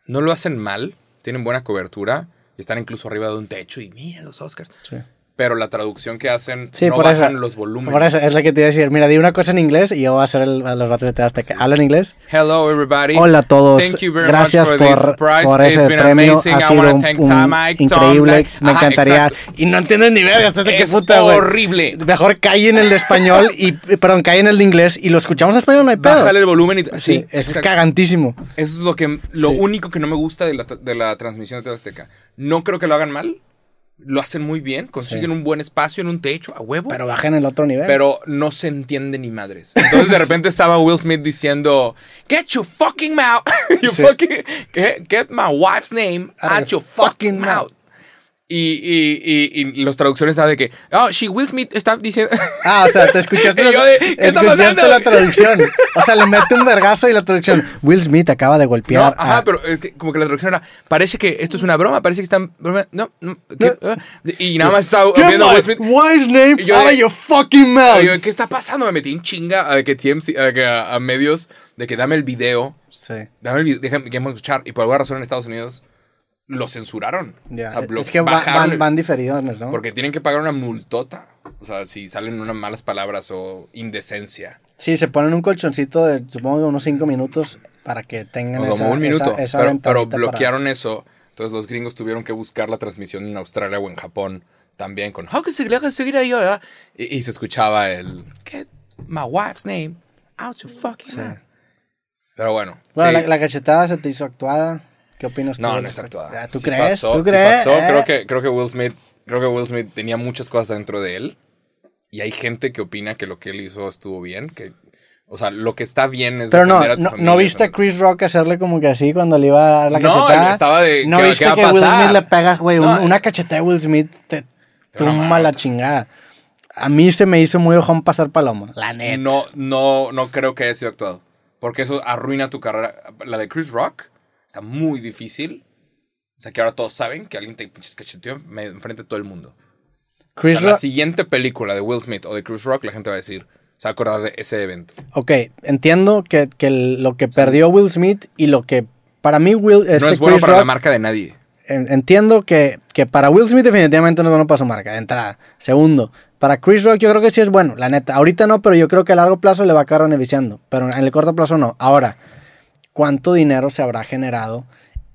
Speaker 1: no lo hacen mal, tienen buena cobertura y están incluso arriba de un techo y mira los Oscars.
Speaker 2: Sí,
Speaker 1: Pero la traducción que hacen
Speaker 2: Sí,
Speaker 1: no
Speaker 2: por eso.
Speaker 1: bajan los volúmenes.
Speaker 2: Ahora es, es lo que te iba a decir. Mira, di una cosa en inglés y yo voy a hacer el- a los ratos de te hasta que hablan inglés.
Speaker 1: Hello everybody.
Speaker 2: Hola a todos.
Speaker 1: Thank you very
Speaker 2: Gracias
Speaker 1: much for this
Speaker 2: por,
Speaker 1: prize.
Speaker 2: por
Speaker 1: It's
Speaker 2: ese
Speaker 1: been
Speaker 2: premio.
Speaker 1: amazing. I
Speaker 2: Ha sido
Speaker 1: wanna
Speaker 2: un,
Speaker 1: thank
Speaker 2: un
Speaker 1: Tamai, Tom,
Speaker 2: increíble.
Speaker 1: Mike.
Speaker 2: Me
Speaker 1: Ajá,
Speaker 2: encantaste
Speaker 1: exacto.
Speaker 2: Y no entiendes ni verga. Hasta qué
Speaker 1: Es
Speaker 2: puta, güey.
Speaker 1: horrible.
Speaker 2: Mejor cae en el de español y, perdón, cae en el de inglés y lo escuchamos en español, no hay pedo.
Speaker 1: Bájale el volumen y...
Speaker 2: Sí,
Speaker 1: Sí,
Speaker 2: es
Speaker 1: exacto.
Speaker 2: cagantísimo.
Speaker 1: Eso es lo, que, lo
Speaker 2: Sí.
Speaker 1: único que no me gusta de la, tra- de la transmisión de TV Azteca. No creo que lo hagan mal. Lo hacen muy bien. Consiguen un buen espacio en un techo, a huevo.
Speaker 2: Pero baja en el otro nivel.
Speaker 1: pero no se entiende ni madres. Entonces de repente estaba Will Smith diciendo, Get your fucking mouth. your
Speaker 2: Sí.
Speaker 1: fucking, get, get my wife's name
Speaker 2: Out of
Speaker 1: out
Speaker 2: your
Speaker 1: your
Speaker 2: fucking
Speaker 1: fucking
Speaker 2: mouth."
Speaker 1: mouth. Y, y, y, y los traducciones estaban de que, oh, she Will Smith está diciendo.
Speaker 2: Ah, o sea, te escuchaste,
Speaker 1: Y yo de, ¿qué está
Speaker 2: escuchaste
Speaker 1: pasando?
Speaker 2: la traducción. O sea, le mete un vergazo y la traducción. Will Smith acaba de
Speaker 1: No,
Speaker 2: golpear.
Speaker 1: ajá,
Speaker 2: a-
Speaker 1: pero eh, que- como que la traducción era, parece que esto es una broma, parece que están broma- No, no, ¿qué? Ah, y nada más estaba
Speaker 2: Get
Speaker 1: viendo a
Speaker 2: my
Speaker 1: Will Smith.
Speaker 2: wife's name
Speaker 1: Y yo
Speaker 2: out
Speaker 1: de-
Speaker 2: of your fucking mouth.
Speaker 1: Y yo, ¿Qué está pasando? Me metí en chinga a de que TMC, a, de que a- a medios de que dame el video.
Speaker 2: Sí.
Speaker 1: Dame el video, déjame que vamos a escuchar. Y por alguna razón en Estados Unidos lo censuraron.
Speaker 2: Ya,
Speaker 1: O sea, lo
Speaker 2: es que va-
Speaker 1: bajaron
Speaker 2: van,
Speaker 1: el-
Speaker 2: van diferidos, ¿no?
Speaker 1: Porque tienen que pagar una multota. O sea, si salen unas malas palabras o indecencia.
Speaker 2: Sí, se ponen un colchoncito de, supongo que unos 5 minutos para que tengan
Speaker 1: O
Speaker 2: esa,
Speaker 1: como un minuto.
Speaker 2: esa, esa
Speaker 1: pero, pero
Speaker 2: ventanita para-
Speaker 1: bloquearon eso. Entonces los gringos tuvieron que buscar la transmisión en Australia o en Japón también con "How can se- how can se- ahí, ah?" y, y se escuchaba el Get my wife's name out your fucking mouth." Pero bueno.
Speaker 2: Bueno,
Speaker 1: sí.
Speaker 2: la, la cachetada se te hizo actuada. ¿Qué opinas tú?
Speaker 1: No,
Speaker 2: al
Speaker 1: no es
Speaker 2: respecto?
Speaker 1: actuada.
Speaker 2: Ah, ¿Tú
Speaker 1: Sí
Speaker 2: crees?
Speaker 1: pasó,
Speaker 2: ¿Tú
Speaker 1: sí
Speaker 2: crees?
Speaker 1: pasó.
Speaker 2: ¿Eh?
Speaker 1: Creo, que, creo que Will Smith creo que Will Smith tenía muchas cosas dentro de él. Y hay gente que opina que lo que él hizo estuvo bien. Que, o sea, lo que está bien es.
Speaker 2: Pero no,
Speaker 1: defender a tu
Speaker 2: no,
Speaker 1: familia,
Speaker 2: ¿no viste a
Speaker 1: defender-
Speaker 2: Chris Rock hacerle como que así cuando le iba a dar la
Speaker 1: No,
Speaker 2: cachetada?
Speaker 1: él estaba de,
Speaker 2: No
Speaker 1: ¿qué-
Speaker 2: viste
Speaker 1: qué va a
Speaker 2: que Will
Speaker 1: pasar?
Speaker 2: Smith le pegas, güey, un-
Speaker 1: No, eh.
Speaker 2: una cachetada de Will Smith te
Speaker 1: Te una
Speaker 2: tumba
Speaker 1: mano,
Speaker 2: la chingada. A mí se me hizo muy ojón pasar paloma, la neta.
Speaker 1: No, no, no creo que haya sido actuado. Porque eso arruina tu carrera. La de Chris Rock está muy difícil. O sea, que ahora todos saben que alguien te pinches cacheteó me- enfrente de todo el mundo. O
Speaker 2: Chris
Speaker 1: sea, la
Speaker 2: Rock,
Speaker 1: siguiente película de Will Smith o de Chris Rock, la gente va a decir, se va a acordar de ese evento.
Speaker 2: ok, entiendo que, que el- lo que perdió Will Smith y lo que para mí Will, este
Speaker 1: no es bueno
Speaker 2: Chris
Speaker 1: para la
Speaker 2: Rock-
Speaker 1: marca de nadie.
Speaker 2: en- entiendo que, que para Will Smith definitivamente no es bueno para su marca, de entrada. Segundo, para Chris Rock yo creo que sí es bueno, la neta. Ahorita no, pero yo creo que a largo plazo le va a acabar beneficiando, pero en el corto plazo no. Ahora, ¿cuánto dinero se habrá generado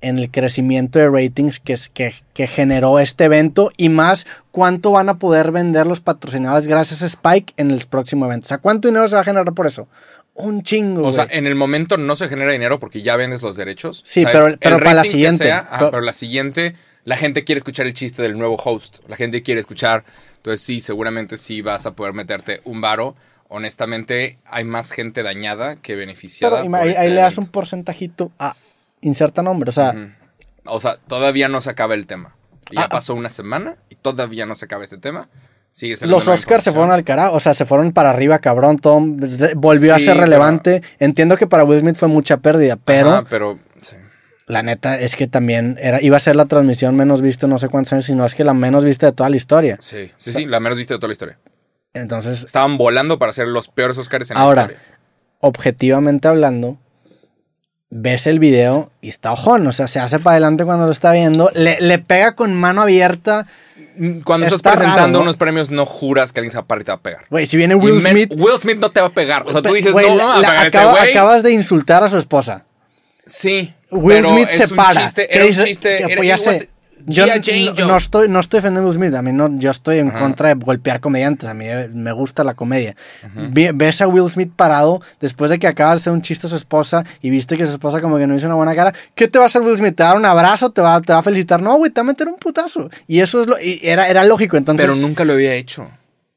Speaker 2: en el crecimiento de ratings que, es- que, que generó este evento? Y más, ¿cuánto van a poder vender los patrocinadores gracias a Spike en el próximo evento? O sea, ¿cuánto dinero se va a generar por eso? Un chingo.
Speaker 1: O
Speaker 2: güey.
Speaker 1: sea, en el momento no se genera dinero porque ya vendes los derechos.
Speaker 2: Sí,
Speaker 1: O sea,
Speaker 2: pero-
Speaker 1: es el
Speaker 2: pero para la
Speaker 1: rating que
Speaker 2: siguiente.
Speaker 1: sea, ah,
Speaker 2: Pero-
Speaker 1: pero la siguiente, la gente quiere escuchar el chiste del nuevo host. La gente quiere escuchar. Entonces, sí, seguramente sí vas a poder meterte un varo. Honestamente, hay más gente dañada que beneficiada.
Speaker 2: Pero ima-
Speaker 1: por
Speaker 2: ahí,
Speaker 1: este
Speaker 2: ahí le das un
Speaker 1: evento.
Speaker 2: porcentajito a inserta nombre, o sea...
Speaker 1: O sea, todavía no se acaba el tema. Y ya
Speaker 2: Ah, ah.
Speaker 1: pasó una semana y todavía no se acaba ese tema. Sigue saliendo
Speaker 2: Los
Speaker 1: nueva
Speaker 2: Oscars se
Speaker 1: información.
Speaker 2: fueron al carajo, o sea, se fueron para arriba, cabrón. Todo re- volvió
Speaker 1: Sí,
Speaker 2: a ser
Speaker 1: pero-
Speaker 2: relevante. Entiendo que para Will Smith fue mucha pérdida, pero
Speaker 1: Ajá, pero sí.
Speaker 2: la neta es que también era, iba a ser la transmisión menos vista, no sé cuántos años, sino es que la menos vista de toda la historia.
Speaker 1: Sí, sí, sí, la menos vista de toda la historia.
Speaker 2: Entonces,
Speaker 1: Estaban volando para ser los peores Oscars en
Speaker 2: Ahora,
Speaker 1: la historia.
Speaker 2: objetivamente hablando, ves el video y está ojón, o sea, se hace para adelante cuando lo está viendo, le, le pega con mano abierta.
Speaker 1: Mm, Cuando
Speaker 2: Está
Speaker 1: estás presentando
Speaker 2: raro, ¿no?
Speaker 1: unos premios, no juras que alguien se va a parar y te va a pegar.
Speaker 2: Güey, si viene
Speaker 1: Y
Speaker 2: Will
Speaker 1: men-
Speaker 2: Smith.
Speaker 1: Will Smith no te va a pegar. O sea, tú dices,
Speaker 2: güey,
Speaker 1: no,
Speaker 2: la-
Speaker 1: no me va a
Speaker 2: la-
Speaker 1: pegar
Speaker 2: acaba-
Speaker 1: este güey.
Speaker 2: acabas de insultar a su esposa.
Speaker 1: Sí.
Speaker 2: Will
Speaker 1: pero
Speaker 2: Smith
Speaker 1: es
Speaker 2: se
Speaker 1: un
Speaker 2: para.
Speaker 1: Chiste,
Speaker 2: ¿Qué
Speaker 1: era un
Speaker 2: dice?
Speaker 1: chiste.
Speaker 2: Que,
Speaker 1: Era,
Speaker 2: pues, ya
Speaker 1: it was
Speaker 2: sé. Yo
Speaker 1: G.I. Jane
Speaker 2: no,
Speaker 1: Joe.
Speaker 2: no estoy, no estoy defendiendo a Will Smith. A mí no, yo estoy en contra de golpear comediantes. A mí eh, me gusta la comedia. Ve- Ves a Will Smith parado después de que acaba de hacer un chiste a su esposa y viste que su esposa como que no hizo una buena cara. ¿Qué te va a hacer Will Smith? ¿Te va a dar un abrazo? ¿Te va, te va a felicitar? No, güey, te va a meter un putazo. Y eso es lo, y era, era lógico. Entonces,
Speaker 1: Pero nunca lo había hecho.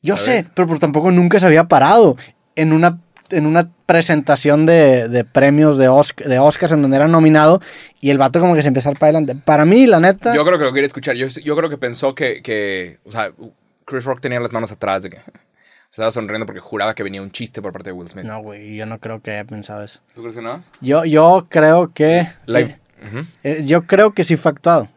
Speaker 2: yo
Speaker 1: ¿sabes?
Speaker 2: sé, pero pues tampoco nunca se había parado en una, en una presentación de, de premios de, Osc- de Oscars en donde era nominado y el vato como que se empezó a ir para adelante. Para mí, la neta,
Speaker 1: Yo creo que lo quería escuchar. Yo, yo creo que pensó que, que, o sea, Chris Rock tenía las manos atrás de que estaba sonriendo porque juraba que venía un chiste por parte de Will Smith.
Speaker 2: no, güey, yo no creo que haya pensado eso.
Speaker 1: ¿Tú crees que no?
Speaker 2: Yo, yo creo que...
Speaker 1: La-
Speaker 2: eh,
Speaker 1: Ujú.
Speaker 2: eh, yo creo que sí fue actuado.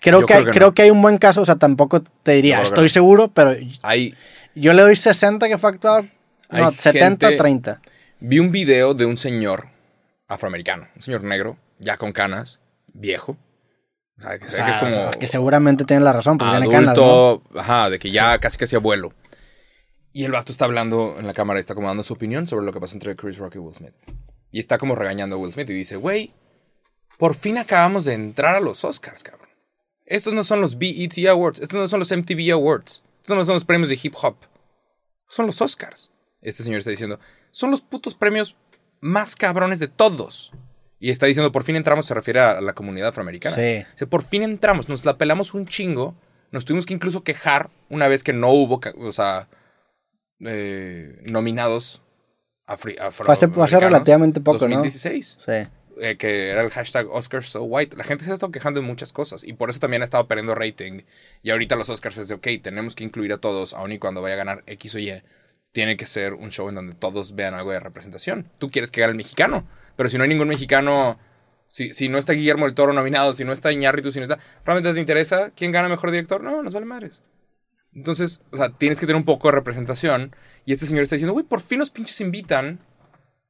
Speaker 2: Creo
Speaker 1: Yo
Speaker 2: que,
Speaker 1: creo que
Speaker 2: creo
Speaker 1: no.
Speaker 2: que hay un buen caso, o sea, tampoco te diría,
Speaker 1: Yo creo que
Speaker 2: estoy
Speaker 1: no.
Speaker 2: seguro, pero
Speaker 1: Hay,
Speaker 2: yo le doy 60 que fue actuado,
Speaker 1: Hay
Speaker 2: no, 70,
Speaker 1: gente-
Speaker 2: 30.
Speaker 1: Vi un video de un señor afroamericano, un señor negro, ya con canas, viejo. O sea, que,
Speaker 2: O
Speaker 1: se ve que
Speaker 2: sea, o
Speaker 1: es
Speaker 2: sea,
Speaker 1: como
Speaker 2: que seguramente tienen la razón, porque tiene canas, ¿no?
Speaker 1: adulto, ajá, de que ya casi casi abuelo. Y el vato está hablando en la cámara y está como dando su opinión sobre lo que pasó entre Chris Rock y Will Smith. Y está como regañando a Will Smith y dice, güey, por fin acabamos de entrar a los Oscars, cabrón. Estos no son los BET Awards, estos no son los MTV Awards, estos no son los premios de hip hop, son los Oscars. Este señor está diciendo, son los putos premios más cabrones de todos. Y está diciendo, por fin entramos, se refiere a la comunidad afroamericana.
Speaker 2: Sí.
Speaker 1: Dice, por fin entramos, nos la pelamos un chingo, nos tuvimos que incluso quejar una vez que no hubo, ca- o sea, eh, nominados afri-
Speaker 2: Fue hace- fue hace
Speaker 1: afroamericanos.
Speaker 2: relativamente poco, ¿no?
Speaker 1: 2016
Speaker 2: Sí.
Speaker 1: eh, que era el hashtag Oscars so white. La gente se ha estado quejando de muchas cosas y por eso también ha estado perdiendo rating. Y ahorita los Oscars es de, ok, tenemos que incluir a todos, aun y cuando vaya a ganar X o Y. Tiene que ser un show en donde todos vean algo de representación. Tú quieres que gane el mexicano, pero si no hay ningún mexicano, si, si no está Guillermo del Toro nominado, si no está Iñárritu, si no está... ¿Realmente te interesa quién gana mejor director? No, nos vale madres. Entonces, o sea, tienes que tener un poco de representación. Y este señor está diciendo, güey, por fin los pinches invitan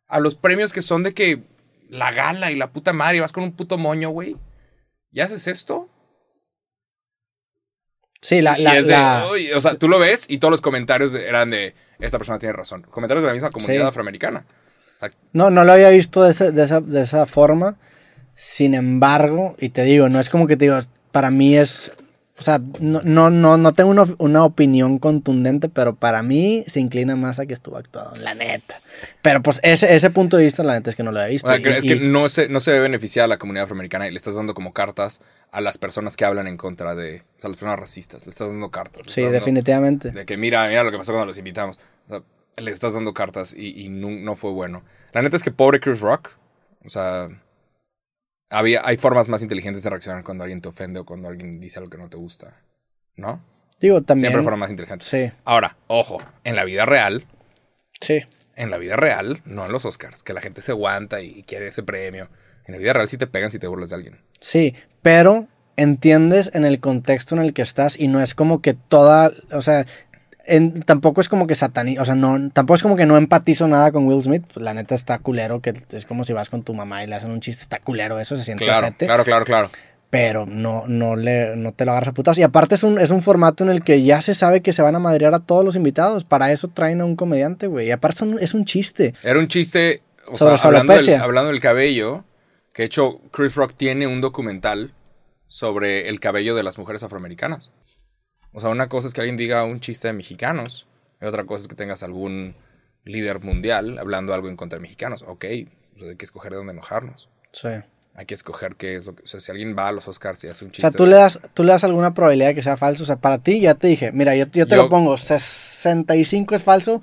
Speaker 1: a los premios que son de que la gala y la puta madre, vas con un puto moño, güey. ¿Y haces esto?
Speaker 2: Sí, la,
Speaker 1: Y
Speaker 2: la,
Speaker 1: es de,
Speaker 2: la-
Speaker 1: "Oye", o sea, tú lo ves y todos los comentarios de- eran de esta persona tiene razón. Comentarios de la misma comunidad
Speaker 2: Sí.
Speaker 1: afroamericana.
Speaker 2: No, no lo había visto de, ese- de esa, de esa forma. Sin embargo, y te digo, no es como que te digo, para mí es O sea, no, no, no, no tengo una, una opinión contundente, pero para mí se inclina más a que estuvo actuado, la neta. Pero pues ese, ese punto de vista, la neta es que no lo he visto.
Speaker 1: O sea,
Speaker 2: y-
Speaker 1: ¿crees
Speaker 2: Este, y-
Speaker 1: que no se, no se ve beneficiada la comunidad afroamericana y le estás dando como cartas a las personas que hablan en contra de. O sea, las personas racistas. Le estás dando cartas. le
Speaker 2: sí,
Speaker 1: estás dando-
Speaker 2: definitivamente.
Speaker 1: De que mira, mira lo que pasó cuando los invitamos. O sea, le estás dando cartas y, y nu- no, fue bueno. La neta es que pobre Chris Rock. O sea. Había, hay formas más inteligentes de reaccionar cuando alguien te ofende o cuando alguien dice algo que no te gusta. ¿No?
Speaker 2: Digo, también.
Speaker 1: Siempre formas más inteligentes.
Speaker 2: Sí,
Speaker 1: Ahora, ojo, en la vida real,
Speaker 2: sí.
Speaker 1: en la vida real, no en los Oscars, que la gente se aguanta y quiere ese premio. En la vida real sí te pegan si te burlas de alguien.
Speaker 2: Sí, pero entiendes en el contexto en el que estás y no es como que toda, o sea, en- tampoco es como que sataní, o sea, no, tampoco es como que no empatizo nada con Will Smith, Pues, la neta está culero, que es como si vas con tu mamá y le hacen un chiste, está culero, eso se siente
Speaker 1: Claro,
Speaker 2: ojete,
Speaker 1: claro, claro, claro.
Speaker 2: pero no, no, le, no te lo agarras a putas. Y aparte es un, es un formato en el que ya se sabe que se van a madrear a todos los invitados, para eso traen a un comediante, güey, y aparte son- es un chiste.
Speaker 1: Era un chiste, o
Speaker 2: Sobre
Speaker 1: sea, hablando del,
Speaker 2: alopecia.
Speaker 1: hablando del cabello, que de hecho Chris Rock tiene un documental sobre el cabello de las mujeres afroamericanas. O sea, una cosa es que alguien diga un chiste de mexicanos, y otra cosa es que tengas algún líder mundial hablando algo en contra de mexicanos. Ok, pues hay que escoger de dónde enojarnos.
Speaker 2: Sí.
Speaker 1: Hay que escoger qué es lo que... O sea, si alguien va a los Oscars y hace un
Speaker 2: O
Speaker 1: chiste...
Speaker 2: sea, tú
Speaker 1: de-
Speaker 2: le, das, tú le das alguna probabilidad de que sea falso. O sea, para ti ya te dije, mira, yo, yo te
Speaker 1: Yo-
Speaker 2: lo pongo, 65 es falso,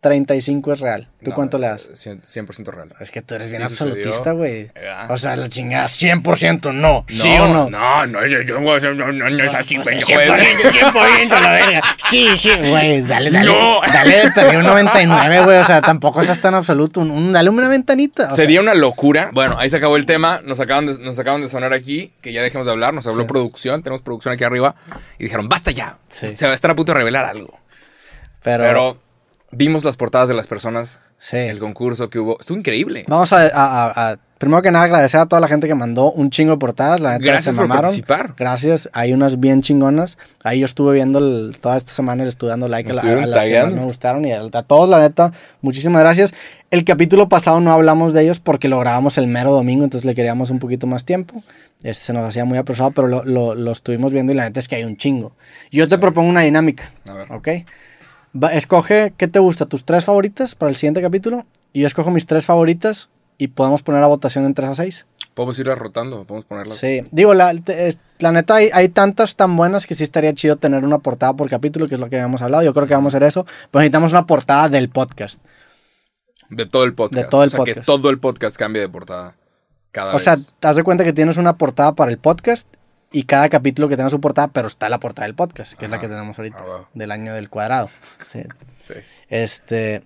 Speaker 2: 35 es real. ¿Tú
Speaker 1: No,
Speaker 2: cuánto le das?
Speaker 1: 100%, 100% real.
Speaker 2: Es que tú eres
Speaker 1: sí
Speaker 2: bien
Speaker 1: sucedió.
Speaker 2: absolutista, güey.
Speaker 1: Eh, ah.
Speaker 2: O sea, la chingada, 100% no, sí o no.
Speaker 1: No, no, yo- yo- no, no, no, no es así,
Speaker 2: O sea,
Speaker 1: pendejo.
Speaker 2: 100%, 100% la verga. Sí, sí, güey, dale, dale.
Speaker 1: No.
Speaker 2: Dale, pero un 99, güey. O sea, tampoco seas tan absoluto. Un, un- dale una ventanita. o sea,
Speaker 1: Sería una locura. Bueno, ahí se acabó el tema. Nos acaban de, nos acaban de sonar aquí, que ya dejemos de hablar. Nos habló
Speaker 2: Sí.
Speaker 1: producción, tenemos producción aquí arriba. Y dijeron, basta ya.
Speaker 2: Sí.
Speaker 1: Se va a estar a punto de revelar algo.
Speaker 2: pero,
Speaker 1: Pero vimos las portadas de las personas,
Speaker 2: sí.
Speaker 1: el concurso que hubo. Estuvo increíble.
Speaker 2: Vamos a, a- a- a- primero que nada agradecer a toda la gente que mandó un chingo de portadas, la neta
Speaker 1: Gracias
Speaker 2: se
Speaker 1: por
Speaker 2: mamaron.
Speaker 1: participar.
Speaker 2: Gracias, hay unas bien chingonas. Ahí yo estuve viendo el- toda esta semana, le estuve dando like a,
Speaker 1: Nos
Speaker 2: la-
Speaker 1: estuvieron
Speaker 2: a las que más
Speaker 1: tagueando.
Speaker 2: me gustaron y a, a todos la neta, muchísimas gracias. El capítulo pasado no hablamos de ellos porque lo grabamos el mero domingo, entonces le queríamos un poquito más tiempo. Este se nos hacía muy apresado, pero lo, lo- lo estuvimos viendo y la neta es que hay un chingo. Yo te propongo una dinámica.
Speaker 1: A ver.
Speaker 2: ¿Ok? Va- escoge qué te gusta, tus tres favoritas para el siguiente capítulo. Y yo escojo mis tres favoritas y podemos poner a votación en 3 a 6.
Speaker 1: Podemos ir rotando, podemos ponerlas.
Speaker 2: Sí. Digo, la, te- es- la neta, hay, hay tantas tan buenas que sí estaría chido tener una portada por capítulo, que es lo que habíamos hablado. Yo creo que vamos a hacer eso. Pero necesitamos una portada del podcast.
Speaker 1: De todo el podcast.
Speaker 2: De todo el
Speaker 1: o sea, que
Speaker 2: podcast.
Speaker 1: todo el podcast cambie de portada cada
Speaker 2: O sea,
Speaker 1: vez.
Speaker 2: te das de cuenta que tienes una portada para el podcast y cada capítulo que tenga su portada, pero está la portada del podcast, que es la
Speaker 1: Ajá.
Speaker 2: que tenemos ahorita,
Speaker 1: Ah, wow.
Speaker 2: del año del cuadrado. Sí.
Speaker 1: Sí.
Speaker 2: Este.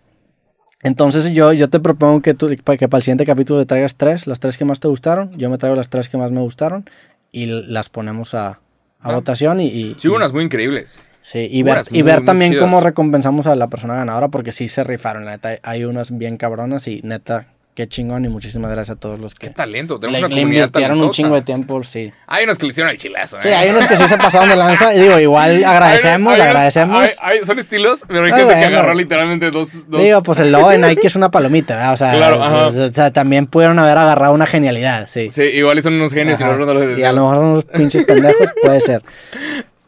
Speaker 2: Entonces yo, yo te propongo que, tú, pa- que para el siguiente capítulo te traigas tres, las tres que más te gustaron. Yo me traigo las tres que más me gustaron y l- las ponemos a, a
Speaker 1: Ah.
Speaker 2: votación y, y-
Speaker 1: Sí, hubo unas muy increíbles.
Speaker 2: sí, y ver,
Speaker 1: unas
Speaker 2: y
Speaker 1: muy,
Speaker 2: ver
Speaker 1: muy
Speaker 2: también
Speaker 1: chidas.
Speaker 2: cómo recompensamos a la persona ganadora porque sí se rifaron, la neta. Hay unas bien cabronas y neta, qué chingón y muchísimas gracias a todos los que
Speaker 1: Qué talento.
Speaker 2: le,
Speaker 1: Tenemos una
Speaker 2: le
Speaker 1: comunidad
Speaker 2: invirtieron un
Speaker 1: talentosa.
Speaker 2: chingo de tiempo, sí.
Speaker 1: Hay unos que le hicieron el chilazo.
Speaker 2: Sí,
Speaker 1: ¿eh?
Speaker 2: hay unos que sí se pasaron de lanza y digo, igual agradecemos,
Speaker 1: Hay unos-
Speaker 2: agradecemos.
Speaker 1: hay- hay- son estilos, pero hay
Speaker 2: Ah,
Speaker 1: gente que
Speaker 2: bueno.
Speaker 1: agarró literalmente dos. dos-
Speaker 2: Digo, pues el logo de Nike es una palomita, ¿verdad? O sea,
Speaker 1: Claro,
Speaker 2: o-
Speaker 1: ajá.
Speaker 2: o sea, también pudieron haber agarrado una genialidad, sí.
Speaker 1: Sí, igual y son unos genios y
Speaker 2: Ajá.
Speaker 1: nosotros no los-
Speaker 2: Y a lo mejor son unos pinches pendejos, puede ser.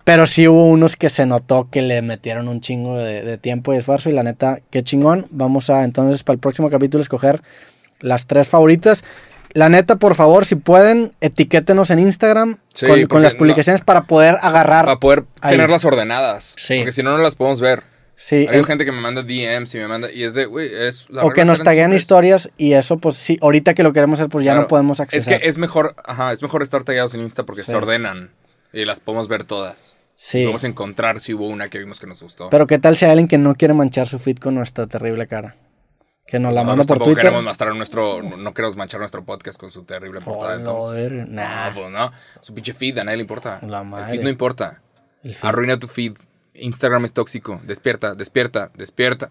Speaker 2: Pero sí hubo unos que se notó que le metieron un chingo de, de tiempo y esfuerzo y la neta, qué chingón. Vamos a entonces para el próximo capítulo escoger las tres favoritas. La neta, por favor, si pueden, etiquétenos en Instagram
Speaker 1: Sí,
Speaker 2: con, con
Speaker 1: porque
Speaker 2: las
Speaker 1: no-
Speaker 2: publicaciones para poder agarrar.
Speaker 1: Para poder
Speaker 2: Ahí.
Speaker 1: tenerlas ordenadas.
Speaker 2: Sí.
Speaker 1: Porque si no, no las podemos ver.
Speaker 2: sí,
Speaker 1: Hay
Speaker 2: el-
Speaker 1: gente que me manda DMs y me manda. Y es de, güey, es. las
Speaker 2: o que
Speaker 1: reglas
Speaker 2: nos
Speaker 1: eran
Speaker 2: taguean
Speaker 1: simples.
Speaker 2: historias y eso, pues sí, ahorita que lo queremos hacer, pues ya
Speaker 1: Claro.
Speaker 2: no podemos accesar.
Speaker 1: Es que es mejor, ajá, es mejor estar tagueados en Insta porque
Speaker 2: Sí.
Speaker 1: se ordenan y las podemos ver todas.
Speaker 2: Sí.
Speaker 1: Vamos a encontrar si hubo una que vimos que nos gustó.
Speaker 2: Pero qué tal si hay alguien que no quiere manchar su feed con nuestra terrible cara. Que nos la
Speaker 1: Nosotros
Speaker 2: manda por
Speaker 1: tampoco
Speaker 2: Twitter.
Speaker 1: queremos mostrar nuestro, no, no queremos manchar nuestro podcast con su terrible portada. entonces.
Speaker 2: Joder, nah.
Speaker 1: No, pues no. Su pinche feed, a nadie le importa.
Speaker 2: La
Speaker 1: El
Speaker 2: madre.
Speaker 1: feed no importa.
Speaker 2: El feed.
Speaker 1: Arruina tu feed. Instagram es tóxico. Despierta, despierta, despierta.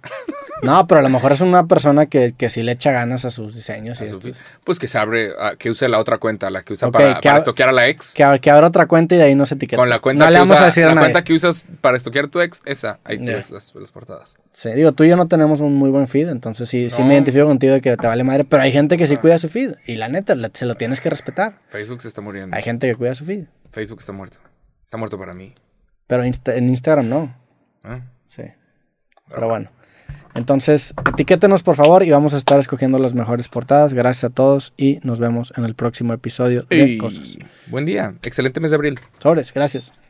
Speaker 2: No, pero a lo mejor es una persona que, que sí le echa ganas a sus diseños y
Speaker 1: Su
Speaker 2: estos.
Speaker 1: feed. Pues que se abre, ah, que use la otra cuenta, la que usa
Speaker 2: Ok,
Speaker 1: para,
Speaker 2: que
Speaker 1: para
Speaker 2: ab-
Speaker 1: estoquear a la ex.
Speaker 2: Que, ab- que abra otra cuenta y de ahí nos etiqueta.
Speaker 1: Con la cuenta
Speaker 2: no le
Speaker 1: que
Speaker 2: vamos
Speaker 1: usa-
Speaker 2: a decir
Speaker 1: la
Speaker 2: a nadie.
Speaker 1: cuenta que usas para estoquear tu ex, esa. Ahí
Speaker 2: Ya.
Speaker 1: subes las, las portadas.
Speaker 2: Sí, digo, tú y yo no tenemos un muy buen feed, entonces sí, sí
Speaker 1: No. Ah.
Speaker 2: me identifico contigo de que te vale madre, pero hay gente que sí cuida su feed. Y la neta, la- se lo tienes que respetar.
Speaker 1: Facebook se está muriendo.
Speaker 2: Hay gente que cuida su feed.
Speaker 1: Facebook está muerto. Está muerto para mí.
Speaker 2: Pero Insta- en Instagram no.
Speaker 1: Ah,
Speaker 2: Sí. Pero bueno. Entonces, etiquétenos por favor y vamos a estar escogiendo las mejores portadas. Gracias a todos y nos vemos en el próximo episodio de
Speaker 1: y-
Speaker 2: Cosas.
Speaker 1: Buen día. Excelente mes de abril.
Speaker 2: Sobres, gracias.